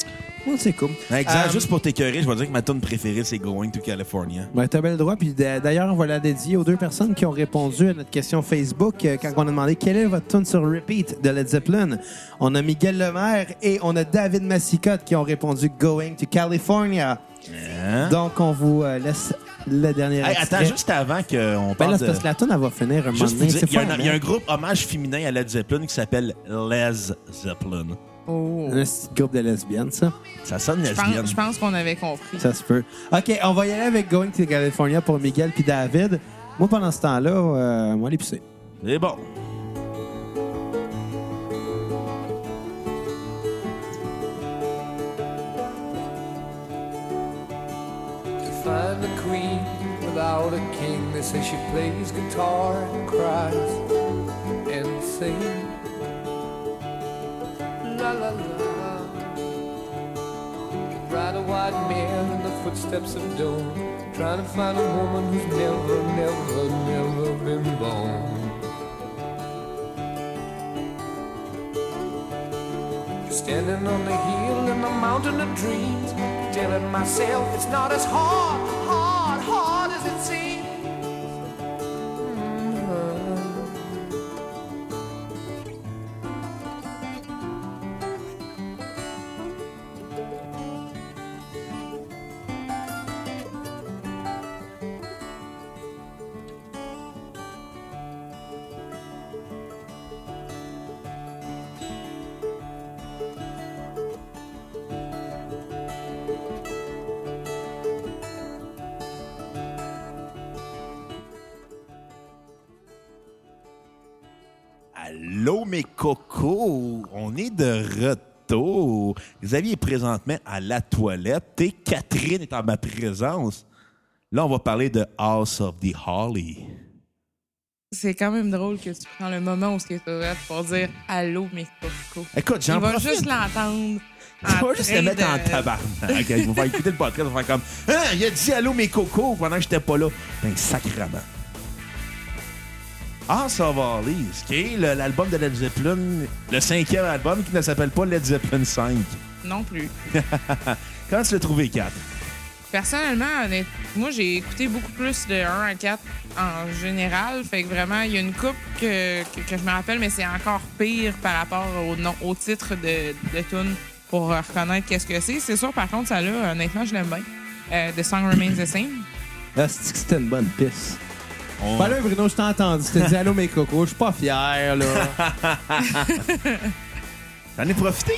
Speaker 1: Ouais, c'est cool.
Speaker 3: Exact,
Speaker 1: Euh,
Speaker 3: juste pour t'écœurer, je vais dire que ma tune préférée, c'est Going to California.
Speaker 1: Ben, t'as bien le droit. Puis d'a- d'ailleurs, on va la dédier aux deux personnes qui ont répondu à notre question Facebook euh, quand on a demandé quelle est votre tune sur repeat de Led Zeppelin. On a Miguel Lemaire et on a David Massicotte qui ont répondu Going to California.
Speaker 3: Hein?
Speaker 1: Donc, on vous euh, laisse le dernier
Speaker 3: Hey, attends,
Speaker 1: extrait.
Speaker 3: juste avant qu'on
Speaker 1: Ben
Speaker 3: parle
Speaker 1: là,
Speaker 3: de...
Speaker 1: c'est parce que la tune, elle va finir un moment
Speaker 3: Juste vous
Speaker 1: donné.
Speaker 3: dire,
Speaker 1: C'est
Speaker 3: il y, a
Speaker 1: fun,
Speaker 3: un- il y a
Speaker 1: hein?
Speaker 3: un groupe hommage féminin à Led Zeppelin qui s'appelle Les Zeppelin.
Speaker 4: Oh.
Speaker 1: Un petit groupe de lesbiennes, ça.
Speaker 3: Ça sonne
Speaker 4: Je pense,
Speaker 3: lesbienne.
Speaker 4: je pense qu'on avait compris.
Speaker 1: Ça se peut. OK, on va y aller avec Going to California pour Miguel puis David. Moi, pendant ce temps-là, euh, moi, les pisser.
Speaker 3: C'est bon.
Speaker 5: find a queen without a king. They say she plays guitar and cries and sings. La la la. Ride a white man in the footsteps of doom, trying to find a woman who's never, never, never been born. Standing on the hill in the mountain of dreams, telling myself it's not as hard, hard, hard as it seems.
Speaker 3: Allô, mes cocos! On est de retour. Xavier est présentement à la toilette et Catherine est en ma présence. Là, on va parler de House of the Holly.
Speaker 4: C'est quand même drôle que tu prends le moment où ce qui est ouvert pour dire allô mes cocos.
Speaker 3: Écoute,
Speaker 4: Il
Speaker 3: j'en
Speaker 4: va
Speaker 3: profite.
Speaker 4: juste
Speaker 3: (laughs)
Speaker 4: l'entendre.
Speaker 3: Tu
Speaker 4: en
Speaker 3: vas juste
Speaker 4: train
Speaker 3: le mettre en
Speaker 4: de-
Speaker 3: tabarnak. Ils vont faire écouter le podcast, ils vont faire comme Hein, il a dit allô mes cocos pendant que j'étais pas là. Ben, sacrement. Ah, ça va aller. Ce qui est le- l'album de Led Zeppelin, le cinquième album qui ne s'appelle pas Led Zeppelin (laughs) 5.
Speaker 4: Non plus.
Speaker 3: Quand tu l'as trouvé, 4?
Speaker 4: Personnellement, honnête- moi j'ai écouté beaucoup plus de 1 à 4 en général. Fait que vraiment, il y a une coupe que, que, que je me rappelle, mais c'est encore pire par rapport au, nom, au titre de, de tune pour euh, reconnaître qu'est-ce que c'est. C'est sûr, par contre, ça là, honnêtement, je l'aime bien. Euh, the Song Remains the Same.
Speaker 1: Ah, c'est que c'était une bonne piste.
Speaker 3: On-
Speaker 1: Ben là, Bruno, je t'ai entendu. Je t'ai dit allô, mes cocos. Je suis pas fier,
Speaker 3: (laughs)
Speaker 1: là.
Speaker 3: J'en ai profité.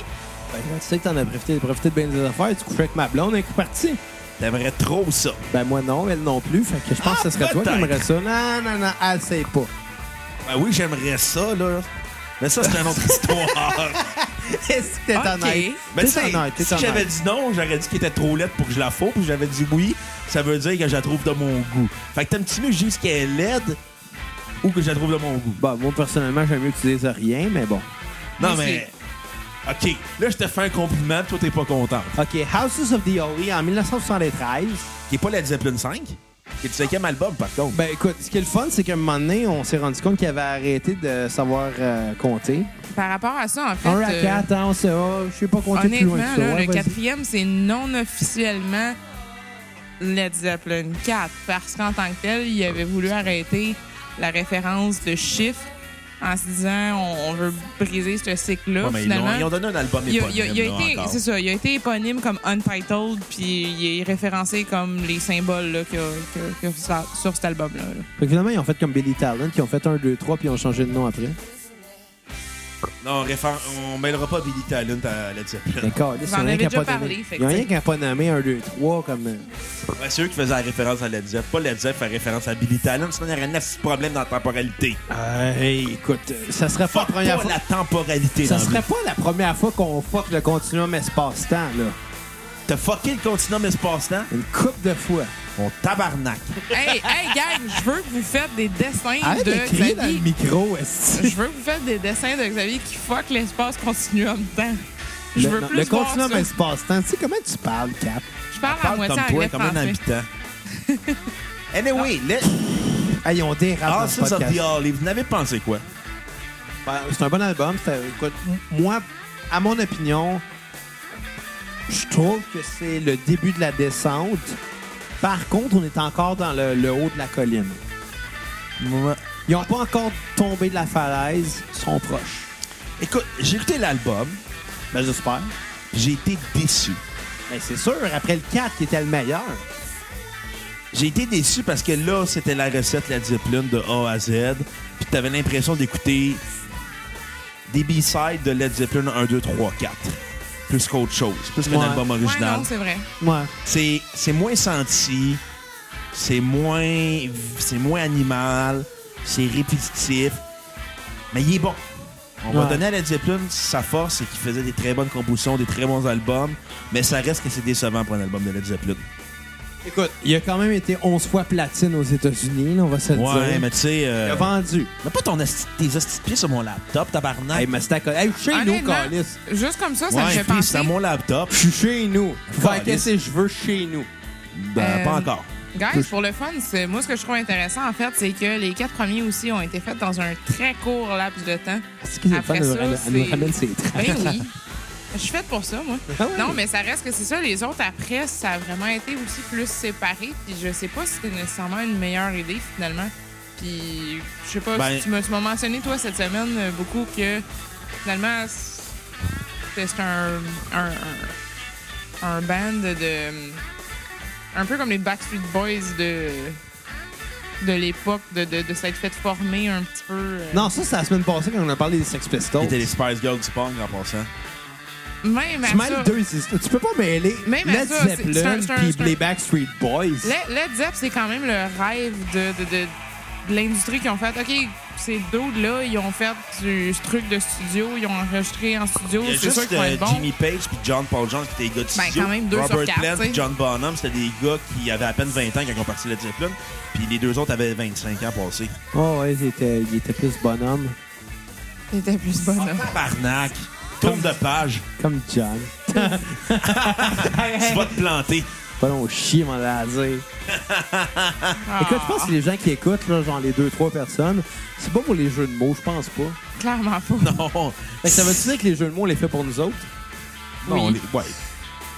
Speaker 1: Ben, tu sais que t'en as profité, t'as profité de bien des affaires. Tu couchais avec ma blonde, un coup parti.
Speaker 3: T'aimerais trop ça.
Speaker 1: Ben, moi, non, elle non plus. Fait que je pense que ce serait toi qui
Speaker 3: Ah, peut-être.
Speaker 1: aimerais ça. Non, non, non, elle sait
Speaker 3: (laughs)
Speaker 1: pas.
Speaker 3: Ben oui, j'aimerais ça, là. Mais ça, c'est
Speaker 1: (laughs)
Speaker 3: une autre histoire.
Speaker 1: Est-ce que t'es
Speaker 4: Ok.
Speaker 1: honnête?
Speaker 3: Mais tu
Speaker 1: Ben, T'es
Speaker 3: sais,
Speaker 1: honnête, t'es
Speaker 3: si j'avais
Speaker 1: honnête.
Speaker 3: dit non, j'aurais dit qu'il était trop laide pour que je la fasse, puis j'avais dit oui, ça veut dire que je la trouve de mon goût. Fait que t'aimes-tu mieux que je dise qu'elle est laide ou que je la trouve de mon goût?
Speaker 1: Bon, moi, personnellement, j'aime mieux que tu dises rien, mais bon.
Speaker 4: Moi
Speaker 3: Non, mais... OK, là, je te fais un compliment, toi, t'es pas contente.
Speaker 1: OK, Houses of the Holy en 1973.
Speaker 3: Qui est pas la Zeppelin 5, qui est le cinquième album, par contre.
Speaker 1: Ben, écoute, ce qui est le fun, c'est qu'à un moment donné, on s'est rendu compte qu'il avait arrêté de savoir euh, compter.
Speaker 4: Par rapport à ça, en fait.
Speaker 1: 1 à
Speaker 4: euh,
Speaker 1: 4, on sait, oh, je sais pas compter plus
Speaker 4: Honnêtement,
Speaker 1: loin que ça.
Speaker 4: là,
Speaker 1: Ouais,
Speaker 4: le
Speaker 1: vas-y.
Speaker 4: quatrième, c'est non officiellement Led Zeppelin 4, parce qu'en tant que tel, il avait voulu arrêter la référence de chiffre en se disant on, on veut briser ce cycle-là.
Speaker 3: Ouais, mais ils,
Speaker 4: finalement,
Speaker 3: l'ont- ils ont donné un album
Speaker 4: il a,
Speaker 3: éponyme,
Speaker 4: il a- il a
Speaker 3: là,
Speaker 4: été,
Speaker 3: encore.
Speaker 4: c'est ça, il a été éponyme comme Untitled, puis il est référencé comme les symboles là, qu'il y a- que- que ça- sur cet
Speaker 1: (laughs)
Speaker 4: album-là. là.
Speaker 1: Fait que finalement, ils ont fait comme Billy Talent, qui ont fait 1, 2, 3, puis ils ont changé de nom après.
Speaker 3: Non, réfé- on mêlera pas Billy Talent à Led Zeppelin.
Speaker 1: Mais calé,
Speaker 4: Vous
Speaker 1: c'est
Speaker 4: en
Speaker 1: rien
Speaker 4: avez
Speaker 1: qui a
Speaker 4: déjà
Speaker 1: pas
Speaker 4: parlé,
Speaker 1: nommé.
Speaker 4: fait
Speaker 1: Il y a
Speaker 4: que
Speaker 1: rien
Speaker 4: t'sais.
Speaker 1: qui a pas nommé 1, 2, 3 comme.
Speaker 3: Ouais, Ben, c'est eux qui faisaient la référence à Led Zepp. Pas Led Zepp faire référence à Billy Talent, sinon il y aurait 9 problèmes dans la temporalité.
Speaker 1: Hey, écoute, ça serait euh, pas la
Speaker 3: Fuck pas
Speaker 1: première fois.
Speaker 3: la temporalité
Speaker 1: Ça
Speaker 3: dans
Speaker 1: serait
Speaker 3: la vie.
Speaker 1: pas la première fois qu'on fuck le continuum espace-temps, là.
Speaker 3: T'as fucké le continuum espace-temps?
Speaker 1: Une coupe de fois.
Speaker 3: Mon tabarnak.
Speaker 4: hey, hey, gang, je veux que vous faites des dessins
Speaker 1: Arrête de,
Speaker 4: de
Speaker 1: crier dans le
Speaker 4: Xavier.
Speaker 1: micro, est
Speaker 4: (laughs) Je veux que vous faites des dessins de Xavier qui fuck l'espace continuum-temps. Je
Speaker 1: Le,
Speaker 4: veux
Speaker 1: non,
Speaker 4: plus
Speaker 1: le
Speaker 4: voir
Speaker 1: continuum
Speaker 4: ça.
Speaker 1: espace-temps, tu sais comment tu parles, Cap?
Speaker 4: Je parle à
Speaker 3: Parle
Speaker 4: moitié
Speaker 3: comme toi,
Speaker 4: anglais
Speaker 3: comme un
Speaker 4: français.
Speaker 3: habitant.
Speaker 4: (laughs)
Speaker 3: Anyway, les
Speaker 1: Hey, on dérape dans ce
Speaker 3: Asses of
Speaker 1: podcast.
Speaker 3: the Olive, vous n'avez pensé quoi? ah.
Speaker 1: Ben, C'est un bon album. C'était- écoute, m- moi, à mon opinion, je trouve que c'est le début de la descente. Par contre, on est encore dans le, le haut de la colline. Ils n'ont pas encore tombé de la falaise. Ils sont proches.
Speaker 3: Écoute, j'ai écouté l'album,
Speaker 1: Ben, j'espère.
Speaker 3: j'ai été déçu.
Speaker 1: Ben, c'est sûr, après le 4 qui était le meilleur.
Speaker 3: J'ai été déçu parce que là, c'était la recette, la discipline de A à Z. Puis t'avais l'impression d'écouter des B-sides de Led Zeppelin 1, 2, 3, 4. Plus qu'autre chose, plus qu'un
Speaker 1: Ouais.
Speaker 3: album
Speaker 4: Ouais,
Speaker 3: original.
Speaker 4: non, c'est vrai.
Speaker 1: Ouais.
Speaker 3: c'est c'est moins senti, c'est moins c'est moins animal, c'est répétitif, mais il est bon. On va
Speaker 1: Ouais.
Speaker 3: donner à Led Zeppelin sa force, c'est qu'il faisait des très bonnes compositions, des très bons albums, mais ça reste que c'est décevant pour un album de Led Zeppelin.
Speaker 1: Écoute, il a quand même été 11 fois platine aux États-Unis, là, on va se le
Speaker 3: Ouais,
Speaker 1: dire.
Speaker 3: mais tu sais, euh,
Speaker 1: Il a vendu.
Speaker 3: mets pas ton asti- tes hosties de pieds sur mon laptop, tabarnak.
Speaker 1: Hey, mais c'est à côté. Hey, je suis chez nous,
Speaker 4: Honnêtement,
Speaker 1: Calis.
Speaker 4: Juste comme ça, ça
Speaker 3: Ouais,
Speaker 4: me fait
Speaker 3: puis c'est
Speaker 4: penser.
Speaker 3: à mon laptop.
Speaker 1: Je suis chez nous. Faire
Speaker 3: Calisse.
Speaker 1: qu'est-ce que je veux chez nous.
Speaker 3: Ben,
Speaker 4: Euh,
Speaker 3: pas encore.
Speaker 4: Guys, pour le fun, c'est- moi, ce que je trouve intéressant, en fait, c'est que les quatre premiers aussi ont été faits dans un très court laps de temps.
Speaker 1: Est-ce qu'ils
Speaker 4: Après ça,
Speaker 1: Elle nous
Speaker 4: c'est-
Speaker 1: ramène ses traces.
Speaker 4: Ben oui. Je suis faite pour ça, moi.
Speaker 1: Ah ouais.
Speaker 4: Non, mais ça reste que c'est ça. Les autres, après, ça a vraiment été aussi plus séparé. Puis je sais pas si c'était nécessairement une meilleure idée, finalement. Puis je sais pas,
Speaker 3: Ben-
Speaker 4: si tu m'as tu m'as mentionné, toi, cette semaine, euh, beaucoup que finalement, c'est c'est un, un, un- un band de. Un peu comme les Backstreet Boys de de l'époque, de, de, de s'être fait former un petit peu. euh,
Speaker 1: Non, ça, c'est la semaine passée quand on a parlé des Sex Pistols.
Speaker 3: C'était les Spice Girls du punk en passant.
Speaker 4: Même à
Speaker 1: Tu mêles
Speaker 4: Ben, ça.
Speaker 1: deux histoires. Tu peux pas mêler
Speaker 4: Même à
Speaker 1: Led
Speaker 4: ça, c'est- c'est
Speaker 1: Zeppelin
Speaker 4: un- c'est un- c'est
Speaker 1: puis
Speaker 4: un-
Speaker 1: les Backstreet Boys.
Speaker 4: Le- Led Zepp, c'est quand même le rêve de, de- de- de l'industrie qui ont fait. OK, ces deux-là, ils ont fait du ce truc de studio, ils ont enregistré en studio.
Speaker 3: Il y a
Speaker 4: C'est sûr
Speaker 3: juste
Speaker 4: qu'ils vont
Speaker 3: euh,
Speaker 4: être bons.
Speaker 3: Jimmy Page puis John Paul Jones qui étaient des gars de
Speaker 4: Ben,
Speaker 3: studio.
Speaker 4: quand même, deux sur
Speaker 3: Robert
Speaker 4: quatre,
Speaker 3: Plant
Speaker 4: tu sais.
Speaker 3: puis John Bonham, c'était des gars qui avaient à peine 20 ans quand ils ont parti de Led Zeppelin. Puis les deux autres avaient 25 ans passés.
Speaker 1: Oh, ouais, il était, il était plus bonhomme.
Speaker 4: C'était plus bon. là.
Speaker 3: Tabarnak! Tourne de page!
Speaker 1: Comme John.
Speaker 3: Tu vas te planter! (laughs)
Speaker 1: Pas long chier, mon l'a dire.
Speaker 4: Ah,
Speaker 1: Écoute, je pense que les gens qui écoutent, là, genre les deux, trois personnes, c'est pas pour les jeux de mots, je pense pas.
Speaker 4: Clairement pas.
Speaker 3: Non!
Speaker 1: Fait que ça veut dire que les jeux de mots, on les fait pour nous autres?
Speaker 3: Non,
Speaker 4: Oui.
Speaker 3: les- ouais.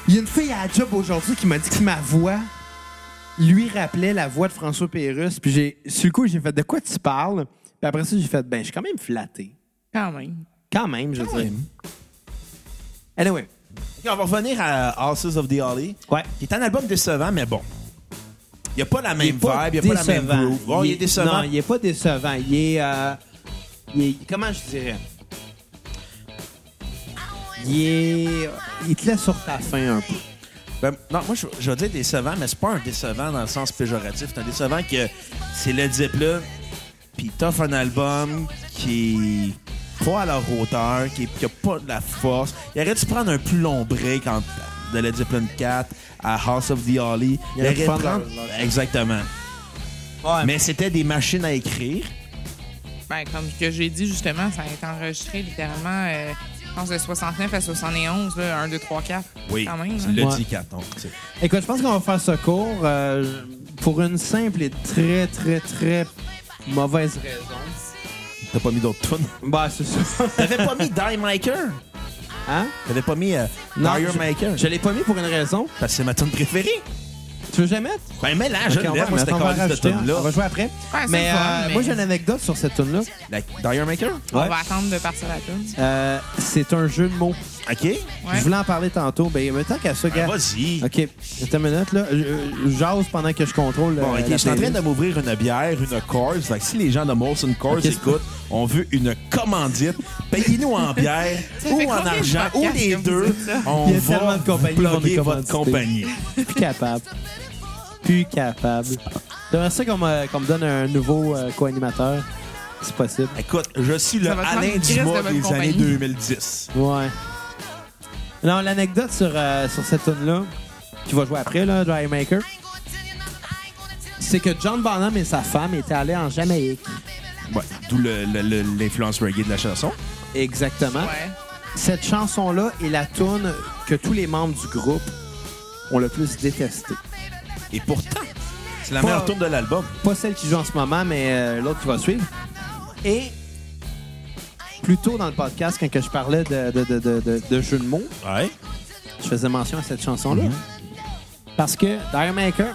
Speaker 1: Il y a une fille à la job aujourd'hui qui m'a dit que ma voix lui rappelait la voix de François Pérusse. Puis j'ai, sur le coup, j'ai fait de quoi tu parles? Puis après ça, j'ai fait, ben, je suis quand même flatté.
Speaker 4: Quand même.
Speaker 1: Quand même, je veux dire. Anyway.
Speaker 3: Ok, on va revenir à Houses of the Holly.
Speaker 1: Ouais.
Speaker 3: qui est un album décevant, mais bon. Il n'y a pas la même
Speaker 1: Il est pas
Speaker 3: vibe, il n'y a pas la même
Speaker 1: décevant.
Speaker 3: groove. Oh, il est décevant.
Speaker 1: Non, il est pas décevant. Il est, euh, il est- Comment je dirais? Il est... Il te laisse sur ta fin un peu.
Speaker 3: Ben, non, moi, je, je vais dire décevant, mais c'est pas un décevant dans le sens péjoratif. C'est un décevant que c'est Led Zeppelin, puis t'offres un album qui est pas à leur hauteur, qui, est- qui a pas de la force. Il aurait dû prendre un plus long break entre- de Led Zeppelin 4 à House of the Holly.
Speaker 1: Il aurait dû prendre
Speaker 3: prendre-
Speaker 1: leur- leur-
Speaker 3: Exactement.
Speaker 1: Ouais,
Speaker 3: Mais c'était des machines à écrire.
Speaker 4: Ben, comme que j'ai dit, justement, ça a été enregistré littéralement, euh, je pense, de 69 à 71, là, 1, 2, 3, 4.
Speaker 3: Oui,
Speaker 4: Quand même.
Speaker 3: tu
Speaker 4: hein.
Speaker 3: l'as
Speaker 1: Ouais.
Speaker 3: dit, 4 ans.
Speaker 1: Écoute, je pense qu'on va faire ce cours euh, pour une simple et très, très, très mauvaise raison.
Speaker 3: T'as pas mis d'autres tunes.
Speaker 1: Bah, c'est ça.
Speaker 3: T'avais pas mis Die Maker.
Speaker 1: (laughs) Hein?
Speaker 3: T'avais pas mis euh,
Speaker 1: Non,
Speaker 3: Dire
Speaker 1: je-
Speaker 3: Maker.
Speaker 1: Je l'ai pas mis pour une raison.
Speaker 3: Parce que c'est ma tune préférée.
Speaker 1: Tu veux jamais?
Speaker 3: Ben, mais là, je
Speaker 1: Ok, on
Speaker 3: l'aime.
Speaker 1: va-
Speaker 3: Moi, c'était
Speaker 1: on va
Speaker 3: calé, cette
Speaker 1: rajouter,
Speaker 3: tune-là.
Speaker 1: On va jouer après.
Speaker 4: Ouais, c'est
Speaker 1: mais,
Speaker 4: le fun,
Speaker 1: euh,
Speaker 4: mais-
Speaker 1: moi, j'ai une anecdote sur cette tune là
Speaker 3: La Dire Maker?
Speaker 4: On va attendre de partir la tune.
Speaker 1: Euh, c'est un jeu de mots.
Speaker 3: OK?
Speaker 4: Ouais.
Speaker 1: Je voulais en parler tantôt. Ben, mais tant qu'à ça,
Speaker 3: Ben,
Speaker 1: gars.
Speaker 3: Vas-y.
Speaker 1: OK, attends une minute, là. Je- je J'ose pendant que je contrôle.
Speaker 3: Bon,
Speaker 1: euh,
Speaker 3: ok,
Speaker 1: la
Speaker 3: je suis en train
Speaker 1: playlist.
Speaker 3: de m'ouvrir une bière, une Coors. Fait que si les gens de Molson Coors
Speaker 1: Ok, c'est-
Speaker 3: écoutent, on veut une commandite. Payez-nous en
Speaker 4: (laughs)
Speaker 3: bière
Speaker 4: Ça fait
Speaker 3: ou en
Speaker 4: combien de
Speaker 3: argent ou
Speaker 4: podcasts
Speaker 3: les
Speaker 4: que vous
Speaker 3: deux.
Speaker 4: dites ça?
Speaker 3: On
Speaker 1: Il y a
Speaker 3: va
Speaker 1: tellement de compagnies
Speaker 3: vous
Speaker 1: qui vont
Speaker 3: plugger
Speaker 1: nous
Speaker 3: votre
Speaker 1: commanditer.
Speaker 3: compagnie.
Speaker 1: Plus capable. Plus capable. J'aimerais ça qu'on me, qu'on me donne un nouveau euh, co-animateur. C'est possible.
Speaker 3: Écoute, je suis le
Speaker 4: Ça va te prendre
Speaker 3: Alain
Speaker 4: une crise de
Speaker 3: Dumas
Speaker 4: bonne
Speaker 3: des
Speaker 4: compagnie.
Speaker 3: années 2010.
Speaker 1: Ouais. Non, l'anecdote sur, euh, sur cette tune-là, qui va jouer après, là, Dry Maker, c'est que John Bonham et sa femme étaient allés en Jamaïque.
Speaker 3: Ouais, d'où le- le- le- l'influence reggae de la chanson.
Speaker 1: Exactement.
Speaker 4: Ouais.
Speaker 1: Cette chanson-là est la tune que tous les membres du groupe ont le plus détestée.
Speaker 3: Et pourtant, c'est la
Speaker 1: Pas-
Speaker 3: meilleure tourne de l'album.
Speaker 1: Pas celle qui joue en ce moment, mais euh, l'autre qui va suivre. Et plus tôt dans le podcast, quand que je parlais de, de, de, de, de- de jeu de mots,
Speaker 3: Ouais.
Speaker 1: je faisais mention à cette chanson-là. Parce que Dire Maker,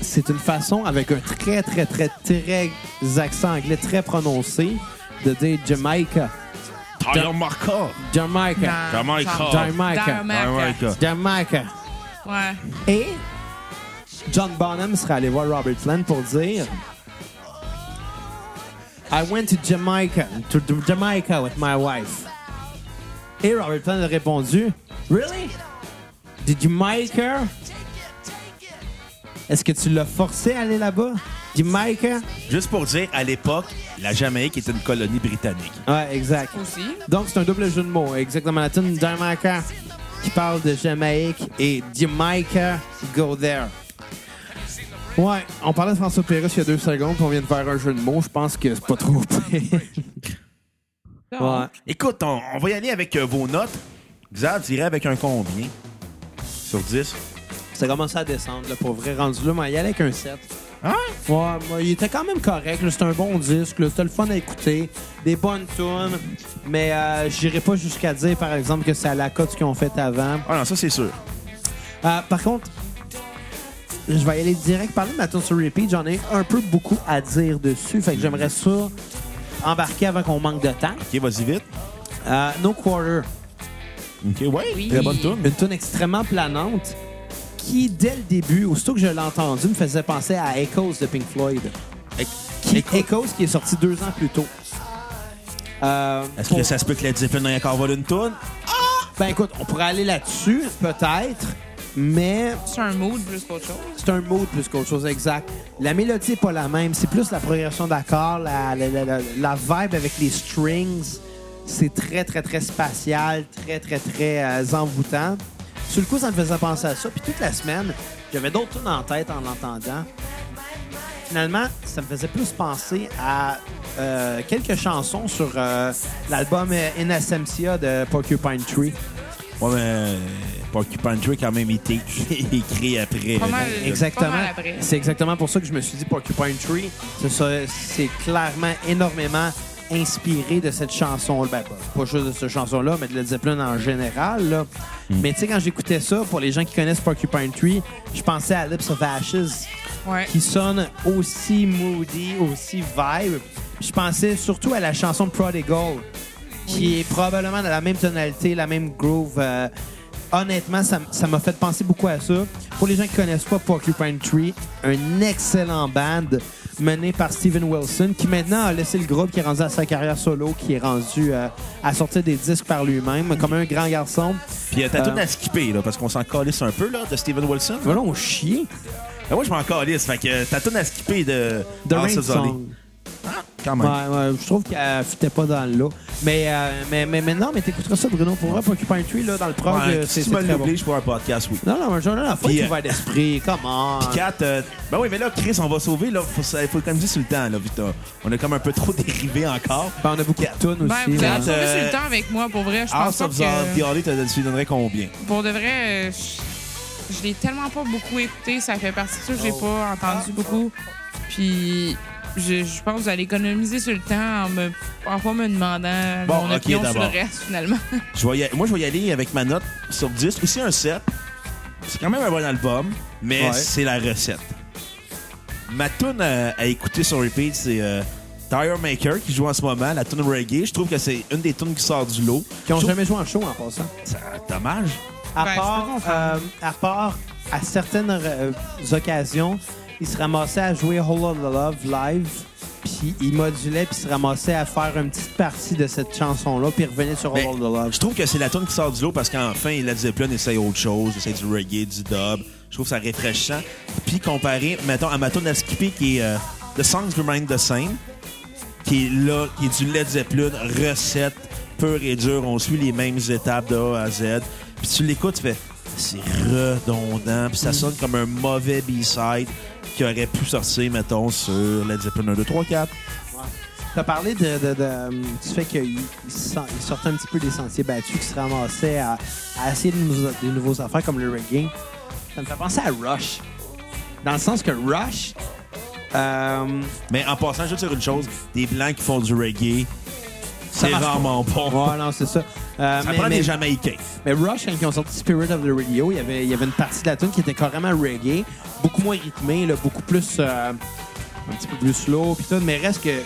Speaker 1: c'est une façon, avec un très, très, très, très accent anglais très prononcé, de dire Jamaica.
Speaker 3: Tyler Markov.
Speaker 1: Jamaica.
Speaker 4: Dans-
Speaker 3: Jamaica.
Speaker 4: dans-
Speaker 1: Jamaica.
Speaker 4: Jamaica.
Speaker 1: Jamaica.
Speaker 4: Ouais.
Speaker 1: Et John Bonham serait allé voir Robert Plant pour dire I went to Jamaica, to to Jamaica with my wife. Et Robert Plant a répondu Really? Did you make her? Est-ce que tu l'as forcé à aller là-bas? Jamaica?
Speaker 3: Juste pour dire, à l'époque, la Jamaïque était une colonie britannique.
Speaker 1: Ouais, exact.
Speaker 4: Aussi.
Speaker 1: Donc, c'est un double jeu de mots. Exactement. La tune Jamaica qui parle de Jamaïque et Jamaica Go There. Ouais, on parlait de François Pérus il y a deux secondes, puis on vient de faire un jeu de mots. Je pense que c'est pas trop (laughs) pire.
Speaker 4: Donc,
Speaker 1: Ouais.
Speaker 3: Écoute, on, on va y aller avec euh, vos notes. Xav, tu irais avec un combien sur 10?
Speaker 1: Ça commence à descendre, là, pour vrai. Rendu là, mais il y allait avec un 7.
Speaker 3: Hein?
Speaker 1: Ouais, moi, il était quand même correct. là. C'était un bon disque. là. C'était le fun à écouter. Des bonnes tunes. Mais euh, j'irai pas jusqu'à dire, par exemple, que c'est à la cote qu'ils ont fait avant.
Speaker 3: Ah non, ça c'est sûr.
Speaker 1: Euh, par contre, je vais y aller direct. Parler de ma tune sur repeat, j'en ai un peu beaucoup à dire dessus. Fait que
Speaker 3: Mm.
Speaker 1: j'aimerais ça embarquer avant qu'on manque de temps.
Speaker 3: OK, vas-y vite.
Speaker 1: Euh, no Quarter,
Speaker 3: OK, ouais.
Speaker 4: Oui.
Speaker 3: Très bonne tourne.
Speaker 1: une tune extrêmement planante qui, dès le début, aussitôt que je l'ai entendue, me faisait penser à Echoes de Pink Floyd. Qui, Echoes qui est sorti deux ans plus tôt. Euh,
Speaker 3: Est-ce
Speaker 1: pour-
Speaker 3: que ça se peut que la discipline ait encore volé une tourne?
Speaker 1: Ben écoute, on pourrait aller là-dessus, peut-être, mais
Speaker 4: C'est un mood plus qu'autre chose.
Speaker 1: C'est un mot plus qu'autre chose, exact. La mélodie n'est pas la même. C'est plus la progression d'accords, la, la, la- la- la vibe avec les strings. C'est très, très, très spatial, très, très, très euh, envoûtant. Sur le coup, ça me faisait penser à ça. Puis toute la semaine, j'avais d'autres tunes en tête en l'entendant. Finalement, ça me faisait plus penser à euh, quelques chansons sur euh, l'album euh, In Absentia de Porcupine Tree.
Speaker 3: Ouais, mais euh, Porcupine Tree a quand même (laughs) été écrit après.
Speaker 4: Pas mal.
Speaker 1: Exactement.
Speaker 4: Pas mal après.
Speaker 1: C'est exactement pour ça que je me suis dit Porcupine Tree. ce serait- C'est clairement énormément inspiré de cette chanson. Ben, pas, pas juste de cette chanson-là, mais de Led Zeppelin en général. là. Mais tu sais, quand j'écoutais ça, pour les gens qui connaissent Porcupine Tree, je pensais à Lips of Ashes,
Speaker 4: Ouais.
Speaker 1: qui sonne aussi moody, aussi vibe. Je pensais surtout à la chanson de Prodigal, qui est probablement dans la même tonalité, la même groove. euh, honnêtement, ça m- ça m'a fait penser beaucoup à ça. Pour les gens qui connaissent pas Porcupine Tree, un excellent band mené par Steven Wilson, qui maintenant a laissé le groupe, qui est rendu à sa carrière solo, qui est rendu euh, à sortir des disques par lui-même, comme un grand garçon.
Speaker 3: Puis euh, t'as
Speaker 1: Euh,
Speaker 3: tout à skipper, là, parce qu'on s'en calisse un peu, là, de Steven Wilson.
Speaker 1: Voilà, on chier.
Speaker 3: Ben, moi, je m'en calisse. Fait que euh, t'as tout à skipper de...
Speaker 1: The
Speaker 3: Ah,
Speaker 1: Rain
Speaker 3: ça, j'en ai.
Speaker 1: Song.
Speaker 3: Quand même.
Speaker 1: Ouais, ouais, je trouve qu'elle ne fitait pas dans le lot. Mais, euh, mais, mais, mais non, mais t'écouteras ça, Bruno. Pour vrai, Porcupine Tree, là, dans le prog,
Speaker 3: Ouais,
Speaker 1: euh, c'est
Speaker 3: si tu
Speaker 1: c'est
Speaker 3: me
Speaker 1: très bon.
Speaker 3: l'obliges pour un podcast, oui.
Speaker 1: Non, non, mais j'en ai la fois
Speaker 3: Puis,
Speaker 1: tu
Speaker 3: euh,
Speaker 1: vas d'esprit. Comment?
Speaker 3: Puis Kat, euh, ben oui, mais là, Chris, on va sauver. Là, faut, ça- faut quand même dire sur le temps, là, Vita. On a comme un peu trop (laughs) dérivé encore.
Speaker 1: on a beaucoup de tonnes
Speaker 4: Ben,
Speaker 1: aussi.
Speaker 4: vous
Speaker 1: là.
Speaker 4: allez trouver
Speaker 3: euh,
Speaker 4: sur le temps avec moi, pour vrai. Je pense
Speaker 3: House
Speaker 4: pas
Speaker 3: of the
Speaker 4: que...
Speaker 3: Theory, t'as- tu lui donnerais combien?
Speaker 4: Pour de vrai, euh, je, je l'ai tellement pas beaucoup écouté. Ça fait partie de ça que j'ai pas entendu beaucoup. Puis... Je, je pense que vous allez économiser sur le temps en, me, en pas me demandant
Speaker 3: Bon,
Speaker 4: mon
Speaker 3: ok,
Speaker 4: opinion sur le
Speaker 3: d'abord.
Speaker 4: reste, finalement.
Speaker 3: Je vais y aller- moi, je vais y aller avec ma note sur 10. Aussi un 7. C'est quand même un bon album, mais
Speaker 1: Ouais.
Speaker 3: c'est la recette. Ma tune à, à écouter sur repeat, c'est euh, Tire Maker qui joue en ce moment, la tune reggae. Je trouve que c'est une des tunes qui sort du lot.
Speaker 1: Qui ont
Speaker 3: Je trouve-
Speaker 1: jamais joué en show en passant.
Speaker 3: Ça- Dommage.
Speaker 1: À,
Speaker 4: Ben,
Speaker 1: part,
Speaker 4: je peux
Speaker 1: euh, à part, à certaines euh, occasions, il se ramassait à jouer Whole Lotta Love live, puis il modulait, puis il se ramassait à faire une petite partie de cette chanson-là, puis il revenait sur Whole
Speaker 3: Ben,
Speaker 1: Lotta Love.
Speaker 3: Je trouve que c'est la tune qui sort du lot parce qu'enfin, Led Zeppelin essaye autre chose, essaye du reggae, du dub. Je trouve ça rafraîchissant. Puis comparé, mettons, à ma tune à skipper qui est euh, The Songs Remain the Same, qui est là, qui est du Led Zeppelin, recette, pure et dure. On suit les mêmes étapes de A à Z. Puis tu l'écoutes, tu fais, c'est redondant. Puis ça sonne comme un mauvais B-side qui aurait pu sortir, mettons, sur Led Zeppelin 1, 2, 3, 4.
Speaker 1: T'as parlé de, de- de, euh, du fait qu'il il sent- il sortait un petit peu des sentiers battus, qu'il se ramassait à, à essayer de nous- des nouveaux affaires comme le reggae. Ça me fait penser à Rush. Dans le sens que Rush, euh,
Speaker 3: Mais en passant, juste sur une chose, des blancs qui font du reggae, c'est
Speaker 1: marche pas.
Speaker 3: rarement bon.
Speaker 1: ouais,
Speaker 3: (laughs)
Speaker 1: non, c'est ça. Euh,
Speaker 3: Ça
Speaker 1: mais-
Speaker 3: prend
Speaker 1: mais-
Speaker 3: des Jamaïcains.
Speaker 1: Mais Rush, quand ils ont sorti Spirit of the Radio, il y avait, il y avait une partie de la tune qui était carrément reggae, beaucoup moins rythmée, là, beaucoup plus. euh, un petit peu plus slow, puis tout. Mais reste que.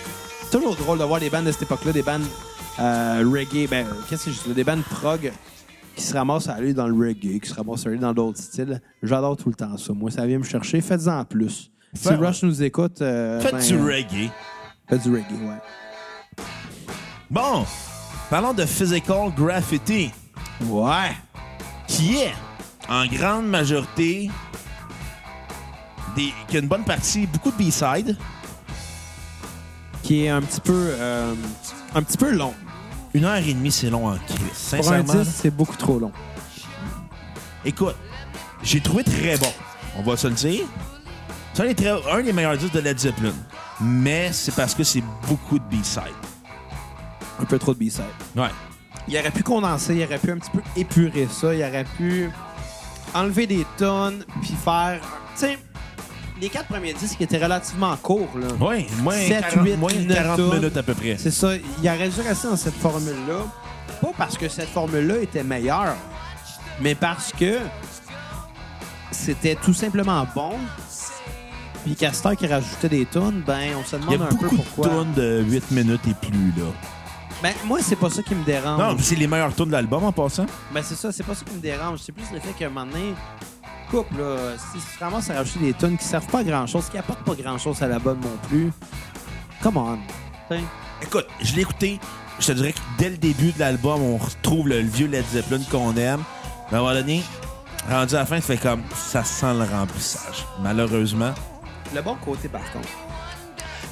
Speaker 1: C'est toujours drôle de voir des bandes de cette époque-là, des bandes euh, reggae, ben, qu'est-ce que je dis, des bandes prog qui se ramassent à aller dans le reggae, qui se ramassent à aller dans d'autres styles. J'adore tout le temps ça. Moi, ça vient me chercher. Faites-en en plus. Si
Speaker 3: Faire-
Speaker 1: Rush nous écoute, euh,
Speaker 3: Faites
Speaker 1: ben,
Speaker 3: du
Speaker 1: euh,
Speaker 3: reggae.
Speaker 1: Faites du reggae, ouais.
Speaker 3: Bon, parlons de Physical Graffiti,
Speaker 1: Ouais!
Speaker 3: qui est en grande majorité, des, qui a une bonne partie, beaucoup de B-sides.
Speaker 1: Qui est un petit peu. euh, un petit peu long.
Speaker 3: Une heure et demie, c'est long en crise.
Speaker 1: Pour un
Speaker 3: Sincèrement,
Speaker 1: 10, c'est beaucoup trop long.
Speaker 3: écoute, j'ai trouvé très bon. On va se le dire. C'est un des, très- un des meilleurs disques de Led Zeppelin. Mais c'est parce que c'est beaucoup de B-sides.
Speaker 1: Un peu trop de B-side.
Speaker 3: Ouais.
Speaker 1: Il aurait pu condenser, il aurait pu un petit peu épurer ça, il aurait pu enlever des tonnes, puis faire. Tu sais, les quatre premiers disques étaient relativement courts, là.
Speaker 3: Oui, moins
Speaker 1: Sept,
Speaker 3: 40,
Speaker 1: huit,
Speaker 3: moins
Speaker 1: neuf
Speaker 3: 40
Speaker 1: tonnes.
Speaker 3: minutes à peu près.
Speaker 1: C'est ça, il aurait dû rester dans cette formule-là, pas parce que cette formule-là était meilleure, mais parce que c'était tout simplement bon. Puis Castor qui rajoutait des tonnes, ben on se
Speaker 3: Il y
Speaker 1: demande
Speaker 3: a
Speaker 1: un peu
Speaker 3: beaucoup de
Speaker 1: pourquoi.
Speaker 3: tunes de 8 minutes et plus, là.
Speaker 1: Ben moi c'est pas ça qui me dérange.
Speaker 3: Non, mais c'est les meilleurs tunes de l'album en passant.
Speaker 1: Ben c'est ça, c'est pas ça qui me dérange. C'est plus le fait qu'à un moment donné, couple, là, si tu te ramasses à rajouter des tonnes qui servent pas à grand chose, qui apportent pas grand chose à la bonne non plus, come on. T'sais.
Speaker 3: Écoute, je l'ai écouté. Je te dirais que dès le début de l'album, on retrouve le vieux Led Zeppelin qu'on aime. Mais à un moment donné, rendu à la fin, ça fait comme ça sent le remplissage. Malheureusement,
Speaker 1: Le bon côté par contre.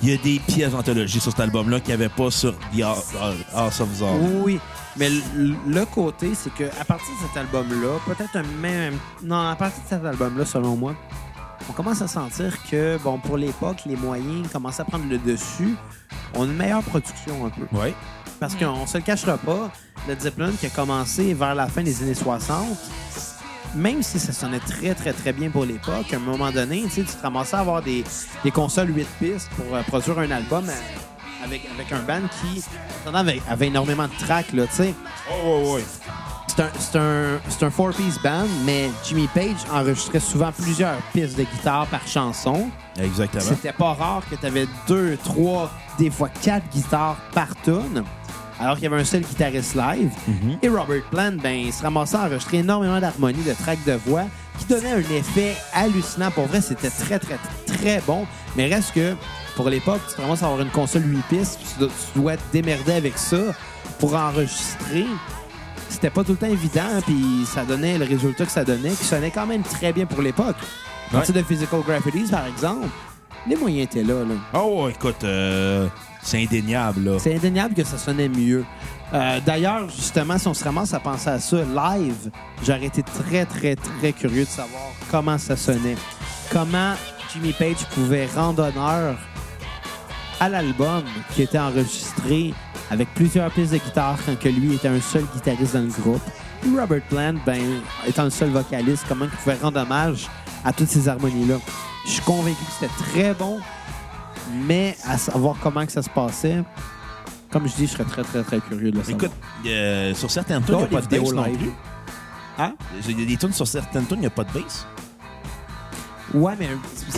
Speaker 3: il y a des pièces d'anthologie sur cet album-là qu'il n'y avait pas sur The House House of Zorn.
Speaker 1: Oui, Oh. oui. Mais le, le côté, c'est que à partir de cet album-là, peut-être un même. Non, à partir de cet album-là, selon moi, on commence à sentir que, bon, pour l'époque, les moyens commencent à prendre le dessus. On a une meilleure production un peu.
Speaker 3: Oui.
Speaker 1: Parce qu'on se le cachera pas, le Zeppelin qui a commencé vers la fin des années 60, même si ça sonnait très, très, très bien pour l'époque, à un moment donné, tu sais, tu te ramassais à avoir des, des consoles 8 pistes pour euh, produire un album euh, avec, avec un band qui, en attendant, avait, avait énormément de tracks, là, tu sais.
Speaker 3: Oh, oui,
Speaker 1: C'est un, c'est un, c'est un four-piece band, mais Jimmy Page enregistrait souvent plusieurs pistes de guitare par chanson.
Speaker 3: oui. Exactement.
Speaker 1: C'était pas rare que tu avais deux, trois, des fois quatre guitares par tune, alors qu'il y avait un seul guitariste live. Et Robert Plant, ben, il se ramassait à enregistrer énormément d'harmonies, de tracks de voix, qui donnait un effet hallucinant. Pour vrai, c'était très, très, très bon. Mais reste que, pour l'époque, tu te ramasses à avoir une console 8 pistes, puis tu dois, tu dois te démerder avec ça pour enregistrer. C'était pas tout le temps évident, puis ça donnait le résultat que ça donnait, qui sonnait quand même très bien pour l'époque. À partir de Physical Graffitis, par exemple, les moyens étaient là. là.
Speaker 3: Oh, écoute, euh, c'est indéniable, là.
Speaker 1: C'est indéniable que ça sonnait mieux. Euh, D'ailleurs, justement, si on se ramasse à penser à ça live, j'aurais été très, très, très curieux de savoir comment ça sonnait. Comment Jimmy Page pouvait rendre honneur à l'album qui était enregistré avec plusieurs pistes de guitare quand que lui était un seul guitariste dans le groupe. Et Robert Plant, ben, étant le seul vocaliste, comment il pouvait rendre hommage à toutes ces harmonies-là. Je suis convaincu que c'était très bon, mais à savoir comment que ça se passait, comme je dis, je serais très, très, très curieux de le savoir.
Speaker 3: Écoute, euh, sur certaines tunes,
Speaker 1: Non,
Speaker 3: il
Speaker 1: les
Speaker 3: n'y a pas de bass
Speaker 1: vidéos
Speaker 3: non
Speaker 1: live.
Speaker 3: plus.
Speaker 1: Hein?
Speaker 3: Il y a des tunes sur certaines tunes, il n'y a pas de bass.
Speaker 6: Ouais, mais.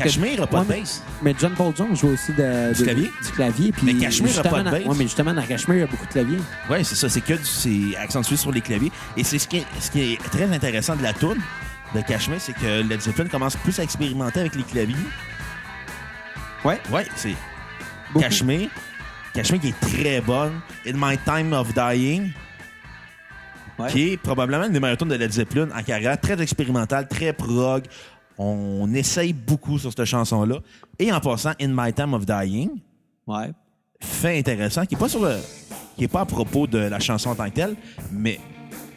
Speaker 3: Cachemire a pas de
Speaker 6: Ouais, mais-
Speaker 3: bass.
Speaker 6: Mais John Paul Jones joue aussi de,
Speaker 3: Du
Speaker 6: de-
Speaker 3: clavier.
Speaker 6: Du clavier puis
Speaker 3: Mais Cachemire a
Speaker 6: justement,
Speaker 3: pas de
Speaker 6: dans-
Speaker 3: bass.
Speaker 6: Ouais, mais justement, dans Cachemire, il y a beaucoup de clavier.
Speaker 3: Oui, c'est ça. C'est que du- c'est accentué sur les claviers. Et c'est ce qui, est, ce qui est très intéressant de la toune de Cachemire, c'est que Led Zeppelin commence plus à expérimenter avec les claviers.
Speaker 1: Ouais.
Speaker 3: Ouais, c'est
Speaker 1: Beaucoup.
Speaker 3: Cachemire. Cachemire qui est très bonne. In My Time of Dying.
Speaker 1: Ouais.
Speaker 3: Qui est probablement une des meilleures tunes de Led Zeppelin en carrière. Très expérimentale, très prog. On essaye beaucoup sur cette chanson-là. Et en passant, In My Time of Dying,
Speaker 1: Ouais.
Speaker 3: fait intéressant qui est pas sur le qui est pas à propos de la chanson en tant que telle, mais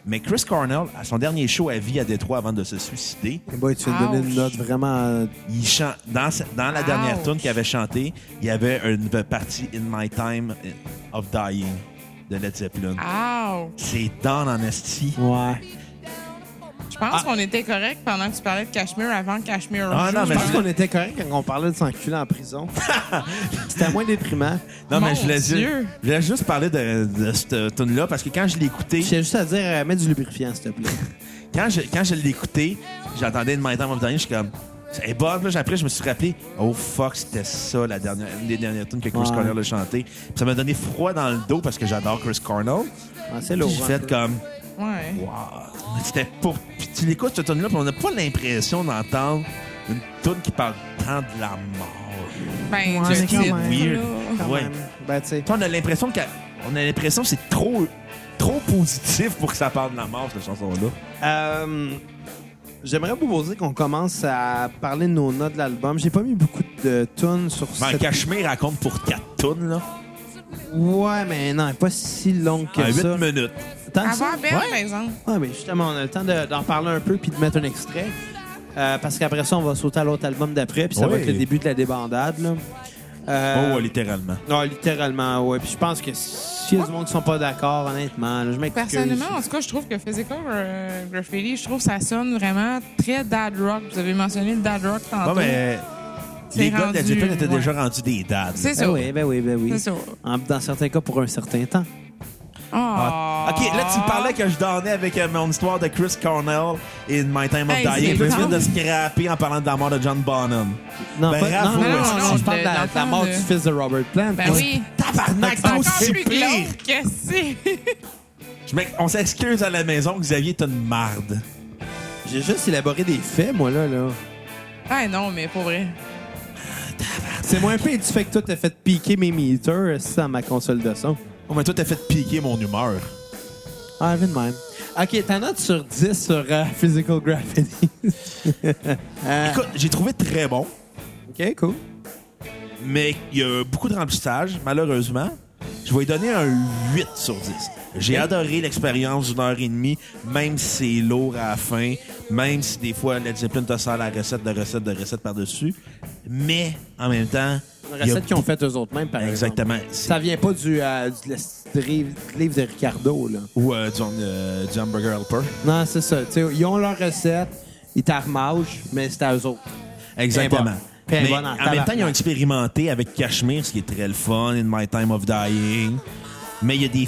Speaker 3: mais Chris Cornell à son dernier show à vie à Détroit avant de se suicider,
Speaker 1: Eh boy, tu viens de donner une
Speaker 4: Ouch.
Speaker 1: note vraiment. euh,
Speaker 3: il chante dans sa- dans la dernière
Speaker 4: Ouch.
Speaker 3: tune qu'il avait chantée, il y avait une partie In My Time of Dying de Led Zeppelin.
Speaker 4: Ow!
Speaker 3: C'est down en esti.
Speaker 6: Ouais.
Speaker 4: Je pense qu'on était correct pendant que tu parlais de Cachemire avant Cachemire.
Speaker 3: Ah,
Speaker 4: joue.
Speaker 3: non,
Speaker 1: Je
Speaker 3: mais
Speaker 1: pense
Speaker 3: je-
Speaker 1: qu'on était correct quand on parlait de s'enculer en
Speaker 3: (laughs)
Speaker 1: prison. C'était moins déprimant.
Speaker 3: Non
Speaker 4: Mon
Speaker 3: mais je voulais,
Speaker 4: Dieu.
Speaker 3: ju- je voulais juste parler de, de cette tune là parce que quand je l'ai écoutée,
Speaker 1: J'ai juste à dire, euh, mets du lubrifiant, s'il te plaît. (laughs)
Speaker 3: quand je, quand je l'ai écouté, j'entendais une main dans mon dernier, je suis comme. C'est bonne, là, après, je me suis rappelé, oh fuck, c'était ça, la dernière, une des dernières tunes que Chris
Speaker 1: Ouais.
Speaker 3: Cornell a chanté. Puis ça m'a donné froid dans le dos parce que j'adore Chris Cornell.
Speaker 1: Ah, c'est
Speaker 3: Puis
Speaker 1: lourd.
Speaker 3: J'ai
Speaker 1: hein.
Speaker 3: fait comme,
Speaker 4: Ouais.
Speaker 3: wow. C'était pour. Puis tu l'écoutes, cette tune-là, puis on n'a pas l'impression d'entendre une tune qui parle tant de la mort.
Speaker 4: Ben,
Speaker 1: Ouais,
Speaker 4: je
Speaker 1: mais quand
Speaker 4: dis-
Speaker 1: même.
Speaker 3: Weird.
Speaker 1: Quand
Speaker 3: Ouais.
Speaker 1: même. Ben, tu sais.
Speaker 3: Puis on a l'impression que, on a l'impression que c'est trop, trop positif pour que ça parle de la mort, cette chanson-là.
Speaker 1: Euh, J'aimerais vous proposer qu'on commence à parler de nos notes de l'album. J'ai pas mis beaucoup de tunes sur
Speaker 3: Ben,
Speaker 1: cette...
Speaker 3: Cachemire raconte pour quatre tunes, là.
Speaker 1: Ouais, mais non, elle est pas si longue que
Speaker 3: En huit
Speaker 1: ça.
Speaker 3: minutes.
Speaker 1: Tant que ça?
Speaker 4: Avant Belle,
Speaker 1: Ouais.
Speaker 4: par exemple.
Speaker 1: Ouais, mais justement, on a le temps de- d'en parler un peu puis de mettre un extrait. Euh, parce qu'après ça, on va sauter à l'autre album d'après, puis ça va
Speaker 3: Oui.
Speaker 1: être le début de la débandade. Là. Euh,
Speaker 3: Oh, ouais, littéralement.
Speaker 1: non, littéralement, ouais. Puis je pense que s'il y a du monde qui sont pas d'accord, honnêtement, là, je m'excuse.
Speaker 4: Personnellement, en tout cas, je trouve que Physical euh, Graffiti, je trouve que ça sonne vraiment très dad rock. Vous avez mentionné le dad rock tantôt.
Speaker 3: Ouais, mais les
Speaker 4: C'est
Speaker 3: gars de la
Speaker 4: rendu-
Speaker 3: Zeppelin étaient
Speaker 4: ouais.
Speaker 3: déjà rendus des dads.
Speaker 4: C'est
Speaker 1: Ben
Speaker 4: ça.
Speaker 1: oui, ben oui, ben oui.
Speaker 4: C'est ça.
Speaker 1: En- dans certains cas, pour un certain temps.
Speaker 3: Ah. Ok, là, tu parlais que je donnais avec euh, mon histoire de Chris Cornell et de My Time of
Speaker 4: Hey,
Speaker 3: Dying.
Speaker 4: c'est
Speaker 3: Là, tu viens
Speaker 4: bon.
Speaker 3: de scraper en parlant de la mort de John Bonham.
Speaker 1: Non,
Speaker 3: Ben,
Speaker 1: pas,
Speaker 3: bravo,
Speaker 1: non, non, non,
Speaker 3: Wesley.
Speaker 1: non, je parle de
Speaker 4: Dans
Speaker 1: la,
Speaker 4: le
Speaker 1: de la
Speaker 4: fond,
Speaker 1: mort
Speaker 4: le-
Speaker 1: du fils de Robert Plant.
Speaker 4: Ben oui.
Speaker 3: Tabarnak,
Speaker 4: C'est encore
Speaker 3: aussi
Speaker 4: plus
Speaker 3: pire!
Speaker 4: glauque que si. (laughs)
Speaker 3: Je m'ex- on s'excuse à la maison, Xavier, t'es une marde.
Speaker 1: J'ai juste élaboré des faits, moi, là. là.
Speaker 4: ah non, mais pour vrai.
Speaker 1: C'est moins pire du fait que toi, t'as fait piquer mes meters ça, ma console de son.
Speaker 3: Oh, mais toi, t'as fait piquer mon humeur.
Speaker 1: Ah, vu de même. OK, ta note sur 10 sur euh, Physical Graffiti. (laughs)
Speaker 4: Euh.
Speaker 3: Écoute, j'ai trouvé très bon,
Speaker 1: OK, cool.
Speaker 3: mais il y a beaucoup de remplissage, malheureusement. Je vais lui donner un 8 sur 10. J'ai adoré l'expérience d'une heure et demie, même si c'est lourd à la fin, même si des fois Led Zeppelin te sort la recette de recette de recette par-dessus. Mais en même temps.
Speaker 1: Une
Speaker 3: il y a-
Speaker 1: recette qu'ils ont faite eux autres mêmes, par exemple.
Speaker 3: Exactement. C'est-
Speaker 1: Ça vient pas du, euh, du- le- du livre du livre de Ricardo, là.
Speaker 3: Ou euh, du, euh, du Hamburger Helper.
Speaker 1: Non, c'est ça. Tu sais, ils ont leur recette, ils t'armagent, mais c'est à eux autres.
Speaker 3: Exactement.
Speaker 1: Puis elle est
Speaker 3: Mais
Speaker 1: bonne en
Speaker 3: en même
Speaker 1: tabarnak.
Speaker 3: temps, ils ont expérimenté avec Cachemire, ce qui est très le fun, In My Time of Dying. Mais il y a des.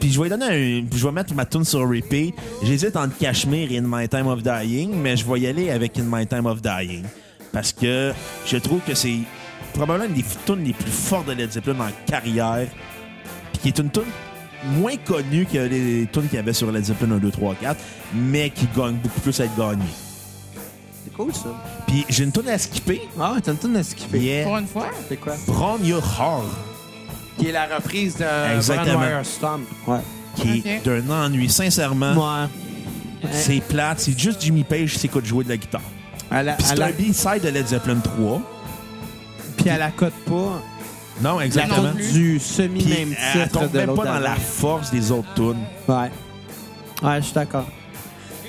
Speaker 3: Puis je vais donner un. puis Je vais mettre ma tune sur repeat. J'hésite entre Cachemire et In My Time of Dying, mais je vais y aller avec In My Time of Dying. Parce que je trouve que c'est probablement une des tunes les plus fortes de Led Zeppelin en carrière. Puis qui est une tune moins connue que les tunes qu'il y avait sur Led Zeppelin 1, 2, 3, 4, mais qui gagne beaucoup plus à être gagnée.
Speaker 1: C'est cool, ça.
Speaker 3: Puis j'ai une tune à skipper.
Speaker 1: Ah, t'as une tonne à skipper.
Speaker 3: Yeah.
Speaker 4: Pour une fois.
Speaker 1: C'est quoi?
Speaker 3: Brown Your Heart,
Speaker 1: Qui est la reprise de
Speaker 3: Exactement.
Speaker 1: Brandwire Stomp. Ouais.
Speaker 3: qui est
Speaker 4: Ok.
Speaker 3: d'un ennui, sincèrement.
Speaker 1: Ouais.
Speaker 3: Hein? C'est plate, c'est juste Jimmy Page qui s'écoute jouer de la guitare.
Speaker 1: À la,
Speaker 3: Puis
Speaker 1: à
Speaker 3: c'est
Speaker 1: la-
Speaker 3: un B-side de Led Zeppelin 3.
Speaker 1: puis elle la cote pas.
Speaker 3: Non,
Speaker 1: La
Speaker 3: exactement.
Speaker 1: cote
Speaker 4: plus.
Speaker 1: du
Speaker 3: Puis
Speaker 1: semi-même
Speaker 3: elle
Speaker 1: titre
Speaker 3: tombe
Speaker 1: de
Speaker 3: même
Speaker 1: l'autre.
Speaker 3: pas dans la
Speaker 1: album.
Speaker 3: force des autres tunes.
Speaker 1: Ouais. Ouais, je suis d'accord.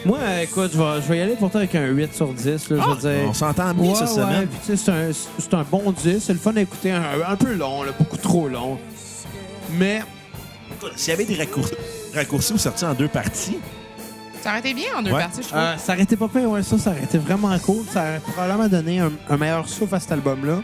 Speaker 1: Moi, euh, écoute, je vais, je vais y aller pourtant avec un 8 sur 10. Là, je veux dire.
Speaker 3: Ah! On s'entend bien
Speaker 1: Ouais,
Speaker 3: cette
Speaker 1: ouais,
Speaker 3: semaine.
Speaker 1: puis tu sais, c'est un, c'est un bon 10. C'est le fun d'écouter un, un peu long, là, beaucoup trop long. Mais
Speaker 3: Écoute, S'il y avait des raccour- raccourcis ou sortis en deux parties,
Speaker 4: Ça aurait été bien en deux
Speaker 3: Ouais.
Speaker 4: parties, je trouve.
Speaker 1: euh, ça arrêtait pas pire, ouais, ça, ça arrêtait vraiment cool. Ça aurait probablement donné un, un meilleur souffle à cet album-là.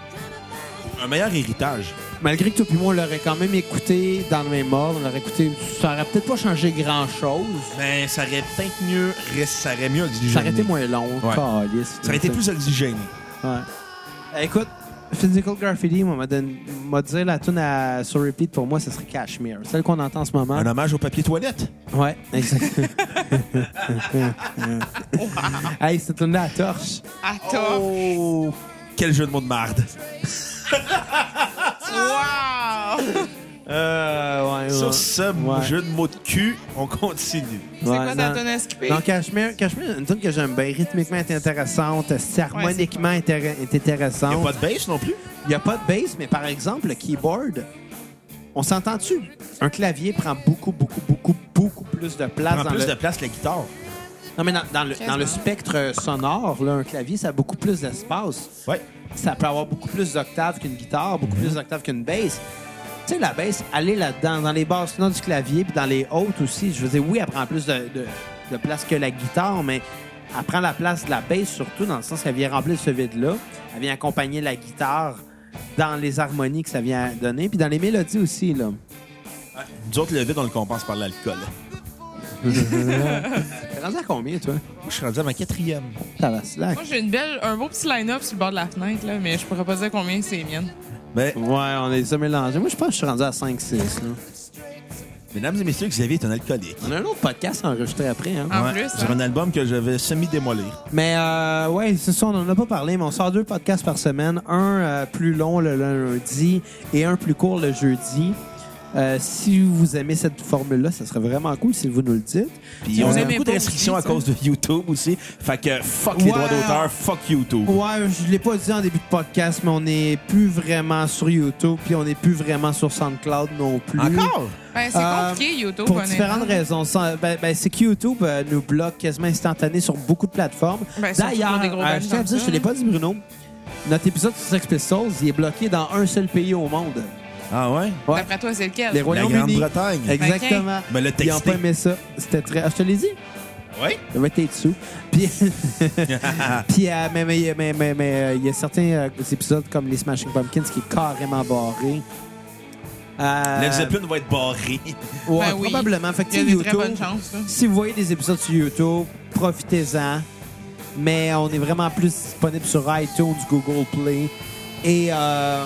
Speaker 3: un meilleur héritage.
Speaker 1: Malgré que toi puis moi, on l'aurait quand même écouté dans le même ordre. On l'aurait écouté. Ça aurait peut-être pas changé grand-chose.
Speaker 3: Mais ben, ça aurait peut-être mieux, ça aurait mieux
Speaker 1: Ça aurait été
Speaker 3: oxygéné.
Speaker 1: moins long,
Speaker 3: Ouais.
Speaker 1: câlisse.
Speaker 3: Ça aurait été plus Eh, oxygéné.
Speaker 1: Ouais. Écoute, Physical Graffiti moi, m'a donné- m'a dit la tune à sur repeat pour moi, ce serait Cashmere. Celle qu'on entend en ce moment.
Speaker 3: Un hommage au papier toilette.
Speaker 1: Ouais, exactement. (laughs) hey, cette tune-là à torche.
Speaker 4: Attends.
Speaker 3: Oh! Quel jeu de mots de marde.
Speaker 1: Oh.
Speaker 4: Wow!
Speaker 1: Euh, ouais,
Speaker 3: Sur ce
Speaker 1: Ouais.
Speaker 3: jeu de mots de cul, on continue.
Speaker 1: C'est
Speaker 4: quoi ta tonne à skipper?
Speaker 1: Non, Cashmere, Cashmere, une tune que j'aime bien. Rythmiquement, elle est intéressante. C'est harmoniquement, intér- est
Speaker 3: Il
Speaker 1: intéressante.
Speaker 3: a pas de base non plus.
Speaker 1: Il n'y a, pas de bass, mais par exemple, le keyboard, on s'entend-tu? Un clavier prend beaucoup, beaucoup, beaucoup, beaucoup plus de place
Speaker 3: Prend
Speaker 1: dans
Speaker 3: plus
Speaker 1: le...
Speaker 3: de place que la guitare.
Speaker 1: Non, mais dans, dans le, dans le
Speaker 4: Quasiment.
Speaker 1: spectre sonore, là, un clavier, ça a beaucoup plus d'espace.
Speaker 3: Ouais.
Speaker 1: Ça peut avoir beaucoup plus d'octaves qu'une guitare, beaucoup plus d'octaves qu'une bass. Tu sais, la bass, elle est là-dedans, dans les basses notes du clavier, puis dans les hautes aussi. Je veux dire, oui, elle prend plus de, de- de place que la guitare, mais elle prend la place de la bass surtout dans le sens qu'elle vient remplir ce vide-là. Elle vient accompagner la guitare dans les harmonies que ça vient donner, puis dans les mélodies aussi, là.
Speaker 3: Nous autres, le vide, on le compense par l'alcool.
Speaker 1: T'es rendu à combien, toi?
Speaker 3: Moi, je suis rendu à ma quatrième.
Speaker 1: Ça va, slack.
Speaker 4: Moi, j'ai une belle, un beau petit line-up sur le bord de la fenêtre, là, mais je pourrais pas dire combien c'est mienne.
Speaker 3: Mais,
Speaker 1: Ouais, on les a mélangés. Moi, je pense que je suis rendu à 5-6, là.
Speaker 3: mesdames et messieurs, Xavier est un alcoolique.
Speaker 1: On a un autre podcast à enregistrer après. Hein?
Speaker 4: En plus,
Speaker 3: Sur
Speaker 4: hein.
Speaker 3: un album que je vais semi-démolir.
Speaker 1: Mais euh, ouais, c'est ça, on n'en a pas parlé, mais on sort deux podcasts par semaine. Un euh, plus long le lundi et un plus court le jeudi. Euh, si vous aimez cette formule-là, ça serait vraiment cool si vous nous le dites.
Speaker 3: Puis on
Speaker 4: Vous
Speaker 3: a
Speaker 4: aimez
Speaker 3: beaucoup de
Speaker 4: pas
Speaker 3: restrictions
Speaker 4: aussi,
Speaker 3: à cause de YouTube aussi. Fait que fuck les
Speaker 1: Ouais.
Speaker 3: droits d'auteur, fuck YouTube.
Speaker 1: Ouais, je l'ai pas dit en début de podcast, mais on n'est plus vraiment sur YouTube, puis on n'est plus vraiment sur SoundCloud non plus.
Speaker 3: Encore?
Speaker 4: Ben, c'est
Speaker 1: Euh,
Speaker 4: compliqué, YouTube,
Speaker 1: Pour
Speaker 4: honnêtement.
Speaker 1: différentes raisons. Sans- ben, ben, c'est que YouTube euh, nous bloque quasiment instantané sur beaucoup de plateformes.
Speaker 4: Ben, surtout
Speaker 1: D'ailleurs,
Speaker 4: pour des gros
Speaker 1: euh,
Speaker 4: bands
Speaker 1: je tiens à
Speaker 4: comme
Speaker 1: dire,
Speaker 4: ça,
Speaker 1: je ne l'ai
Speaker 4: là.
Speaker 1: pas dit, Bruno, notre épisode sur Sex Pistols, il est bloqué dans un seul pays au monde.
Speaker 3: Ah ouais?
Speaker 1: Ouais.
Speaker 4: D'après toi, Ah, c'est lequel?
Speaker 1: Les
Speaker 3: La
Speaker 1: Royaumes-Unis.
Speaker 3: Grande-Bretagne.
Speaker 1: Exactement.
Speaker 3: Ben, le
Speaker 1: Ils n'ont
Speaker 3: texté.
Speaker 1: pas aimé ça. C'était très. Ah, je te l'ai dit.
Speaker 3: Ouais?
Speaker 1: Il avait été dessous.
Speaker 3: (laughs)
Speaker 1: Puis, Puis, euh, mais mais- mais- mais- mais, euh, il y a certains euh, épisodes comme les Smashing Pumpkins qui est carrément barré. Euh,
Speaker 3: Led Zeppelin va être (laughs) barré.
Speaker 1: ouais,
Speaker 4: Ben oui.
Speaker 1: probablement. Fait que,
Speaker 4: Il y a
Speaker 1: tu
Speaker 4: des
Speaker 1: sais,
Speaker 4: très
Speaker 1: YouTube,
Speaker 4: bonnes chances, là.
Speaker 1: Si vous voyez des épisodes sur YouTube, profitez-en. Mais on est vraiment plus disponible sur iTunes, Google Play et euh,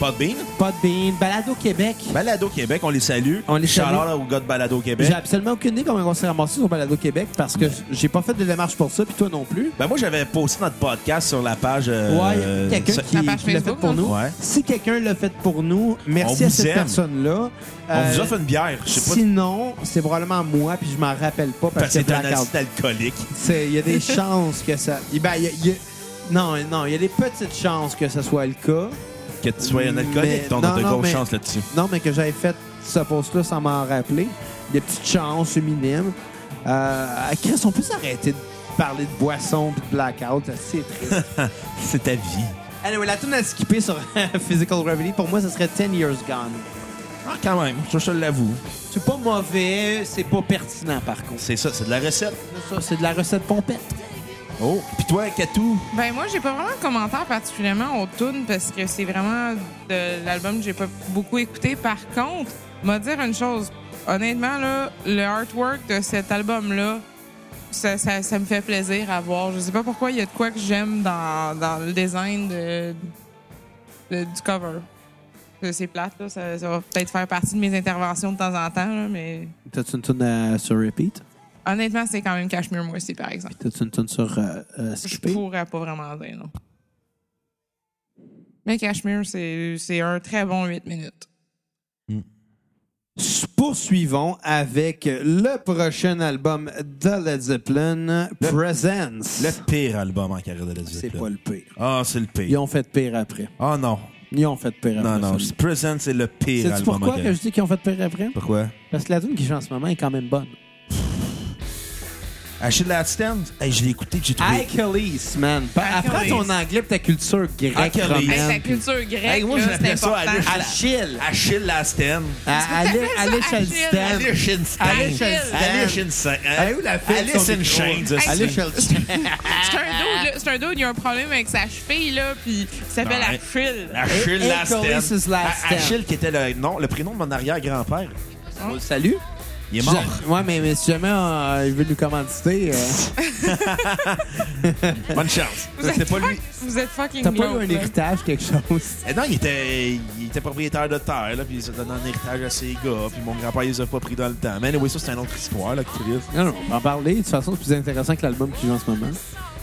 Speaker 3: Podbean.
Speaker 1: Podbean, Balado Québec.
Speaker 3: Balado Québec, on les salue.
Speaker 1: On les salue.
Speaker 3: Shout-out au gars de Balado Québec.
Speaker 1: J'ai absolument aucune idée comment on s'est ramassé sur Balado Québec parce que j'ai pas fait de démarche pour ça, puis toi non plus.
Speaker 3: Ben moi, j'avais posté notre podcast sur la page. euh,
Speaker 1: Ouais, il y a
Speaker 3: ça-
Speaker 1: quelqu'un qui,
Speaker 4: La page
Speaker 1: qui l'a fait
Speaker 4: Facebook,
Speaker 1: pour
Speaker 4: dans le
Speaker 1: nous.
Speaker 3: fond. Ouais.
Speaker 1: Si quelqu'un l'a fait pour nous, merci
Speaker 3: On
Speaker 1: à
Speaker 3: vous
Speaker 1: cette
Speaker 3: aime.
Speaker 1: personne-là.
Speaker 3: On
Speaker 1: Euh,
Speaker 3: vous offre une bière. Je sais pas.
Speaker 1: Sinon, c'est probablement moi, puis je m'en rappelle pas
Speaker 3: Parce
Speaker 1: parce,
Speaker 3: que
Speaker 1: que
Speaker 3: c'est un
Speaker 1: blackout.
Speaker 3: acide alcoolique.
Speaker 1: C'est- Il y a (laughs) des chances que ça. Eh ben, il y a- il y a- Non, non, il y a des petites chances que ce soit le cas.
Speaker 3: Que tu sois un
Speaker 1: Mais-
Speaker 3: alcoolique, t'en as
Speaker 1: non,
Speaker 3: de
Speaker 1: non,
Speaker 3: grosses
Speaker 1: mais-
Speaker 3: chances là-dessus.
Speaker 1: Non, mais que j'avais fait ce post-là sans m'en rappeler. Des petites chances minimes. Euh, Chris, on peut s'arrêter de parler de boissons et de blackout. C'est triste.
Speaker 3: C'est ta vie.
Speaker 1: (laughs) anyway, la tune à skipper sur (laughs) Physical Gravity, pour moi, ce serait 10 Years Gone.
Speaker 3: Ah, quand même. Ça, je te l'avoue.
Speaker 1: C'est pas mauvais, c'est pas pertinent, par contre.
Speaker 3: C'est ça, c'est de la recette.
Speaker 1: Ça, C'est de la recette pompette.
Speaker 3: Oh. Puis toi, Katou,
Speaker 4: Ben moi, j'ai pas vraiment de commentaires particulièrement aux tunes parce que c'est vraiment de l'album que j'ai pas beaucoup écouté. Par contre, m'a dire une chose. Honnêtement, là, le artwork de cet album-là, ça, ça- ça me fait plaisir à voir. Je sais pas pourquoi, il y a de quoi que j'aime dans, dans le design de, de- du cover. C'est- C'est plate, là. Ça, ça va peut-être faire partie de mes interventions de temps en temps, là, mais
Speaker 1: T'as-tu une tune euh, sur repeat?
Speaker 4: honnêtement, c'est quand même Cashmere moi aussi, par exemple.
Speaker 1: T'as-tu une tune sur euh, euh,
Speaker 4: Je
Speaker 1: skipper?
Speaker 4: pourrais pas vraiment dire, non. Mais Cashmere, c'est c'est un très bon 8 minutes.
Speaker 1: Poursuivons avec le prochain album de Led Zeppelin, Presence.
Speaker 3: le pire album en carrière de Led
Speaker 1: C'est
Speaker 3: Zeppelin.
Speaker 1: pas le pire.
Speaker 3: Ah, c'est le pire.
Speaker 1: Ils ont fait pire après.
Speaker 3: Ah non.
Speaker 1: Ils ont fait pire
Speaker 3: Non,
Speaker 1: après.
Speaker 3: non.
Speaker 1: ça.
Speaker 3: Present, c'est le pire
Speaker 1: Sais-tu
Speaker 3: album en
Speaker 1: pourquoi que
Speaker 3: carrière.
Speaker 1: je dis qu'ils ont fait pire après?
Speaker 3: Pourquoi?
Speaker 1: Parce que la tune qui joue en ce moment est quand même bonne.
Speaker 3: Achille Last Stand, hey, je l'ai écouté, j'ai trouvé.
Speaker 1: Achilles, man. Apprends
Speaker 4: Achilles.
Speaker 1: ton anglais pis ta culture grecque
Speaker 3: Achilles.
Speaker 1: romaine.
Speaker 4: Hey,
Speaker 3: Bien.
Speaker 4: la culture grecque,
Speaker 3: Hey, moi,
Speaker 4: là,
Speaker 3: je
Speaker 4: c'est
Speaker 3: l'appelais ça
Speaker 4: important.
Speaker 3: à l'œuf.
Speaker 1: Achille.
Speaker 3: Achille Last Stand.
Speaker 1: Allez, allez,
Speaker 4: Achille.
Speaker 1: Sheldon.
Speaker 3: Alice in
Speaker 1: Alice
Speaker 3: Chains.
Speaker 4: in-
Speaker 3: Alice in Chains.
Speaker 1: Elle est où la fille de
Speaker 3: Alice
Speaker 1: son
Speaker 3: in
Speaker 1: micro?
Speaker 3: Chains. aussi.
Speaker 1: Allez, Sheldon.
Speaker 3: (laughs)
Speaker 4: Ah, C'est un dude, là, c'est un dude, il a un problème avec sa cheville, là, puis il s'appelle
Speaker 3: Ouais.
Speaker 4: Achille.
Speaker 3: Achille
Speaker 1: Et- et
Speaker 3: Last Stand.
Speaker 1: Achilles Last
Speaker 3: Ah, Achille qui était le, nom, le prénom de mon arrière-grand-père.
Speaker 1: Oh, Salut.
Speaker 3: Il est mort.
Speaker 1: Ouais, mais, mais si jamais euh, il veut nous commanditer, euh,
Speaker 3: Bonne chance.
Speaker 4: Vous
Speaker 3: C'était
Speaker 4: êtes,
Speaker 3: pas
Speaker 4: fuck-
Speaker 3: lui.
Speaker 4: vous êtes fucking
Speaker 1: t'as pas
Speaker 4: glauque,
Speaker 1: eu un
Speaker 4: là.
Speaker 1: héritage, quelque chose?
Speaker 3: Eh non, il était, il était propriétaire de terre, là, puis il s'est donné un héritage à ses gars, puis mon grand-père, il les a pas pris dans le temps. Mais oui, ça, c'est une autre histoire, là, qui triste.
Speaker 1: Non, non, on va en parler. De toute façon, c'est plus intéressant que l'album qui joue en ce moment.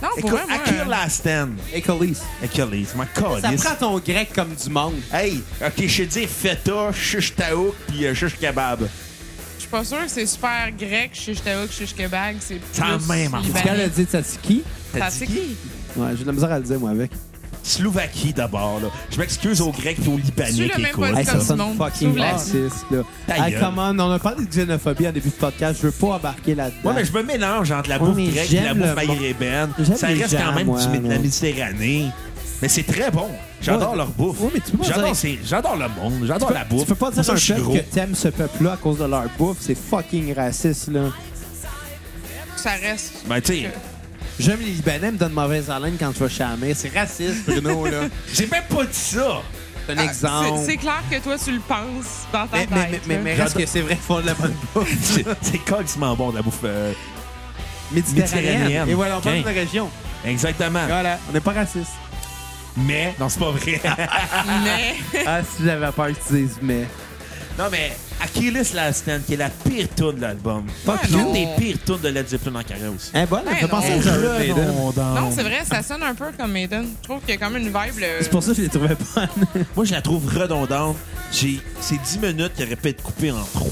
Speaker 4: Non, pour
Speaker 3: Écoute,
Speaker 4: vrai, moi,
Speaker 3: Akir
Speaker 4: euh,
Speaker 3: Lasten.
Speaker 1: Ecolis.
Speaker 3: Achilles, ma
Speaker 1: Ça
Speaker 3: calice.
Speaker 1: prend ton grec comme du monde.
Speaker 3: Hey, ok, je te dis feta, chuche taouk, puis euh, chuche kebab.
Speaker 4: je suis pas sûre que c'est super grec, shish taouk, shish kebab, c'est plus
Speaker 3: Quand même, en fait.
Speaker 1: Tu
Speaker 4: libanais.
Speaker 1: as dit Tsatsiki?
Speaker 3: T'as
Speaker 4: Ça, c'est
Speaker 3: dit
Speaker 4: qui?
Speaker 1: Ouais, j'ai de la misère à le dire, moi, avec.
Speaker 3: Slovaquie d'abord, là. Je m'excuse aux Grecs et aux
Speaker 4: Tu
Speaker 3: Libanais
Speaker 4: l'as
Speaker 3: qui
Speaker 4: même pas
Speaker 3: écoutent.
Speaker 4: dit
Speaker 1: Hey,
Speaker 4: comme
Speaker 1: ça
Speaker 4: du
Speaker 1: sonne
Speaker 4: monde.
Speaker 1: fucking
Speaker 4: S'ouvre la-
Speaker 1: raciste, là.
Speaker 3: Ta
Speaker 1: Hey,
Speaker 3: gueule.
Speaker 1: comment on a parlé de xénophobie en début de podcast. Je veux pas embarquer là-dedans.
Speaker 3: Ouais, mais je me mélange entre la
Speaker 1: Ouais,
Speaker 3: bouffe
Speaker 1: mais
Speaker 3: grecque et la
Speaker 1: j'aime
Speaker 3: bouffe
Speaker 1: le bon-
Speaker 3: maghrébine.
Speaker 1: J'aime
Speaker 3: Ça
Speaker 1: les
Speaker 3: reste
Speaker 1: gens,
Speaker 3: quand même
Speaker 1: moi,
Speaker 3: du- de
Speaker 1: là.
Speaker 3: la Méditerranée. Mais c'est très bon. J'adore
Speaker 1: Ouais.
Speaker 3: leur bouffe.
Speaker 1: Ouais, mais tu peux pas
Speaker 3: J'adore
Speaker 1: dire-
Speaker 3: ces- J'adore le monde.
Speaker 1: Tu
Speaker 3: J'adore
Speaker 1: peux-
Speaker 3: la bouffe.
Speaker 1: Tu peux pas
Speaker 3: Pour
Speaker 1: dire
Speaker 3: ça,
Speaker 1: un
Speaker 3: je suis
Speaker 1: chef
Speaker 3: gros.
Speaker 1: que t'aimes ce peuple-là à cause de leur bouffe. C'est fucking raciste, là.
Speaker 4: Ça reste.
Speaker 3: Ben, tu sais,
Speaker 1: J'aime les Libanais, me donnent mauvaise haleine quand je vais chez la mère. C'est raciste, Bruno, là.
Speaker 3: j'ai même pas dit
Speaker 1: (laughs)
Speaker 3: ça.
Speaker 1: C'est un
Speaker 4: Ah,
Speaker 1: exemple.
Speaker 4: c'est- C'est clair que toi, tu le penses dans ta
Speaker 1: Mais,
Speaker 4: tête.
Speaker 1: mais, mais, mais,
Speaker 4: là.
Speaker 1: mais
Speaker 3: là.
Speaker 1: reste que c'est vrai qu'ils font de la bonne bouffe.
Speaker 3: C'est c'est colissement bon, la bouffe euh, Méditerranéenne.
Speaker 1: Méditerranéenne. Et voilà, on parle
Speaker 3: Ok.
Speaker 1: de la région.
Speaker 3: Exactement.
Speaker 1: Voilà, on n'est pas raciste.
Speaker 3: Mais, non, c'est pas vrai. (laughs)
Speaker 4: Mais-
Speaker 1: ah, si j'avais peur que tu dises mais.
Speaker 3: non, mais Achilles Last Stand, qui est la pire tune de l'album.
Speaker 1: Fuck
Speaker 3: C'est une
Speaker 1: you.
Speaker 3: des pires tunes de Led Zeppelin en carrière aussi.
Speaker 1: Eh, bon, on
Speaker 4: Ben
Speaker 1: fait penser à
Speaker 4: non.
Speaker 1: Jared Maiden.
Speaker 4: Non, c'est vrai, ça sonne un peu comme Maiden. Je trouve qu'il y a comme une vibe. le-
Speaker 1: C'est pour ça que je les trouvais pas.
Speaker 3: Moi, je la trouve redondante. J'ai... C'est 10 minutes qui auraient pu être coupées en 3.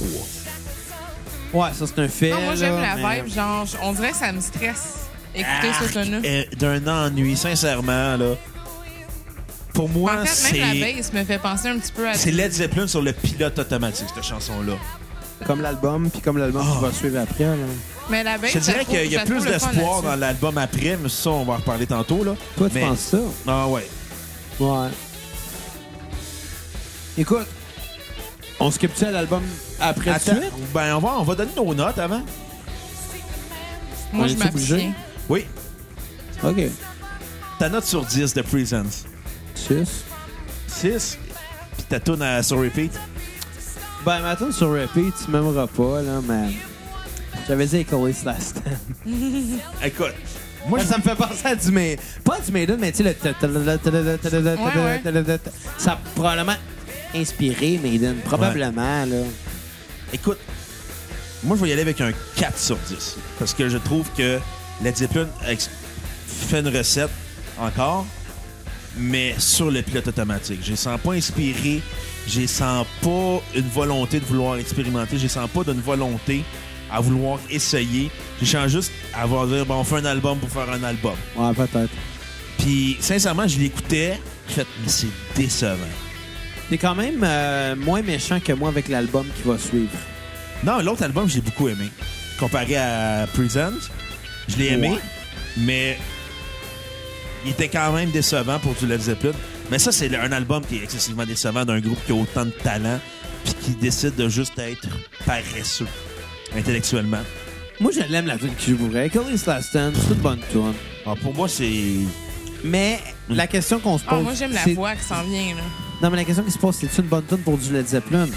Speaker 1: ouais, ça, c'est un fait.
Speaker 4: Non, moi, j'aime
Speaker 1: là,
Speaker 4: la
Speaker 1: mais-
Speaker 4: vibe. Genre, je- on dirait que ça me stresse. Écouter ce
Speaker 3: Arc,
Speaker 4: son-là.
Speaker 3: euh, d'un ennui, sincèrement, là. Pour moi,
Speaker 4: En fait, même la
Speaker 3: c'est...
Speaker 4: base me fait penser un petit peu à.
Speaker 3: C'est Led Zeppelin sur le pilote automatique, cette chanson-là.
Speaker 1: Comme l'album, puis comme l'album
Speaker 3: Ah.
Speaker 1: qui va suivre après. Là.
Speaker 4: Mais la base.
Speaker 3: Je te dirais
Speaker 4: trouve-
Speaker 3: qu'il y a
Speaker 4: je Ben, trouve
Speaker 3: plus
Speaker 4: le fun
Speaker 3: d'espoir dans
Speaker 4: là-dessus.
Speaker 3: l'album après, mais ça, on va en reparler tantôt, là.
Speaker 1: Toi, tu
Speaker 3: Mais-
Speaker 1: penses ça?
Speaker 3: Ah ouais.
Speaker 1: Ouais. Écoute, on skip-tu à l'album après
Speaker 3: Attends,
Speaker 1: tout de suite?
Speaker 3: ben, on va, on va donner nos notes avant.
Speaker 4: Moi,
Speaker 1: On
Speaker 4: je
Speaker 1: est-tu obligé?
Speaker 4: m'abstiens.
Speaker 3: Oui,
Speaker 1: OK.
Speaker 3: ta note sur 10 de Presence.
Speaker 1: 6.
Speaker 3: 6. Puis ta tune à sur repeat.
Speaker 1: Ben, ma tune sur repeat, tu m'aimeras pas, là, mais... J'avais dit Echolis Last Stand.
Speaker 3: Écoute,
Speaker 1: Moi, ça me fait penser à du Maiden. Pas du Maiden, mais tu sais, le... ta- ta- ta- ta- ta- ta- ta-
Speaker 4: Ouais,
Speaker 1: ta- ta- ta- Ça a probablement inspiré Maiden. Probablement, là.
Speaker 3: écoute, moi je vais y aller avec un 4 sur 10. Parce que je trouve que la Zeppelin ex- fait une recette encore, mais sur le pilote automatique. Je les sens pas inspiré, je les sens pas une volonté de vouloir expérimenter, je les sens pas d'une volonté à vouloir essayer. Je les sens juste à vouloir dire, bon, on fait un album pour faire un album.
Speaker 1: Ouais, peut-être.
Speaker 3: Puis, sincèrement, je l'écoutais. J'ai fait, mais c'est décevant.
Speaker 1: T'es quand même euh, moins méchant que moi avec l'album qui va suivre.
Speaker 3: Non, l'autre album, j'ai beaucoup aimé. Comparé à Present, je l'ai aimé,
Speaker 1: Ouais.
Speaker 3: mais il était quand même décevant pour du Led Zeppelin. Mais ça, c'est le- un album qui est excessivement décevant d'un groupe qui a autant de talent puis qui décide de juste être paresseux intellectuellement.
Speaker 1: Moi, je l'aime, la tune qui joue vrai. Echolis Last Stand, c'est une bonne tune.
Speaker 3: Alors, Ah, pour moi, c'est...
Speaker 1: Mais la question qu'on se
Speaker 4: Ah,
Speaker 1: pose.
Speaker 4: moi, j'aime la
Speaker 1: c'est-
Speaker 4: voix qui s'en vient, là.
Speaker 1: Non, mais la question qui se pose, c'est-tu une bonne tune pour du Led Zeppelin?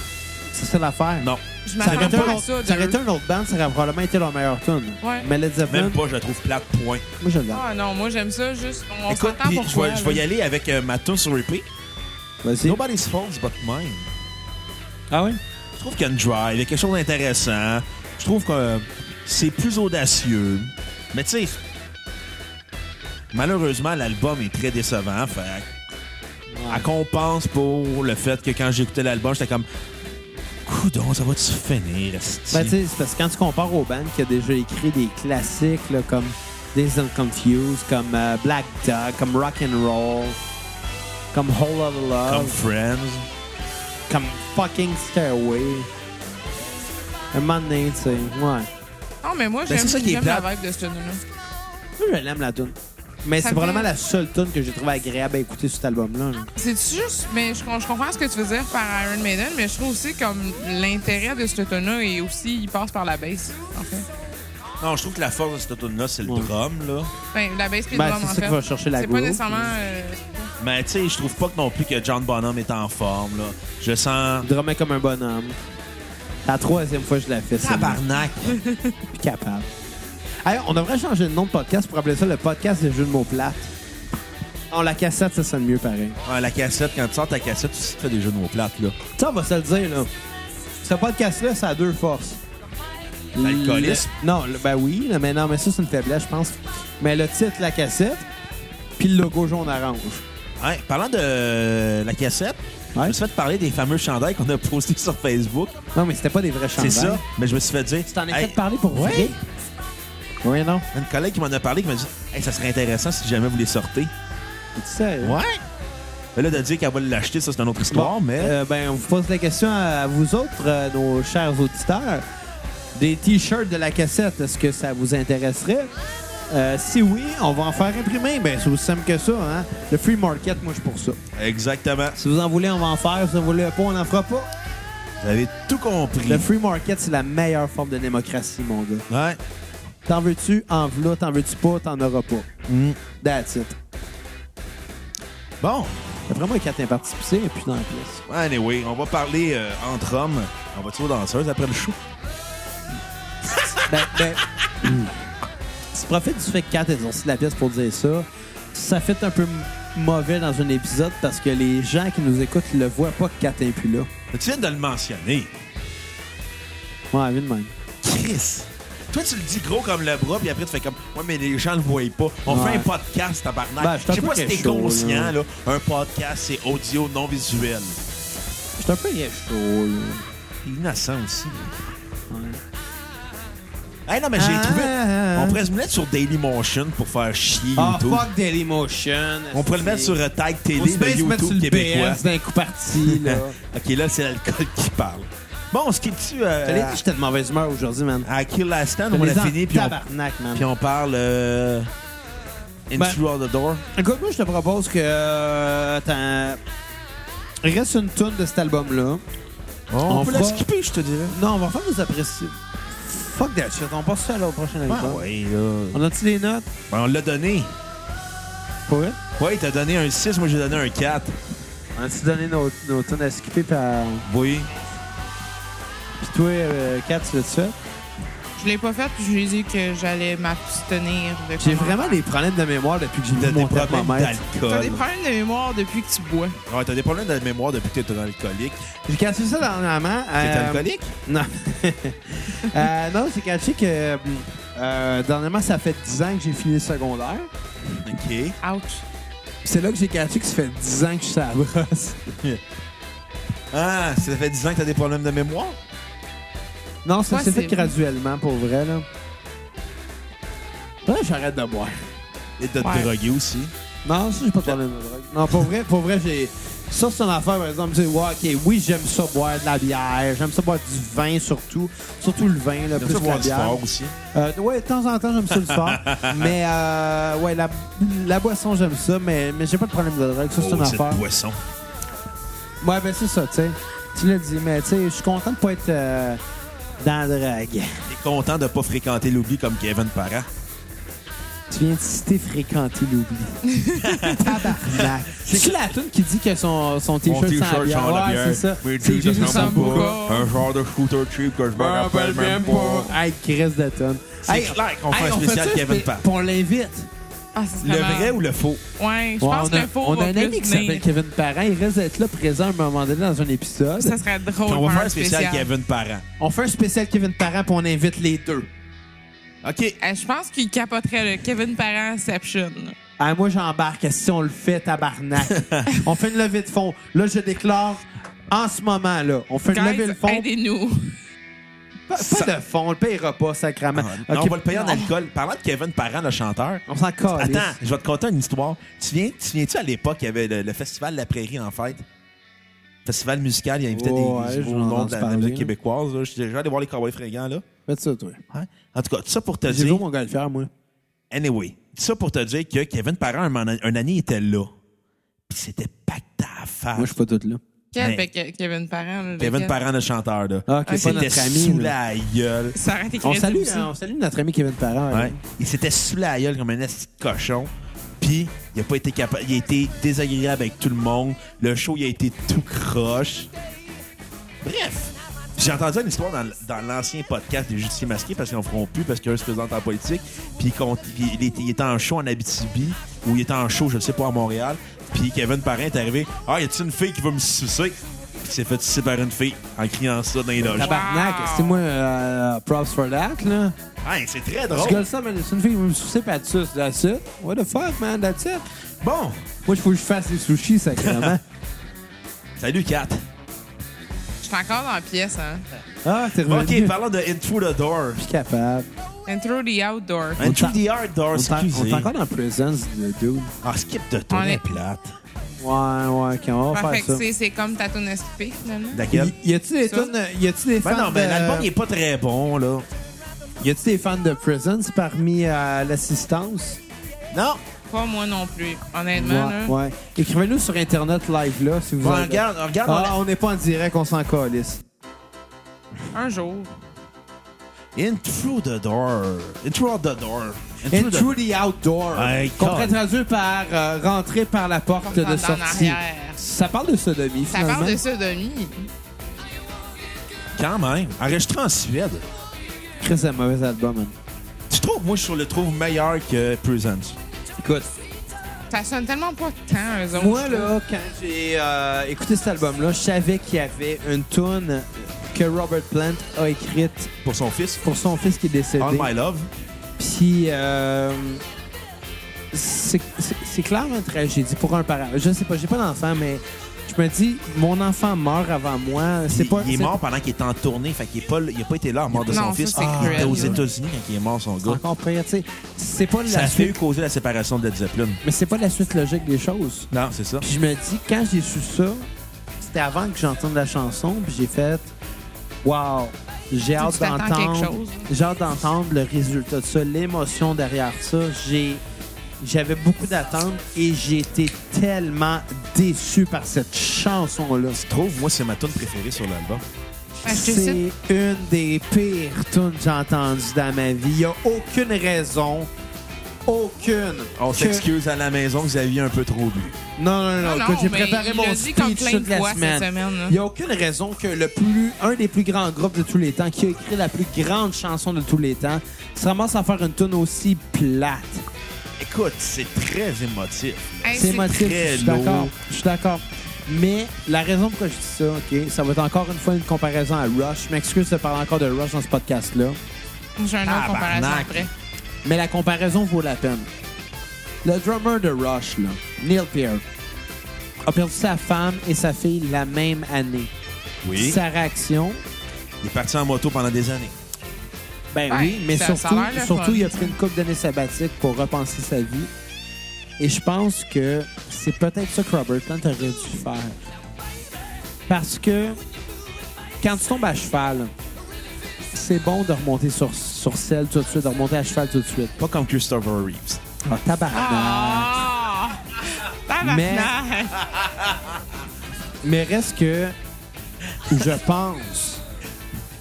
Speaker 1: C'est ça l'affaire.
Speaker 3: Non,
Speaker 4: Je
Speaker 1: Ça aurait, été
Speaker 4: m'attends
Speaker 1: un
Speaker 4: pas à
Speaker 1: autre,
Speaker 4: ça.
Speaker 1: ça aurait
Speaker 4: de-
Speaker 1: été un autre band, ça aurait probablement été leur meilleure tune.
Speaker 4: Ouais.
Speaker 1: Mais Led Zeppelin,
Speaker 3: même pas, je la trouve plate, point.
Speaker 1: moi, je l'aime.
Speaker 4: Ah, non, moi, j'aime ça. Juste, on
Speaker 3: Écoute,
Speaker 4: s'entend
Speaker 3: puis
Speaker 4: pour
Speaker 3: je vais- je vais y aller avec euh, ma tune sur repeat.
Speaker 1: Vas-y.
Speaker 3: Nobody's fault but mine.
Speaker 1: Ah oui?
Speaker 3: Je trouve qu'il y a une drive, il y a quelque chose d'intéressant. Je trouve que euh, c'est plus audacieux. Mais tu sais, malheureusement, l'album est très décevant. Fait à compense pour le fait que quand j'écoutais l'album, j'étais comme. Coudon, ça va-tu finir? esti?
Speaker 1: Ben, tu sais, c'est parce que quand tu compares aux bandes qui a déjà écrit des classiques là, comme Days and Confused, comme euh, Black Dog, comme Rock and Roll, comme Whole Lotta
Speaker 3: comme
Speaker 1: Love,
Speaker 3: Friends.
Speaker 1: comme, fucking Stairway. Un moment donné, tu sais, ouais. Moi,
Speaker 4: Non, mais moi,
Speaker 3: Ben,
Speaker 4: j'aime
Speaker 3: c'est ça qui est
Speaker 4: j'aime la
Speaker 3: plate.
Speaker 4: vibe de ce tune-là.
Speaker 1: je l'aime, la tune. Mais
Speaker 4: Ça
Speaker 1: c'est
Speaker 4: me fait-
Speaker 1: probablement la seule tune que j'ai trouvé agréable à écouter sur cet album-là. là.
Speaker 4: C'est juste, mais je, je comprends ce que tu veux dire par Iron Maiden, mais je trouve aussi comme l'intérêt de ce tonneau et aussi il passe par la bass, en fait.
Speaker 3: Non, je trouve que la force de cette tune là c'est le
Speaker 1: Ouais.
Speaker 3: drum, là.
Speaker 4: Ben, la bass puis le
Speaker 1: Ben,
Speaker 4: drum,
Speaker 1: c'est
Speaker 4: en
Speaker 1: ça
Speaker 4: fait.
Speaker 1: qui va chercher la
Speaker 4: C'est pas
Speaker 1: groove.
Speaker 4: nécessairement. euh,
Speaker 3: Mais tu sais, je trouve pas que non plus que John Bonham est en forme, là. Je sens.
Speaker 1: Il drummait comme un bonhomme. La troisième fois que je la fais, c'est
Speaker 3: Tabarnak!
Speaker 1: plus capable. Hey, on devrait changer de nom de podcast pour appeler ça le podcast des jeux de mots plates. On la cassette, ça sonne mieux pareil.
Speaker 3: Ah, la cassette, quand tu sors ta cassette, tu sais que tu fais des jeux de mots plates, là.
Speaker 1: Ça, on va se le dire, là. Ce podcast-là, ça a deux forces.
Speaker 3: L'alcoolisme.
Speaker 1: Le- Non, le- ben oui, là, mais non, mais ça, c'est une faiblesse, je pense. Mais le titre, la cassette, puis le logo jaune-orange.
Speaker 3: Ouais, parlant de euh, la cassette,
Speaker 1: Ouais.
Speaker 3: je me suis fait parler des fameux chandails qu'on a postés sur Facebook.
Speaker 1: Non, mais c'était pas des vrais
Speaker 3: C'est
Speaker 1: chandails.
Speaker 3: ça, mais je me suis fait dire.
Speaker 1: Tu t'en es
Speaker 3: Hey,
Speaker 1: fait parler pour
Speaker 3: Ouais.
Speaker 1: vrai? Oui, non.
Speaker 3: Une collègue qui m'en a parlé qui m'a dit Hey, ça serait intéressant si jamais vous les sortez.
Speaker 1: Tu sais.
Speaker 3: Ouais! Mais là, de dire qu'elle va l'acheter, ça, c'est une autre histoire,
Speaker 1: Bon,
Speaker 3: mais.
Speaker 1: euh, ben, on vous pose la question à vous autres, euh, nos chers auditeurs. Des t-shirts de la cassette, est-ce que ça vous intéresserait? Euh, si oui, on va en faire imprimer. Ben, c'est aussi simple que ça. Hein? Le free market, moi, je suis pour ça.
Speaker 3: Exactement.
Speaker 1: Si vous en voulez, on va en faire. Si vous en voulez pas, on n'en fera pas.
Speaker 3: Vous avez tout compris.
Speaker 1: Le free market, c'est la meilleure forme de démocratie, mon gars.
Speaker 3: Ouais.
Speaker 1: T'en veux-tu, en v'là. T'en veux-tu pas, t'en auras pas.
Speaker 3: Mm.
Speaker 1: That's it.
Speaker 3: Bon,
Speaker 1: T'as vraiment quatre imparticipés et puis dans la pièce.
Speaker 3: anyway, on va parler euh, entre hommes. On va tirer aux danseuses après le show.
Speaker 1: Ben, ben, tu profites du fait que Kat est sorti de la pièce pour dire ça. Ça fait un peu m- mauvais dans un épisode parce que les gens qui nous écoutent le voient pas que Kat est plus là.
Speaker 3: Mais tu viens de le mentionner.
Speaker 1: Ouais, vu de même.
Speaker 3: Chris! Toi, tu le dis gros comme le bras, puis après, tu fais comme Ouais, mais les gens le voient pas. On
Speaker 1: Ouais.
Speaker 3: fait un podcast, tabarnak.
Speaker 1: Ben, je suis
Speaker 3: je
Speaker 1: un
Speaker 3: sais
Speaker 1: peu
Speaker 3: pas si t'es
Speaker 1: quelque chose,
Speaker 3: conscient,
Speaker 1: là.
Speaker 3: là. Un podcast, c'est audio non visuel.
Speaker 1: J'étais un peu rien chaud, là.
Speaker 3: T'es innocent aussi.
Speaker 1: Ouais.
Speaker 3: Hey, non, mais j'ai
Speaker 1: Ah,
Speaker 3: trouvé.
Speaker 1: ah, ah.
Speaker 3: On pourrait se mettre sur Dailymotion pour faire chier
Speaker 1: Ah,
Speaker 3: YouTube.
Speaker 1: fuck Dailymotion.
Speaker 3: On pourrait le mettre sur euh, Tag
Speaker 1: On
Speaker 3: Télé,
Speaker 1: se
Speaker 3: le
Speaker 1: met- se mettre sur
Speaker 3: YouTube
Speaker 1: le
Speaker 3: québécois.
Speaker 1: PS d'un coup parti,
Speaker 3: (laughs)
Speaker 1: là.
Speaker 3: ok, là, c'est l'alcool qui parle. Bon, on se quitte-tu euh,
Speaker 1: J'allais dit j'étais de mauvaise humeur aujourd'hui, man.
Speaker 3: à Kill Last Stand?
Speaker 1: Je
Speaker 3: On
Speaker 1: les
Speaker 3: a
Speaker 1: en
Speaker 3: fini, puis on,
Speaker 1: tabarnak, man.
Speaker 3: puis on parle. Euh, Into
Speaker 1: Ben-
Speaker 3: the Door.
Speaker 1: Écoute, moi, je te propose que. euh, t'en- Il reste une toune de cet album-là.
Speaker 3: on,
Speaker 1: on
Speaker 3: peut la
Speaker 1: fera-
Speaker 3: skipper, je te dirais.
Speaker 1: Non, on va faire nos appréciés. Fuck that shit. On passe ça à la prochaine
Speaker 3: Ah,
Speaker 1: album.
Speaker 3: ouais, là.
Speaker 1: On a-tu des notes?
Speaker 3: Ben, on l'a donné.
Speaker 1: Pour vrai?
Speaker 3: Ouais, t'as donné un 6, moi j'ai donné un 4.
Speaker 1: On a-tu donné nos, nos tunes à skipper? Puis, à-
Speaker 3: Oui.
Speaker 1: puis toi, euh, Kat, tu l'as-tu fait?
Speaker 4: euh, Je l'ai pas fait, puis je lui ai dit que j'allais m'abstenir. de
Speaker 1: J'ai
Speaker 4: comment-
Speaker 1: vraiment des problèmes de mémoire depuis que j'ai
Speaker 3: T'as
Speaker 1: mis
Speaker 3: des
Speaker 1: mon
Speaker 3: problèmes
Speaker 1: thermomètre.
Speaker 4: T'as des
Speaker 3: d'alcool.
Speaker 4: problèmes de mémoire depuis que tu bois.
Speaker 3: Ouais, t'as des problèmes de mémoire depuis que t'es un alcoolique.
Speaker 1: J'ai cassé ça dernièrement.
Speaker 3: T'es
Speaker 1: euh,
Speaker 3: alcoolique?
Speaker 1: (laughs) Non. Euh, non, j'ai caché que euh, dernièrement, ça fait 10 ans que j'ai fini le secondaire.
Speaker 3: Ok.
Speaker 4: Ouch.
Speaker 1: Puis C'est là que j'ai caché que ça fait 10 ans que je suis à la brosse.
Speaker 3: Ah, ça fait 10 ans que t'as des problèmes de mémoire?
Speaker 1: Non, ça
Speaker 4: Ouais,
Speaker 1: s'est
Speaker 4: c'est
Speaker 1: fait
Speaker 4: vrai.
Speaker 1: graduellement, pour vrai, là. Ouais, j'arrête de boire.
Speaker 3: Et de te
Speaker 4: Ouais.
Speaker 3: droguer aussi.
Speaker 1: Non, ça, j'ai pas de problème de drogue. Non, pour vrai, pour vrai, j'ai... Ça, c'est une affaire, par exemple, tu sais, ouais, OK, oui, j'aime ça boire de la bière, j'aime ça boire du vin, surtout. Surtout le vin, là,
Speaker 3: Tu
Speaker 1: plus que la
Speaker 3: boire du
Speaker 1: bière.
Speaker 3: fort aussi.
Speaker 1: Euh, ouais, de temps en temps, j'aime ça le
Speaker 3: (laughs)
Speaker 1: soir. mais euh, ouais, la, la boisson, j'aime ça, mais, mais j'ai pas de problème de drogue. Ça, c'est une
Speaker 3: Oh, cette
Speaker 1: affaire.
Speaker 3: boisson.
Speaker 1: Ouais, ben c'est ça, tu sais. Tu l'as dit, mais tu sais, je suis content de pas être euh, dans la drague.
Speaker 3: T'es content de pas fréquenter l'oubli comme Kevin Parent.
Speaker 1: Tu viens de citer fréquenter l'oubli.
Speaker 4: (laughs)
Speaker 1: Tabarnak. C'est la tune qui dit que son, son t-shirt sent la bière. Ouais, c'est ça.
Speaker 3: Oui,
Speaker 1: C'est
Speaker 3: tu sais,
Speaker 1: Jésus
Speaker 3: je
Speaker 1: sans Ah, ben,
Speaker 3: m'en fous
Speaker 1: bouc.
Speaker 4: bouc.
Speaker 3: pas. Un genre de shooter cheap que je me rappelle même pas.
Speaker 1: Hey, Chris de tune.
Speaker 3: C'est clair qu'on fait un spécial Kevin Parent.
Speaker 1: On l'invite.
Speaker 4: Ah, ça serait
Speaker 3: Le
Speaker 4: marrant.
Speaker 3: vrai ou le faux?
Speaker 4: Ouais, je
Speaker 1: Ouais,
Speaker 4: pense
Speaker 1: on a,
Speaker 4: que le faux
Speaker 1: on
Speaker 4: va
Speaker 1: a un
Speaker 4: plus
Speaker 1: ami qui
Speaker 4: venir.
Speaker 1: s'appelle Kevin Parent. Il risque d'être là présent à un moment donné dans un épisode.
Speaker 4: Ça serait drôle.
Speaker 3: Puis on va faire
Speaker 4: un
Speaker 3: un spécial Kevin Parent.
Speaker 1: On fait un spécial Kevin Parent puis on invite les deux.
Speaker 3: OK.
Speaker 4: Euh, je pense qu'il capoterait le Kevin Parentception.
Speaker 1: Ah, moi, j'embarque. Si on le fait,
Speaker 3: (laughs)
Speaker 1: tabarnak. on fait une levée de fonds. Là, je déclare en ce moment, là. On fait une levée de
Speaker 4: Guys,
Speaker 1: fonds. (laughs)
Speaker 4: aidez-nous.
Speaker 1: Pas, pas
Speaker 3: Ça-
Speaker 1: de fonds. On le payera pas, sacrément.
Speaker 3: Ah, Non,
Speaker 1: Ok,
Speaker 3: on va le payer en
Speaker 1: non. Oh,
Speaker 3: alcool. Parlant de Kevin Parent, le chanteur.
Speaker 1: On s'en calisse.
Speaker 3: Attends, je vais te conter une histoire. Tu viens, tu viens-tu à l'époque, il y avait le, le festival La Prairie en fête? Festival musical, il invitait
Speaker 1: Ouais,
Speaker 3: des
Speaker 1: j'en
Speaker 3: nouveaux
Speaker 1: ai
Speaker 3: noms de
Speaker 1: entendu
Speaker 3: la,
Speaker 1: parler,
Speaker 3: musique
Speaker 1: là.
Speaker 3: québécoise. là. Je je vais aller voir les cowboys fringants, là.
Speaker 1: Faites ça, toi.
Speaker 3: Hein? En tout cas, tout ça pour te
Speaker 1: J'ai vu
Speaker 3: dire.
Speaker 1: mon golfeur, moi.
Speaker 3: Anyway, tout ça pour te dire que Kevin Parent, un, moment- un année, était là. Puis c'était pacté à faire.
Speaker 1: Moi, je suis pas toute là.
Speaker 4: Quel
Speaker 3: Hey.
Speaker 4: ben, Ke- Kevin Parent. là,
Speaker 3: Kevin
Speaker 4: lequel?
Speaker 3: Parent, le chanteur, là.
Speaker 1: Ah, ok,
Speaker 3: Il
Speaker 1: pas
Speaker 3: s'était
Speaker 1: notre ami,
Speaker 3: sous
Speaker 1: là.
Speaker 3: la gueule.
Speaker 4: Ça aurait été
Speaker 1: On
Speaker 4: crédible
Speaker 1: salue, hein.
Speaker 4: aussi.
Speaker 1: on salue notre ami Kevin Parent. hein. là.
Speaker 3: Ouais. Il s'était sous la gueule comme un esti de cochon. Puis, il a pas été capable. Il a été désagréable avec tout le monde. Le show, il a été tout croche. Bref. Puis J'ai entendu une histoire dans, l- dans l'ancien podcast des justiciers masqués parce qu'ils n'en feront plus parce qu'eux se présentent en politique. Puis qu'on- il, il était- il était en show en Abitibi ou il était en show, je sais pas, à Montréal. Puis Kevin Parent est arrivé. Ah, y a-tu une fille qui veut me sucer? Puis il s'est fait sucer par une fille en criant ça dans les loges.
Speaker 1: Tabarnak,
Speaker 4: Wow.
Speaker 1: c'est moi, euh, props for that, là.
Speaker 3: Hey, c'est très
Speaker 1: Je
Speaker 3: drôle.
Speaker 1: gueule ça, mais c'est une fille qui veut me sucer pas de suce. That's it. What the fuck, man? That's it.
Speaker 3: Bon,
Speaker 1: Moi, il faut que je fasse les sushis,
Speaker 3: (laughs)
Speaker 1: sacrément.
Speaker 3: salut Kat.
Speaker 4: Je suis encore dans la pièce, hein.
Speaker 1: ah, t'es revenu.
Speaker 3: Ok, parlons de Intro the Door.
Speaker 1: Je suis capable.
Speaker 4: Intro the outdoor.
Speaker 1: On
Speaker 3: Intro
Speaker 1: t'en-
Speaker 3: the Hard Door,
Speaker 1: On est en- on
Speaker 3: excusez.
Speaker 1: est encore dans Presence, le dude. Ouais,
Speaker 3: Ah, skip de tour,
Speaker 4: On est-
Speaker 3: plate.
Speaker 1: ouais, ok, on va
Speaker 4: Parfait,
Speaker 1: faire ça.
Speaker 4: c'est- c'est comme ta toune esquipée, finalement.
Speaker 3: Laquelle?
Speaker 1: Y- Y a-tu des
Speaker 4: Ça.
Speaker 1: tunes- y a-tu des
Speaker 3: Ben
Speaker 1: fans
Speaker 3: non, ben
Speaker 1: de-
Speaker 3: l'album, il est pas très bon, là.
Speaker 1: Y a-tu des fans de Presence parmi euh, l'assistance?
Speaker 3: Non,
Speaker 4: Pas moi non plus, honnêtement. là.
Speaker 1: ouais. Écrivez-nous sur Internet live là si vous
Speaker 3: Bon,
Speaker 1: avez-
Speaker 3: regarde, regarde. on a-
Speaker 1: Ah, on n'est pas en direct, on s'en calisse.
Speaker 4: Un jour.
Speaker 3: In through the door. In through the door. In
Speaker 1: And
Speaker 3: through the-
Speaker 1: through the outdoor.
Speaker 3: Hey,
Speaker 1: Qu'on
Speaker 3: God.
Speaker 1: pourrait traduire par euh, rentrer par la porte
Speaker 4: Dans-
Speaker 1: de
Speaker 4: dans
Speaker 1: sortie.
Speaker 4: l'arrière.
Speaker 1: Ça parle de sodomie,
Speaker 4: Ça
Speaker 1: finalement.
Speaker 4: parle de sodomie.
Speaker 3: Quand même. Enregistré en Suède.
Speaker 1: Chris, c'est un mauvais album, man.
Speaker 3: Tu trouves, moi, je le trouve meilleur que Presents.
Speaker 1: Écoute,
Speaker 4: Ça sonne tellement pas tant, eux autres.
Speaker 1: moi,
Speaker 4: je trouve.
Speaker 1: là, quand j'ai euh, écouté cet album-là, je savais qu'il y avait une tune que Robert Plant a écrite
Speaker 3: Pour son fils.
Speaker 1: pour son fils qui est décédé.
Speaker 3: On My Love.
Speaker 1: Puis, euh, c'est c'est- c'est clair une tragédie pour un parent. Je sais pas, j'ai pas d'enfant, mais je me dis, mon enfant meurt avant moi. C'est
Speaker 3: Il-
Speaker 1: pas.
Speaker 3: il est
Speaker 1: c'est-
Speaker 3: mort pendant qu'il était en tournée. Fait qu'il est pas, il a pas été là à la mort de
Speaker 4: Non,
Speaker 3: son
Speaker 4: ça,
Speaker 3: fils.
Speaker 4: c'est
Speaker 3: il était
Speaker 4: cruel,
Speaker 3: aux
Speaker 4: là.
Speaker 3: États-unis quand il est mort, son
Speaker 1: C'est
Speaker 3: gars.
Speaker 1: encore pire, tu sais. C'est pas
Speaker 3: Ça
Speaker 1: Ah, la
Speaker 3: a fait eu
Speaker 1: suite.
Speaker 3: causer la séparation de Led Zeppelin.
Speaker 1: Mais c'est pas la suite logique des choses.
Speaker 3: Non, c'est ça.
Speaker 1: Puis je me dis, quand j'ai su ça, c'était avant que j'entende la chanson, puis j'ai fait, wow, j'ai hâte
Speaker 4: t'attends quelque
Speaker 1: d'entendre,
Speaker 4: chose.
Speaker 1: j'ai hâte d'entendre le résultat de ça, l'émotion derrière ça. J'ai, j'avais beaucoup d'attentes et j'ai été tellement déçu par cette chanson là.
Speaker 3: Tu trouves, moi, c'est ma tune préférée sur l'album.
Speaker 4: Ben, je te
Speaker 1: C'est
Speaker 4: cite.
Speaker 1: une des pires tunes que j'ai entendues dans ma vie. Il n'y a aucune raison, aucune.
Speaker 3: On
Speaker 1: que-
Speaker 3: s'excuse à la maison que vous aviez un peu trop bu.
Speaker 1: Non, non, Ah non.
Speaker 4: Ah Non,
Speaker 1: écoute, j'ai
Speaker 4: mais
Speaker 1: préparé
Speaker 4: il
Speaker 1: mon
Speaker 4: l'a dit comme
Speaker 1: speech
Speaker 4: plein
Speaker 1: toute
Speaker 4: de
Speaker 1: la
Speaker 4: fois cette
Speaker 1: semaine.
Speaker 4: semaine, là.
Speaker 1: Il n'y a aucune raison que le plus, un des plus grands groupes de tous les temps, qui a écrit la plus grande chanson de tous les temps, se ramasse à faire une tune aussi plate.
Speaker 3: Ben, Écoute, c'est très émotif. là.
Speaker 4: Hey,
Speaker 1: C'est
Speaker 4: c'est
Speaker 1: émotif,
Speaker 3: très
Speaker 1: je suis d'accord.
Speaker 3: lourd.
Speaker 1: Je suis d'accord. Mais la raison pourquoi je dis ça, OK, ça va être encore une fois une comparaison à Rush. Je m'excuse de parler encore de Rush dans ce podcast-là.
Speaker 4: J'ai un autre comparaison
Speaker 3: Tabarnak.
Speaker 4: après.
Speaker 1: Mais la comparaison vaut la peine. Le drummer de Rush, là, Neil Peart, a perdu sa femme et sa fille la même année.
Speaker 3: Oui.
Speaker 1: Sa réaction,
Speaker 3: Il est parti en moto pendant des années.
Speaker 1: Ben
Speaker 4: Ben,
Speaker 1: oui, mais
Speaker 4: ça-
Speaker 1: surtout,
Speaker 4: ça a l'air le
Speaker 1: surtout
Speaker 4: fun,
Speaker 1: il a
Speaker 4: ça.
Speaker 1: pris une couple d'années sabbatiques pour repenser sa vie. Et je pense que c'est peut-être ça que Robert Plant aurait dû faire. Parce que quand tu tombes à cheval, c'est bon de remonter sur, sur selle tout de suite, de remonter à cheval tout de suite.
Speaker 3: Pas comme Christopher Reeves.
Speaker 1: Ah, tabarnak.
Speaker 4: Ah!
Speaker 1: Mais-
Speaker 4: Tabarnak!
Speaker 1: Mais reste que je pense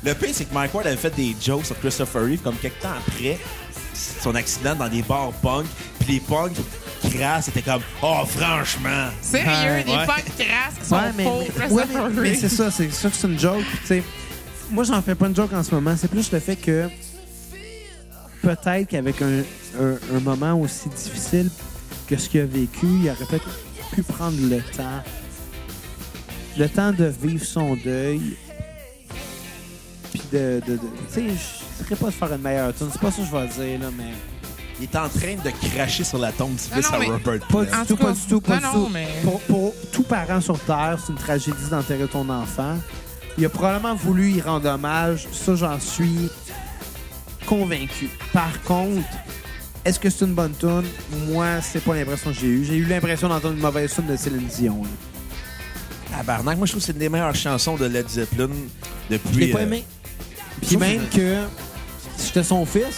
Speaker 3: Le pire, c'est que Mike Ward avait fait des jokes sur Christopher Reeve comme quelques temps après son accident dans des bars punk. Puis les punks crasses étaient comme « Oh, franchement!
Speaker 4: Sérieux, des
Speaker 3: Ouais.
Speaker 4: potes crasses qui sont
Speaker 1: Ouais, mais,
Speaker 4: pauvres,
Speaker 1: mais-
Speaker 4: ça,
Speaker 1: ouais,
Speaker 4: ça
Speaker 1: mais-
Speaker 4: fait
Speaker 1: mais
Speaker 4: rire.
Speaker 1: c'est ça, c'est sûr que c'est une joke. tu sais. Moi, j'en fais pas une joke en ce moment. C'est plus le fait que peut-être qu'avec un, un- un moment aussi difficile que ce qu'il a vécu, il aurait peut-être pu prendre le temps. Le temps de vivre son deuil. Puis de. de- de- tu sais, je serais pas de faire une meilleure tune. C'est pas ça que je vais dire, là, mais. »
Speaker 3: Il est en train de cracher sur la tombe du
Speaker 4: Non,
Speaker 3: fils
Speaker 4: non,
Speaker 3: à
Speaker 4: mais-
Speaker 3: Robert
Speaker 1: Ah Pas
Speaker 3: Plant.
Speaker 1: du
Speaker 4: En
Speaker 1: tout,
Speaker 4: tout
Speaker 1: pas
Speaker 4: cas,
Speaker 1: du tout, pas
Speaker 4: non,
Speaker 1: du tout.
Speaker 4: non, mais-
Speaker 1: Pour, pour tout parent sur Terre, c'est une tragédie d'enterrer ton enfant. Il a probablement voulu y rendre hommage. Ça, j'en suis convaincu. Par contre, est-ce que c'est une bonne tune? Moi, c'est pas l'impression que j'ai eue. J'ai eu l'impression d'entendre une mauvaise tune de Céline Dion. là.
Speaker 3: Tabarnak, moi je trouve que c'est une des meilleures chansons de Led Zeppelin depuis...
Speaker 1: Je l'ai pas
Speaker 3: euh,
Speaker 1: aimé. Puis même que j'étais son fils.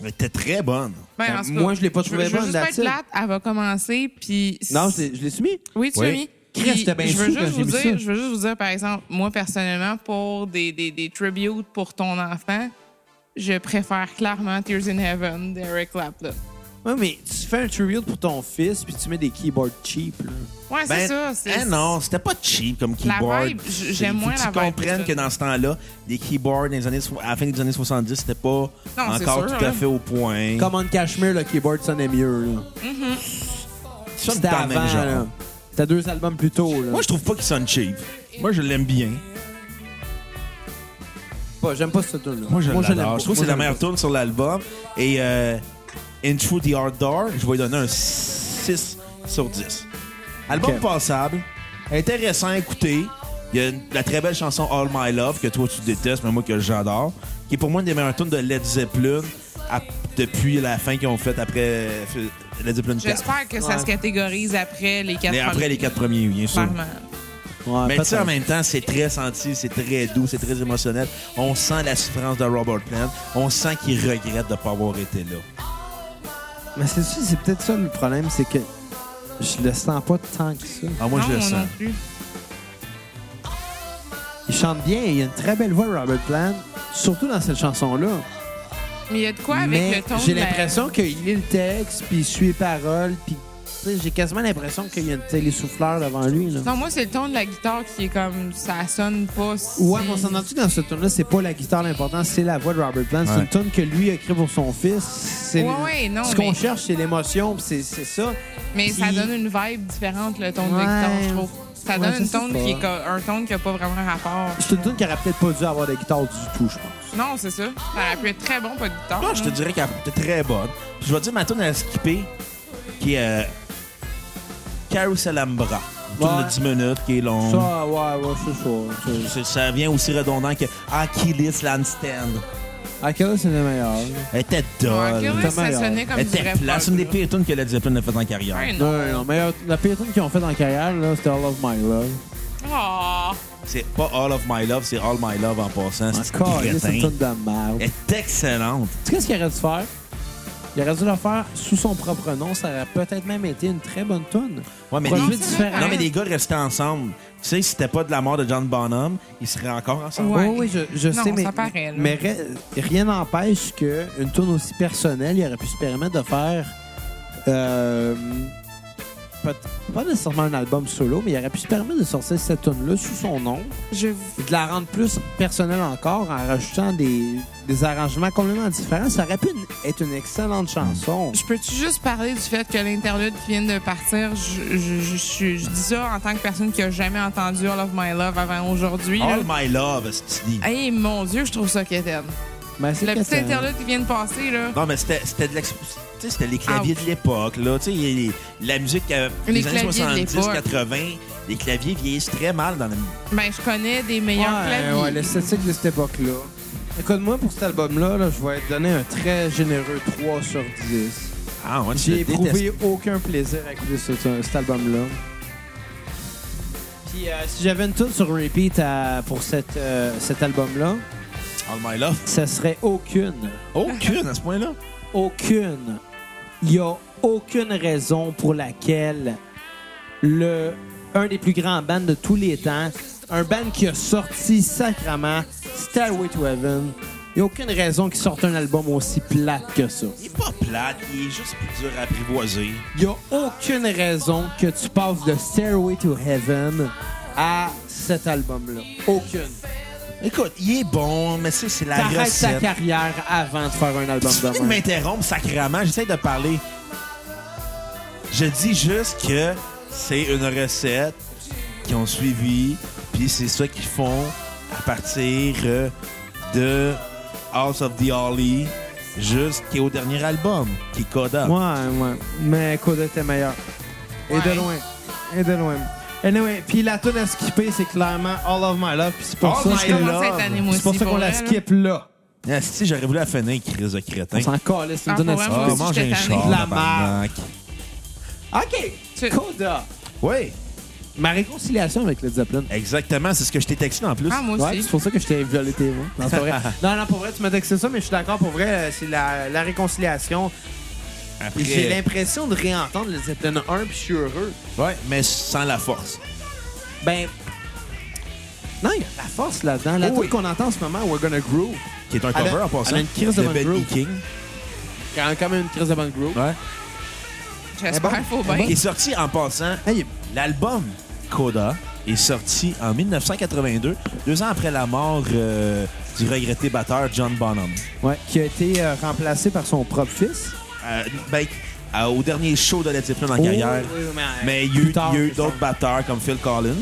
Speaker 3: Elle était très bonne.
Speaker 4: Ben, en
Speaker 1: Ben,
Speaker 4: tout cas,
Speaker 1: moi, je l'ai pas
Speaker 4: veux-
Speaker 1: trouvé
Speaker 4: Je veux
Speaker 1: bonne,
Speaker 4: juste pas être
Speaker 1: that's it.
Speaker 4: plate, elle va commencer, puis...
Speaker 1: Non, je l'ai- je l'ai soumis.
Speaker 4: Oui, tu
Speaker 3: Oui.
Speaker 4: l'as mis.
Speaker 1: Chris,
Speaker 4: Puis,
Speaker 1: j'étais bien
Speaker 4: je veux
Speaker 1: fou
Speaker 4: juste
Speaker 1: quand j'ai
Speaker 4: vous
Speaker 1: vu
Speaker 4: dire,
Speaker 1: ça.
Speaker 4: Je veux juste vous dire, par exemple, moi, personnellement, pour des, des, des tributes pour ton enfant, je préfère clairement Tears in Heaven d'Eric Clapton.
Speaker 1: Ouais, mais tu fais un tribute pour ton fils, puis tu mets des keyboards cheap. Là.
Speaker 4: Ouais, c'est
Speaker 3: Ben,
Speaker 4: ça. c'est-
Speaker 1: eh
Speaker 3: hein, non, c'était pas cheap comme
Speaker 4: La
Speaker 3: keyboard.
Speaker 4: vibe, j- j'aime moins la
Speaker 3: Tu
Speaker 4: vibe
Speaker 3: comprennes
Speaker 4: du
Speaker 3: que
Speaker 4: film.
Speaker 3: dans ce temps-là, les keyboards des années, so- à la fin des années 70, c'était pas encore
Speaker 4: c'est sûr,
Speaker 3: tout à
Speaker 4: hein.
Speaker 3: fait au point.
Speaker 1: Comme on Cashmere, le keyboard sonnait mieux. Là.
Speaker 3: Ça,
Speaker 1: C'était
Speaker 3: dans le même
Speaker 1: avant,
Speaker 3: genre.
Speaker 1: là. C'était deux albums plus tôt. Là.
Speaker 3: Moi, je trouve pas qu'il sonne cheap. Moi, je l'aime bien.
Speaker 1: pas, j'aime pas cette tune-là.
Speaker 3: Moi, je
Speaker 1: l'aime
Speaker 3: l'adore.
Speaker 1: pas.
Speaker 3: Je trouve que c'est
Speaker 1: Moi,
Speaker 3: la
Speaker 1: j'aime
Speaker 3: meilleure tune sur l'album. Et euh, Into the Hard Door, je vais lui donner un 6 sur 10. Album
Speaker 1: Ok.
Speaker 3: passable, intéressant à écouter. Il y a une- la très belle chanson All My Love, que toi tu détestes, mais moi que j'adore, qui est pour moi une des meilleures tunes de Led Zeppelin à- depuis la fin qu'ils ont faite après euh, Led Zeppelin 4.
Speaker 4: J'espère que ça
Speaker 1: Ouais.
Speaker 4: se catégorise après les quatre
Speaker 3: Mais après
Speaker 4: premiers.
Speaker 3: les quatre premiers, bien sûr.
Speaker 4: Clairement.
Speaker 1: pas. Ouais,
Speaker 3: Mais tu
Speaker 1: peut-être.
Speaker 3: sais, en même temps, c'est très senti, c'est très doux, c'est très émotionnel. On sent la souffrance de Robert Plant. On sent qu'il regrette de ne pas avoir été là.
Speaker 1: Mais c'est, ça, c'est peut-être ça le problème, c'est que je le sens pas tant que ça.
Speaker 3: Ah, moi,
Speaker 4: non,
Speaker 3: je le
Speaker 4: moi
Speaker 3: sens.
Speaker 4: non plus.
Speaker 1: Il chante bien, il a une très belle voix, Robert Plant, surtout dans cette chanson-là.
Speaker 4: Mais il y a de quoi avec
Speaker 1: Mais
Speaker 4: le ton
Speaker 1: j'ai
Speaker 4: de la-
Speaker 1: l'impression qu'il lit le texte, puis il suit les paroles, puis tu sais, j'ai quasiment l'impression qu'il y a une télésouffleur devant lui. Là.
Speaker 4: Non, moi, c'est le ton de la guitare qui est comme... Ça sonne pas si...
Speaker 1: Ouais, mais on s'en que dans ce tune là c'est pas la guitare l'important, c'est la voix de Robert Plant. C'est
Speaker 3: Ouais.
Speaker 1: une tune que lui a écrit pour son fils. C'est
Speaker 4: Ouais, ouais, non,
Speaker 1: ce qu'on
Speaker 4: mais-
Speaker 1: cherche, c'est l'émotion, puis c'est c'est ça.
Speaker 4: Mais ça
Speaker 1: Puis-
Speaker 4: donne une vibe différente, le ton de
Speaker 1: Ouais.
Speaker 4: la guitare, je trouve.
Speaker 1: Ouais,
Speaker 4: Ça donne
Speaker 1: je
Speaker 4: une
Speaker 1: sais
Speaker 4: tone
Speaker 1: pas.
Speaker 4: qui est co- un ton qui n'a pas vraiment rapport.
Speaker 1: C'est une tune qui aurait peut-être pas dû avoir de guitare du tout, je pense.
Speaker 4: Non, c'est ça. Ça aurait pu être très bon, pas de guitare.
Speaker 3: Moi, Ah, je te
Speaker 4: hein.
Speaker 3: dirais qu'elle était très bonne. Puis je vais te dire ma tune à skipper, qui est euh, Carousel Ambra. Une tune
Speaker 1: Ouais.
Speaker 3: de 10 minutes qui est longue.
Speaker 1: Ça, ouais, ouais, c'est ça.
Speaker 3: Ça, ça vient aussi redondant que Achilles Landstand.
Speaker 1: À quel âge Ah, c'est le meilleur?
Speaker 3: Elle était
Speaker 4: Ouais,
Speaker 3: dolle.
Speaker 4: Curious,
Speaker 1: ta
Speaker 4: ça
Speaker 1: meilleure.
Speaker 4: sonnait comme
Speaker 3: euh, Elle
Speaker 4: du
Speaker 3: était
Speaker 4: vrai pop,
Speaker 3: plate. C'est une des
Speaker 4: là.
Speaker 3: pires tunes que Led Zeppelin a fait en carrière.
Speaker 4: Ouais, non.
Speaker 1: Non, non, meilleur, la pire tune qu'ils ont fait en carrière, là, c'était All of My Love.
Speaker 4: Ah.
Speaker 3: C'est pas All of My Love, c'est All My Love en passant. C'est
Speaker 1: Encore, c'est une
Speaker 3: crétin.
Speaker 1: tune de merde.
Speaker 3: Elle est excellente.
Speaker 1: Tu sais qu'est-ce qu'il aurait dû faire? Il aurait dû le faire sous son propre nom. Ça aurait peut-être même été une très bonne tune.
Speaker 3: Ouais, mais
Speaker 1: Produit
Speaker 3: les...
Speaker 4: c'est
Speaker 1: différent.
Speaker 4: vrai.
Speaker 3: Non, mais les gars restaient ensemble. Tu sais, si c'était pas de la mort de John Bonham, ils seraient encore ensemble.
Speaker 4: Ouais.
Speaker 1: Oui, oui, je, je
Speaker 4: Non,
Speaker 1: sais,
Speaker 4: ça
Speaker 1: mais,
Speaker 4: paraît, là.
Speaker 1: mais re- rien n'empêche qu'une tourne aussi personnelle, il aurait pu se permettre de faire. euh, peut- pas nécessairement un album solo, mais il aurait pu se permettre de sortir cette tourne-là sous son nom
Speaker 4: Je vous-
Speaker 1: et de la rendre plus personnelle encore en rajoutant des, des arrangements complètement différents. Ça aurait pu une- être une excellente chanson.
Speaker 4: Je peux-tu juste parler du fait que l'interlude qui vient de partir, je, je, je, je- je dis ça en tant que personne qui a jamais entendu All of My Love avant aujourd'hui. là.
Speaker 3: All My Love, c'est dit.
Speaker 4: Hey, mon Dieu, je trouve ça quétaine.
Speaker 1: Mais c'est
Speaker 4: Le
Speaker 1: que
Speaker 4: petit
Speaker 1: ça-
Speaker 4: interlude qui vient de passer, là.
Speaker 3: Non, mais c'était c'était de l'ex- tu sais, c'était les claviers de l'époque, là. Tu sais, les- la musique euh,
Speaker 4: Ah Les
Speaker 3: des années
Speaker 4: claviers de
Speaker 3: 70,
Speaker 4: l'époque.
Speaker 3: 80, les claviers vieillissent très mal dans la
Speaker 4: Ben, je connais des meilleurs
Speaker 1: Ouais,
Speaker 4: claviers.
Speaker 1: ouais, l'esthétique de cette époque-là. Écoute, moi, pour cet album-là, là, je vais te donner un très généreux 3 sur 10.
Speaker 3: Ah, ouais, tu
Speaker 1: J'ai
Speaker 3: le détestes.
Speaker 1: éprouvé aucun plaisir à écouter ce- ce- cet album-là. Puis euh, si j'avais une tune sur repeat à- pour cette, euh, cet album-là,
Speaker 3: All My Love.
Speaker 1: ça serait aucune.
Speaker 3: Aucune à ce point-là.
Speaker 1: Aucune. Il n'y a aucune raison pour laquelle le un des plus grands bands de tous les temps, un band qui a sorti sacrament Stairway to Heaven, il n'y a aucune raison qu'il sorte un album aussi plate que ça.
Speaker 3: Il est pas plate, il est juste plus dur à apprivoiser.
Speaker 1: Il n'y a aucune raison que tu passes de Stairway to Heaven à cet album-là. Aucune.
Speaker 3: Écoute, il est bon, mais tu sais, c'est la
Speaker 1: T'arrêtes ta
Speaker 3: recette.
Speaker 1: carrière avant de faire un album
Speaker 3: Tu (laughs)
Speaker 1: de
Speaker 3: finis de
Speaker 1: même.
Speaker 3: m'interrompre sacrément, j'essaie de parler. Je dis juste que c'est une recette qu'ils ont suivie, puis c'est ça qu'ils font à partir euh, de House of the Holly jusqu'au dernier album, qui est Coda.
Speaker 1: Ouais,
Speaker 6: hein,
Speaker 1: ouais. Mais Coda était meilleur. Et de
Speaker 4: Ouais.
Speaker 1: loin. Et de loin. Anyway, puis la tune à skipper, c'est clairement All of My Love. Puis c'est pour
Speaker 3: All
Speaker 1: ça
Speaker 3: My
Speaker 1: que-
Speaker 4: Je commence à
Speaker 3: Love.
Speaker 4: être année, moi
Speaker 1: c'est pour
Speaker 4: aussi,
Speaker 1: ça qu'on la
Speaker 4: vrai, là.
Speaker 1: skip là.
Speaker 3: Ah, si j'aurais voulu la finir, crise de crétin.
Speaker 1: On s'en calisse, c'est
Speaker 4: Ah,
Speaker 1: une tune à
Speaker 4: pour
Speaker 1: skipper.
Speaker 4: vrai, moi
Speaker 3: Ah,
Speaker 4: aussi,
Speaker 3: mange
Speaker 4: j'étais
Speaker 3: un
Speaker 4: tanné.
Speaker 3: char,
Speaker 1: La
Speaker 3: tabarnak.
Speaker 1: OK.
Speaker 4: Tu-
Speaker 1: Coda.
Speaker 3: Oui.
Speaker 6: euh, Ma réconciliation avec Led Zeppelin.
Speaker 3: Exactement, c'est ce que je t'ai texté en plus.
Speaker 4: Ah, moi
Speaker 6: Ouais,
Speaker 4: aussi.
Speaker 6: c'est pour ça que je t'ai violé tes mots. Non, c'est pas vrai.
Speaker 4: (laughs)
Speaker 6: non, non, pour vrai, tu m'as texté ça, mais je suis d'accord. Pour vrai, euh, c'est la, la réconciliation.
Speaker 3: Après-
Speaker 6: Et J'ai l'impression de réentendre le Zeppelin 1, puis je suis heureux.
Speaker 3: Ouais, mais sans la force.
Speaker 6: Ben. Non, il y a de la force là-dedans. La
Speaker 3: Oh,
Speaker 6: tune
Speaker 3: oui.
Speaker 6: qu'on entend en ce moment, We're Gonna Groove,
Speaker 3: Qui est un
Speaker 6: Elle
Speaker 3: cover
Speaker 6: a-
Speaker 3: en passant.
Speaker 6: elle a une crise de
Speaker 3: de
Speaker 6: bonne
Speaker 3: Benny
Speaker 6: groove.
Speaker 3: King.
Speaker 6: qui a quand même une crise de bonne groove.
Speaker 3: Ouais.
Speaker 4: J'espère,
Speaker 3: ben,
Speaker 6: Eh bon,
Speaker 4: faut
Speaker 3: Qui est
Speaker 4: bien.
Speaker 3: sorti en passant.
Speaker 6: Hey,
Speaker 3: L'album Coda est sorti en 1982, deux ans après la mort euh, du regretté batteur John Bonham.
Speaker 1: Ouais, qui a été euh, remplacé par son propre fils.
Speaker 3: Euh, ben, euh, au dernier show de Led Zeppelin en carrière.
Speaker 6: Oh, oui,
Speaker 3: Mais il y a eu-
Speaker 6: tard,
Speaker 3: il y a eu,
Speaker 6: plus
Speaker 3: d'autres batteurs comme Phil Collins.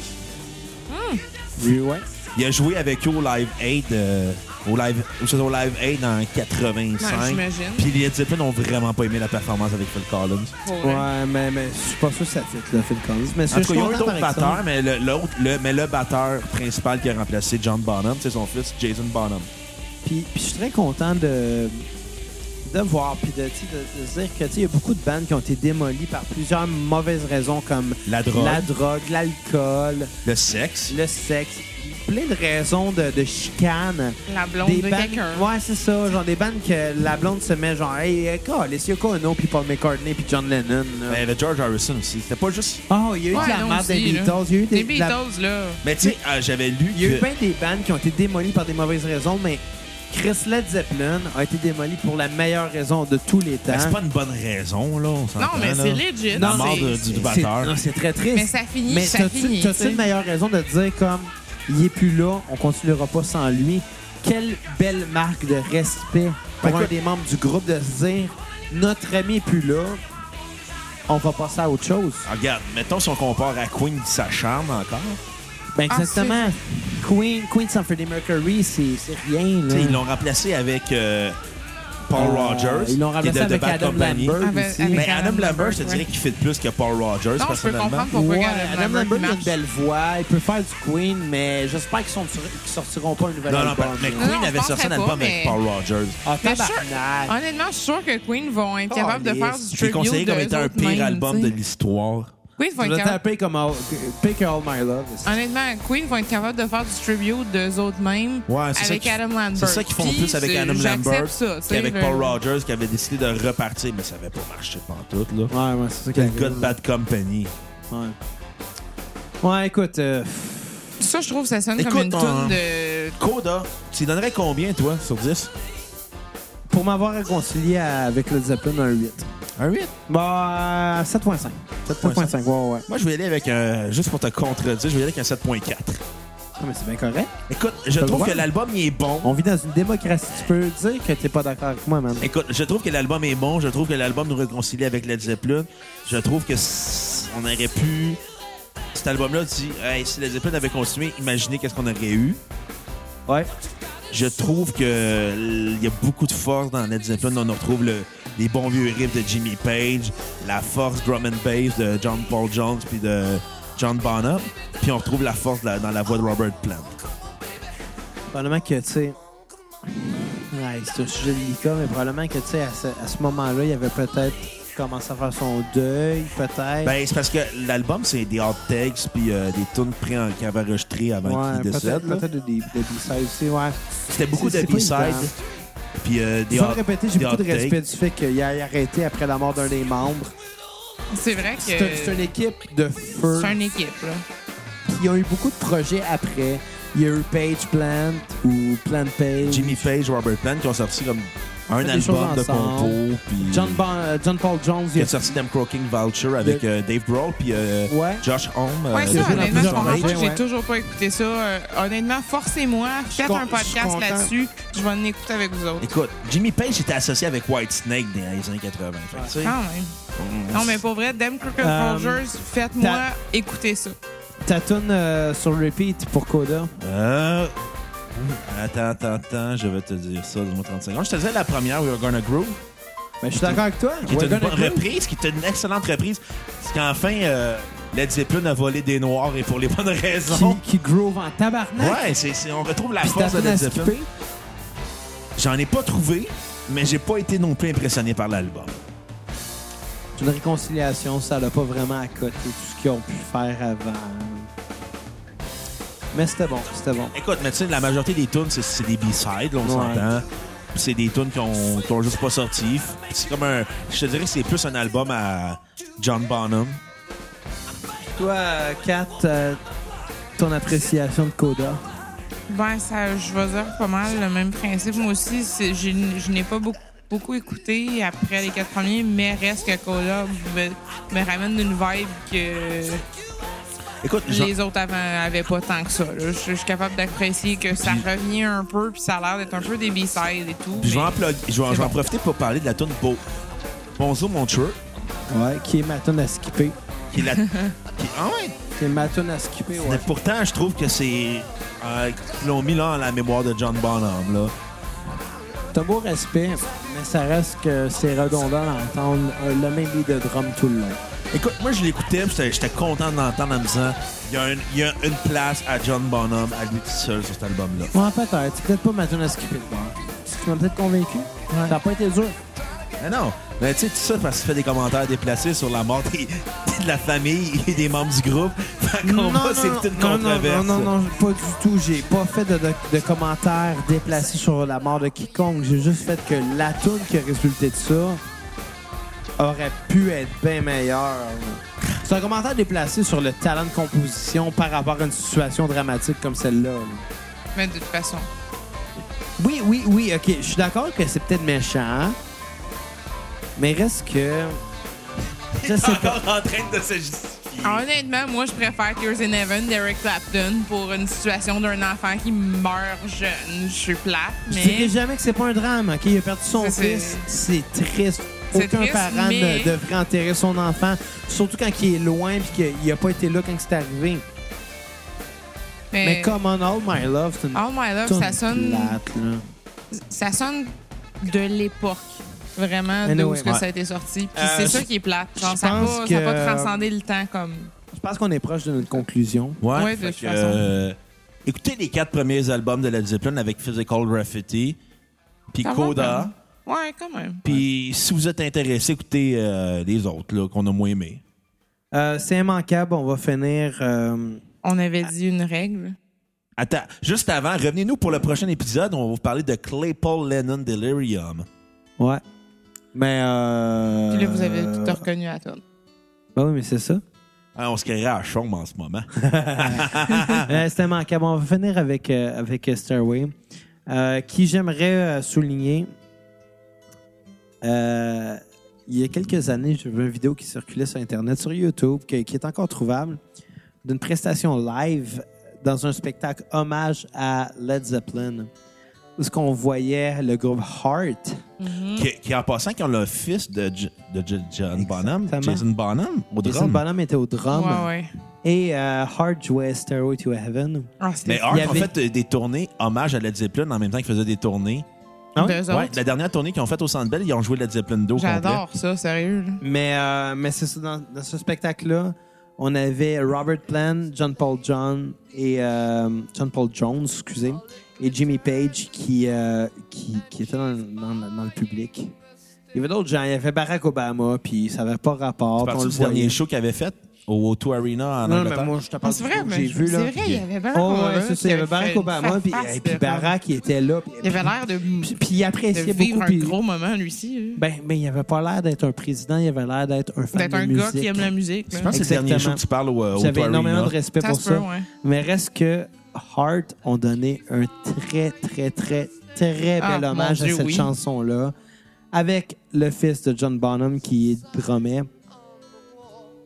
Speaker 6: oui, ouais.
Speaker 3: Il a joué avec eux au Live 8, euh, au Live, au saison Live 8 en 85.
Speaker 4: Ouais, j'imagine.
Speaker 3: Puis les Led Zeppelin n'ont vraiment pas aimé la performance avec Phil Collins.
Speaker 4: Pour vrai.
Speaker 1: Ouais, mais, mais je suis pas sûr que ça fit, le Phil Collins. Mais
Speaker 3: En
Speaker 1: c'est
Speaker 3: tout cas, il y a eu d'autres batteurs, mais le, l'autre- le- mais le batteur principal qui a remplacé John Bonham, c'est son fils Jason Bonham.
Speaker 1: Puis, puis je suis très content de, de voir, puis de, tu sais, de- de se dire que tu sais, il y a beaucoup de bandes qui ont été démolies par plusieurs mauvaises raisons comme
Speaker 3: La drogue,
Speaker 1: la drogue, l'alcool,
Speaker 3: le sexe.
Speaker 1: le sexe, plein de raisons de, de chicanes.
Speaker 4: La blonde
Speaker 1: Des
Speaker 4: de
Speaker 1: bandes-
Speaker 4: quelqu'un.
Speaker 1: Ouais, c'est ça. Genre des bandes que la blonde se met genre, hey, euh, Carlis, Yoko Ono, puis Paul McCartney, puis John Lennon. là.
Speaker 3: Mais le George Harrison aussi. C'était pas juste.
Speaker 1: Oh, il y a eu
Speaker 4: Ouais,
Speaker 1: de la
Speaker 4: non,
Speaker 1: merde des
Speaker 4: aussi, là.
Speaker 1: Beatles. Il y a eu
Speaker 4: Les
Speaker 1: des, de la-
Speaker 4: Beatles, là.
Speaker 3: Mais tu sais, euh, j'avais lu
Speaker 1: Il y a eu
Speaker 3: que.
Speaker 1: bien des bandes qui ont été démolies par des mauvaises raisons, mais Chris Led Zeppelin a été démoli pour la meilleure raison de tous les temps.
Speaker 3: Ben, c'est pas une bonne raison, là. on
Speaker 4: Non,
Speaker 3: s'entend,
Speaker 4: mais
Speaker 3: là.
Speaker 4: c'est legit.
Speaker 3: La
Speaker 4: C'est-
Speaker 3: mort de- du
Speaker 1: C'est-
Speaker 3: batteur.
Speaker 1: non, C'est très triste.
Speaker 4: Mais ça finit,
Speaker 1: Mais
Speaker 4: ça
Speaker 1: t'as-tu-
Speaker 4: finit. tu
Speaker 1: t'as-tu
Speaker 4: sais. Ben,
Speaker 1: une meilleure raison de te dire comme il est plus là, on continuera pas sans lui? Quelle belle marque de respect pour
Speaker 3: Ben,
Speaker 1: un
Speaker 3: écoute-
Speaker 1: des membres du groupe de se dire notre ami est plus là, on va passer à autre chose.
Speaker 3: Ah, Regarde, mettons si on compare à Queen dit sa charme encore.
Speaker 1: Ben
Speaker 4: Ah,
Speaker 1: exactement. Queen, Queen sans Freddie Mercury, c'est c'est rien.
Speaker 3: Tu
Speaker 1: Là.
Speaker 3: sais, Ils l'ont remplacé avec euh, Paul
Speaker 1: Euh,
Speaker 3: Rogers.
Speaker 1: Ils l'ont
Speaker 3: qui est
Speaker 1: remplacé
Speaker 3: de The
Speaker 1: avec
Speaker 3: Bad
Speaker 1: Adam
Speaker 3: Company.
Speaker 1: Lambert
Speaker 4: Avec-
Speaker 1: aussi.
Speaker 4: Ah, ben, avec
Speaker 3: Mais Adam Lambert, je te
Speaker 4: ouais.
Speaker 3: dirais qu'il fit plus que Paul Rogers,
Speaker 4: Non, je peux
Speaker 3: personnellement.
Speaker 4: comprendre pourquoi
Speaker 1: Ouais,
Speaker 4: Adam
Speaker 1: Adam
Speaker 4: Lambert,
Speaker 1: Lambert,
Speaker 4: il
Speaker 1: il a une
Speaker 4: marche.
Speaker 1: belle voix, il peut faire du Queen, mais j'espère qu'ils sont- qu'ils sortiront pas un nouvel
Speaker 3: Non, non,
Speaker 1: album.
Speaker 3: mais
Speaker 1: là.
Speaker 4: Non,
Speaker 3: Queen
Speaker 4: non,
Speaker 3: avait
Speaker 4: je
Speaker 3: sorti un
Speaker 4: penserais
Speaker 3: album
Speaker 4: pas,
Speaker 3: avec
Speaker 4: mais-
Speaker 3: Paul Rogers.
Speaker 1: Ah,
Speaker 4: Mais je suis-
Speaker 1: tabarnak!
Speaker 4: Honnêtement, je suis sûr que Queen vont être capables de
Speaker 1: Calisse.
Speaker 4: faire du
Speaker 3: J'ai
Speaker 4: tribute
Speaker 3: conseillé comme
Speaker 4: d'eux
Speaker 3: étant un
Speaker 4: autres
Speaker 3: pire
Speaker 4: mêmes,
Speaker 3: album
Speaker 4: tu sais.
Speaker 3: de l'histoire.
Speaker 4: Queen vont
Speaker 1: Je
Speaker 4: être
Speaker 1: vais
Speaker 4: capables.
Speaker 1: taper comme All- Pick All My Love.
Speaker 4: Honnêtement, Queen vont être capables de faire du tribute d'eux autres mêmes
Speaker 3: Ouais, c'est ça
Speaker 4: avec
Speaker 3: qui-
Speaker 4: Adam Lambert.
Speaker 3: C'est ça qu'ils font
Speaker 4: Puis,
Speaker 3: plus avec
Speaker 4: c'est-
Speaker 3: Adam
Speaker 4: j'accepte
Speaker 3: Lambert
Speaker 4: ça, tu sais,
Speaker 3: qu'avec
Speaker 4: le-
Speaker 3: Paul Rogers qui avait décidé de repartir, mais ça n'avait pas marché pantoute, là.
Speaker 1: Ouais, ouais, c'est ça
Speaker 3: Quel gars de Bad Company.
Speaker 1: Ouais. Ouais, écoute, euh,
Speaker 4: Ça, je trouve que ça sonne comme
Speaker 3: Écoute, hein.
Speaker 4: une
Speaker 3: on-
Speaker 4: toune de.
Speaker 3: Coda, tu lui donnerais combien, toi, sur 10?
Speaker 1: pour m'avoir réconcilié à- avec le Zeppelin, un 8.
Speaker 3: Un 8.
Speaker 1: Bah, euh, 7.5. 7.5, ouais, ouais.
Speaker 3: Moi, je vais y aller avec un... Juste pour te contredire, je vais y aller avec un 7.4.
Speaker 1: Ah, mais c'est bien correct.
Speaker 3: Écoute, je
Speaker 1: le
Speaker 3: trouve
Speaker 1: droit.
Speaker 3: que l'album, il est bon.
Speaker 1: On vit dans une démocratie. Tu peux dire que t'es pas d'accord avec moi, man.
Speaker 3: Écoute, je trouve que l'album est bon. Je trouve que l'album nous réconcilie avec Led Zeppelin. Je trouve que c- on aurait pu... Cet album-là dit, hey, si Led Zeppelin avait continué, imaginez qu'est-ce qu'on aurait eu.
Speaker 1: Ouais.
Speaker 3: Je trouve que l- il y a beaucoup de force dans Led Zeppelin. On retrouve le- les bons vieux riffs de Jimmy Page, la force drum and bass de John Paul Jones puis de John Bonham, puis on retrouve la force de la- dans la voix de Robert Plant.
Speaker 1: Probablement que, tu sais. Ouais, c'est un sujet délicat, mais probablement que, tu sais, à ce, à ce moment-là, il avait peut-être commencé à faire son deuil, peut-être.
Speaker 3: Ben c'est parce que l'album c'est des hot takes puis euh, des tunes pré- qu'il avait enregistrées avant
Speaker 1: ouais,
Speaker 3: qu'il décède.
Speaker 1: peut-être
Speaker 3: là.
Speaker 1: peut-être des, des B-sides aussi, ouais.
Speaker 3: C'était beaucoup de
Speaker 1: C'est- c'est pas
Speaker 3: B-sides
Speaker 1: évident.
Speaker 3: puis euh, des
Speaker 1: Sans le
Speaker 3: hot
Speaker 1: répéter, j'ai
Speaker 3: des
Speaker 1: beaucoup de
Speaker 3: hot takes.
Speaker 1: respect du fait qu'il ait arrêté après la mort d'un des membres.
Speaker 4: C'est vrai que.
Speaker 1: C'est un- c'est une équipe de feu.
Speaker 4: C'est une équipe, là.
Speaker 1: Il y a eu beaucoup de projets après. Il y a eu Page Plant ou Plant Page.
Speaker 3: Jimmy Page, Robert Plant qui ont sorti comme un
Speaker 1: Fait des
Speaker 3: album
Speaker 1: choses
Speaker 3: de
Speaker 1: ensemble.
Speaker 3: compo puis
Speaker 1: John, Bon- euh, John Paul Jones.
Speaker 3: qui
Speaker 1: Il
Speaker 3: a sorti Them Croaking Vulture avec euh, Dave Grohl puis euh,
Speaker 1: Ouais.
Speaker 3: Josh Holm. euh,
Speaker 4: Ouais,
Speaker 1: c'est vrai,
Speaker 4: ça,
Speaker 1: dans
Speaker 4: honnêtement, je
Speaker 1: plusieurs
Speaker 4: comprends pas.
Speaker 1: projets,
Speaker 4: J'ai
Speaker 1: ouais.
Speaker 4: toujours pas écouté ça. Euh, honnêtement, forcez-moi. Faites
Speaker 1: con-
Speaker 4: un
Speaker 1: je suis
Speaker 4: podcast
Speaker 1: content.
Speaker 4: là-dessus. Je vais en écouter avec vous autres.
Speaker 3: Écoute, Jimmy Page était associé avec Whitesnake dans les années 80. Fait que, tu sais,
Speaker 4: Quand même.
Speaker 3: on-
Speaker 4: Non, mais pour vrai, Damn Crooked
Speaker 1: Euh,
Speaker 4: Rogers, faites-moi écouter ça.
Speaker 1: Ta tune euh, sur repeat pour Coda. Ben,
Speaker 3: Euh, Attends, attends, attends, je vais te dire ça, donne-moi 30 secondes. Je te disais la première, We Are Gonna Groove,
Speaker 1: Ben, je suis d'accord avec toi.
Speaker 3: qui est
Speaker 1: Ouais,
Speaker 3: une
Speaker 1: gonna
Speaker 3: bonne
Speaker 1: go.
Speaker 3: reprise, qui est une excellente reprise. Parce qu'enfin, euh, Led Zeppelin a volé des noirs et pour les bonnes (laughs) raisons.
Speaker 1: Qui, qui groove en tabarnak.
Speaker 3: Ouais, c'est, c'est- on retrouve la
Speaker 1: Puis ta
Speaker 3: force de
Speaker 1: tune à
Speaker 3: Led Zeppelin.
Speaker 1: skipper.
Speaker 3: J'en ai pas trouvé, mais j'ai pas été non plus impressionné par l'album.
Speaker 1: C'est une réconciliation, ça l'a pas vraiment à côté tout ce qu'ils ont pu faire avant. Mais c'était bon, c'était bon.
Speaker 3: Écoute, mais tu sais, la majorité des tunes, c'est- c'est des B-sides, là, on
Speaker 1: Ouais.
Speaker 3: s'entend. Puis C'est des tunes qui ont, qui ont juste pas sorti. C'est comme un. Je te dirais que c'est plus un album à John Bonham.
Speaker 1: Toi, euh, Kat, euh, ton appréciation de Coda.
Speaker 4: Ben, ça, je vais dire pas mal le même principe. Moi aussi, c'est- j'ai- je n'ai pas beaucoup, beaucoup écouté après les quatre premiers, mais reste que Cola me, me ramène d'une vibe que
Speaker 3: Écoute, j'en-
Speaker 4: les autres avant avaient pas tant que ça. là. Je, je suis capable d'apprécier que ça revient un peu, puis ça a l'air d'être un peu des B-sides et tout.
Speaker 3: puis je vais
Speaker 4: mais-
Speaker 3: en, plug- je vais- je vais en profiter pour parler de la tune Beau. Bonjour, mon cheveu.
Speaker 1: Ouais, qui est ma tune à skipper.
Speaker 3: Qui est la. qui- Ah ouais!
Speaker 1: C'est ma tune à skipper, ouais.
Speaker 3: Mais pourtant, je trouve que c'est. euh, ils l'ont mis là à la mémoire de John Bonham, là.
Speaker 1: T'as beau respect, mais ça reste que c'est redondant d'entendre euh, le même beat de drum tout le long.
Speaker 3: Écoute, moi, je l'écoutais, puis j'étais- j'étais content de l'entendre en me disant il y, a une- il y a une place à John Bonham, à lui tout seul sur cet album-là.
Speaker 1: Ouais, peut-être. C'est peut-être pas ma tune à skipper de bord. Tu m'as peut-être convaincu. Ça a pas été dur.
Speaker 3: Mais non, mais tu sais, tout ça parce qu'il fait des commentaires déplacés sur la mort des- (laughs) de la famille et des membres du groupe. (laughs) Fait qu'on va, c'est toute une
Speaker 1: non,
Speaker 3: controverse.
Speaker 1: Non, non, non, pas du tout. J'ai pas fait de, de- de commentaires déplacés sur la mort de quiconque. J'ai juste fait que la tune qui a résulté de ça aurait pu être bien meilleure. C'est un commentaire déplacé sur le talent de composition par rapport à une situation dramatique comme celle-là. là.
Speaker 4: Mais de toute façon.
Speaker 1: Oui, oui, oui, ok. Je suis d'accord que c'est peut-être méchant, mais reste que. Je sais pas. Ah
Speaker 3: Encore en train de se justifier.
Speaker 4: Honnêtement, moi, je préfère Tears in Heaven d'Eric Clapton pour une situation d'un enfant qui meurt jeune. Je suis plate,
Speaker 1: Je
Speaker 4: mais
Speaker 1: dirais jamais que c'est pas un drame, OK? Il a perdu son
Speaker 4: Ça, c'est-
Speaker 1: fils. C'est triste.
Speaker 4: C'est
Speaker 1: Aucun
Speaker 4: triste,
Speaker 1: parent
Speaker 4: mais-
Speaker 1: ne devrait enterrer son enfant, surtout quand il est loin et qu'il a pas été là quand c'est arrivé. Mais Come On All My Love, c'est une
Speaker 4: Oh my love,
Speaker 1: toune
Speaker 4: ça sonne,
Speaker 1: plate, là.
Speaker 4: ça sonne de l'époque. Vraiment,
Speaker 1: Anyway,
Speaker 4: d'où est-ce que
Speaker 1: ouais.
Speaker 4: ça a été sorti. Puis
Speaker 1: Euh,
Speaker 4: c'est
Speaker 1: je-
Speaker 4: ça qui est plate. Genre,
Speaker 1: je
Speaker 4: ça n'a
Speaker 1: pense
Speaker 4: pas,
Speaker 1: que-
Speaker 4: ça a pas transcendé le temps comme.
Speaker 1: Je pense qu'on est proche de notre conclusion.
Speaker 3: Ouais,
Speaker 4: Ouais, de
Speaker 3: fait
Speaker 4: toute
Speaker 3: que,
Speaker 4: façon.
Speaker 3: euh, écoutez les quatre premiers albums de Led Zeppelin avec Physical Graffiti, puis
Speaker 4: Ça va,
Speaker 3: Coda.
Speaker 1: Ben?
Speaker 4: Ouais, quand même.
Speaker 3: Puis si vous êtes intéressé, écoutez euh, les autres là, qu'on a moins aimés.
Speaker 1: Euh, c'est immanquable. On va finir. euh,
Speaker 4: On avait dit une règle.
Speaker 3: Attends, juste avant, revenez-nous pour le prochain épisode. On va vous parler de Claypole Lennon Delirium.
Speaker 1: Ouais. Mais. Euh...
Speaker 4: Puis là, vous avez tout reconnu à toi.
Speaker 1: Ben oui, mais c'est ça.
Speaker 3: Ah, on se crierait à chaume en ce moment.
Speaker 1: Euh, C'était manquable. On va finir avec, euh, avec euh, Stairway, euh, qui j'aimerais euh, souligner. euh, il y a quelques années, j'ai vu une vidéo qui circulait sur Internet, sur YouTube, que- qui est encore trouvable, d'une prestation live dans un spectacle hommage à Led Zeppelin, où ce qu'on voyait le groupe Heart.
Speaker 3: qui, qui, en passant, qui ont le fils de, J- de J- John Bonham,
Speaker 1: Exactement.
Speaker 3: Jason Bonham, au
Speaker 1: Jason
Speaker 3: drum.
Speaker 1: Bonham était au drum
Speaker 4: Ouais, ouais.
Speaker 1: et euh, Heart jouait Stairway to Heaven.
Speaker 4: Ah, c'était
Speaker 3: Mais Art
Speaker 1: Il y
Speaker 3: a
Speaker 1: avait-
Speaker 3: fait euh, des tournées hommage à Led Zeppelin en même temps qu'ils faisaient des tournées.
Speaker 1: Ah oui?
Speaker 4: deux
Speaker 3: Ouais,
Speaker 4: autres.
Speaker 3: la dernière tournée qu'ils ont faite au Centre Bell, ils ont joué Led Zeppelin 2 au complet.
Speaker 4: J'adore ça, sérieux. là.
Speaker 1: Mais, euh, mais c'est ça, dans, dans ce spectacle-là, on avait Robert Plant, John Paul John et euh, John Paul Jones, excusez, et Jimmy Page qui, euh, qui, qui étaient dans, dans- dans le public. Il y avait d'autres gens, il y avait Barack Obama, puis ça n'avait pas rapport.
Speaker 3: C'est
Speaker 1: puis
Speaker 3: parti
Speaker 1: On le
Speaker 3: du dernier
Speaker 1: voyait.
Speaker 3: show qu'ils avaient fait au O2 Arena en
Speaker 1: Non, mais
Speaker 3: Angleterre.
Speaker 1: moi, je te
Speaker 4: Ah,
Speaker 1: parle
Speaker 4: c'est
Speaker 1: du
Speaker 4: vrai,
Speaker 1: show que
Speaker 4: mais
Speaker 1: j'ai
Speaker 4: je-
Speaker 1: vu.
Speaker 4: c'est
Speaker 1: là.
Speaker 4: vrai, il y avait Barack
Speaker 1: Oh,
Speaker 4: Obama.
Speaker 1: ouais, c'est ça, il y avait Barack Obama, puis, et puis Barack, il était là, puis,
Speaker 4: Il avait l'air de,
Speaker 1: puis-
Speaker 4: de
Speaker 1: puis il appréciait
Speaker 4: vivre
Speaker 1: beaucoup.
Speaker 4: un
Speaker 1: puis-
Speaker 4: gros moment, lui aussi. là.
Speaker 1: ben, mais il avait pas l'air d'être un président, il avait l'air d'être un fan
Speaker 4: D'être
Speaker 1: de
Speaker 4: un
Speaker 1: musique.
Speaker 4: gars qui aime la musique. là.
Speaker 3: Je pense que c'est le dernier show
Speaker 1: Exactement.
Speaker 3: que tu parles au, euh, au
Speaker 1: J'avais
Speaker 3: O2
Speaker 1: énormément
Speaker 3: Arena.
Speaker 1: de respect
Speaker 4: Ça
Speaker 1: pour
Speaker 4: se peut,
Speaker 1: ça.
Speaker 4: ouais.
Speaker 1: Mais reste que Heart ont donné un très, très, très, très
Speaker 4: Ah,
Speaker 1: bel
Speaker 4: mon
Speaker 1: hommage
Speaker 4: Dieu,
Speaker 1: à cette
Speaker 4: oui.
Speaker 1: chanson-là. Avec le fils de John Bonham qui est drummer.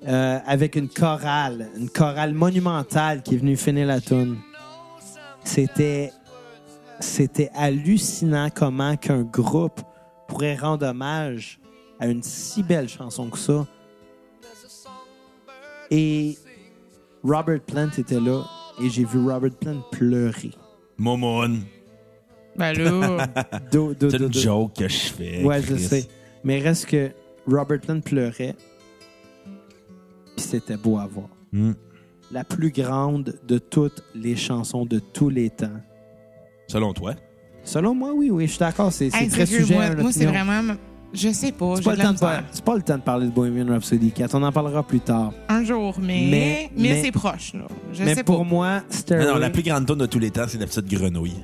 Speaker 1: Euh, avec une chorale, une chorale monumentale qui est venue finir la tune. C'était, c'était hallucinant comment qu'un groupe pourrait rendre hommage à une si belle chanson que ça. Et Robert Plant était là et j'ai vu Robert Plant pleurer.
Speaker 3: Momoun.
Speaker 4: Ben là,
Speaker 1: Do- do-
Speaker 3: C'est
Speaker 1: do-
Speaker 3: une
Speaker 1: do-
Speaker 3: joke que je fais.
Speaker 1: Ouais, je
Speaker 3: Chris.
Speaker 1: sais. Mais reste que Robert Plant pleurait. Puis c'était beau à voir.
Speaker 3: Hmm.
Speaker 1: La plus grande de toutes les chansons de tous les temps.
Speaker 3: Selon toi.
Speaker 1: Selon moi, oui, oui, je suis d'accord. (laughs) C'est c'est
Speaker 4: Hey,
Speaker 1: très
Speaker 4: sérieux,
Speaker 1: sujet
Speaker 4: moi,
Speaker 1: à
Speaker 4: moi, c'est
Speaker 1: l'opinion.
Speaker 4: vraiment Je sais pas.
Speaker 1: C'est
Speaker 4: j'ai
Speaker 1: pas, le
Speaker 4: de la
Speaker 1: temps de
Speaker 4: misère.
Speaker 1: par- c'est pas le temps de parler de Bohemian Rhapsody 4. On en parlera plus tard.
Speaker 4: Un jour, mais.
Speaker 1: Mais-
Speaker 4: Mais,
Speaker 1: mais-
Speaker 4: c'est proche, là. Je
Speaker 1: Mais
Speaker 4: sais
Speaker 1: pour
Speaker 4: pas.
Speaker 1: moi,
Speaker 3: Non,
Speaker 1: Stairway...
Speaker 3: non, la plus grande tonne de tous les temps, c'est la petite grenouille.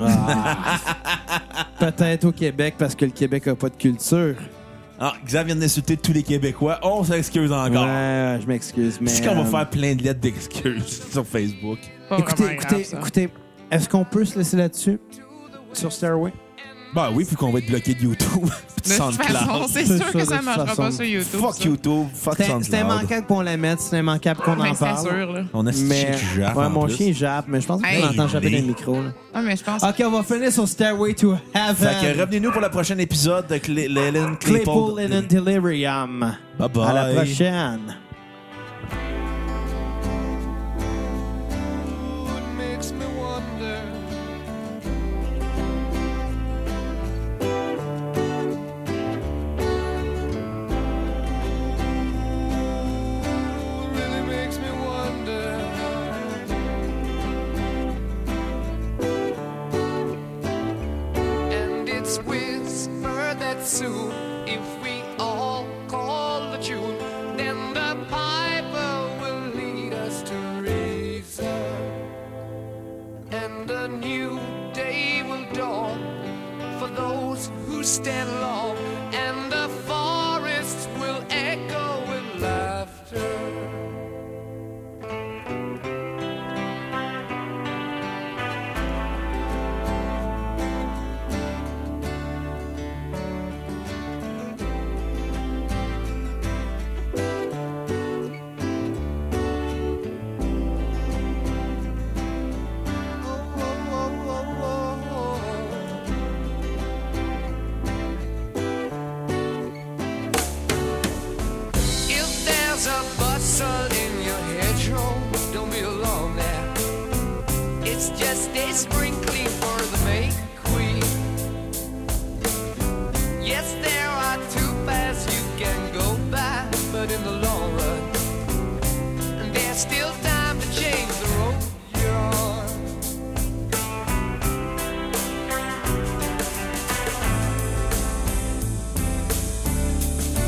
Speaker 1: Ah. Peut-être au Québec, parce que le Québec a pas de culture.
Speaker 3: Ah, Xav vient d'insulter tous les Québécois. On s'excuse encore.
Speaker 1: Ouais, je m'excuse, mais...
Speaker 3: C'est qu'on va
Speaker 1: euh,
Speaker 3: faire plein de lettres d'excuses (laughs) sur Facebook.
Speaker 4: Pas
Speaker 1: Écoutez,
Speaker 4: vraiment grave,
Speaker 1: écoutez,
Speaker 4: ça.
Speaker 1: écoutez, est-ce qu'on peut se laisser là-dessus? Sur Stairway?
Speaker 3: Bah oui, puis qu'on va être bloqué de YouTube. (laughs) puis
Speaker 4: De toute façon,
Speaker 3: SoundCloud.
Speaker 1: (laughs)
Speaker 4: c'est
Speaker 1: C'est
Speaker 4: sûr
Speaker 1: ça,
Speaker 4: que
Speaker 1: de
Speaker 4: ça
Speaker 1: toute
Speaker 4: ne marchera
Speaker 1: façon.
Speaker 4: pas sur YouTube.
Speaker 3: Fuck
Speaker 4: ça.
Speaker 3: YouTube, fuck
Speaker 1: C'est c'est
Speaker 3: SoundCloud.
Speaker 1: immanquable qu'on la mette, c'est immanquable qu'on en
Speaker 4: Ben,
Speaker 1: parle.
Speaker 4: c'est sûr, là.
Speaker 3: On a ce
Speaker 1: Mais,
Speaker 3: chien qui jappe,
Speaker 1: ouais,
Speaker 3: en
Speaker 1: mon
Speaker 3: plus.
Speaker 1: chien jappe, mais je pense que
Speaker 4: Hey,
Speaker 1: on entend japper
Speaker 3: mais-
Speaker 1: dans le micro. là.
Speaker 4: Ah, mais je pense que
Speaker 1: Ok, on va finir sur Stairway to
Speaker 3: Fait que
Speaker 1: Heaven.
Speaker 3: revenez-nous pour le prochain épisode de Cl- l'Ellen
Speaker 1: Euh, Claypool
Speaker 3: Claypool.
Speaker 1: and Delirium.
Speaker 3: Bye bye.
Speaker 1: À la prochaine.
Speaker 5: It makes me wonder really makes me wonder And it's whisper that soon if we all call the tune then the piper will lead us to reason and a new day will dawn for those who stand long, and the forests will echo with laughter. Oh, oh, oh, oh, oh, oh. If there's a bustle in your hedgerow, don't be alone there. It's just a sprinkling for the May Queen. Yes, there are two paths you can go by, but in the long run, there's still time to change the road you're on.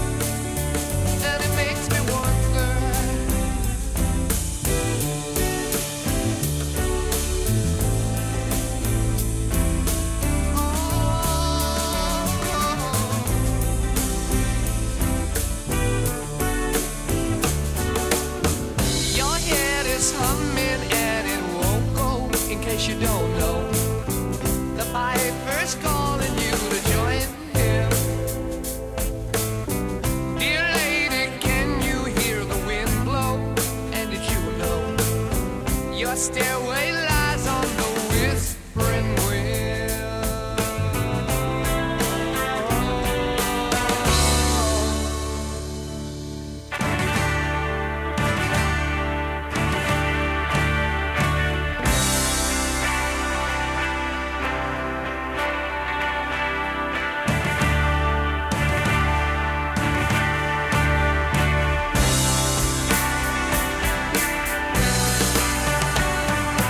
Speaker 5: And it makes me wonder Oh. Your head is humming and it won't go in case you don't know The piper's calling you to join him Dear lady, can you hear the wind blow? And did you know your stairway lies on the whispering wind? Thank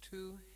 Speaker 5: to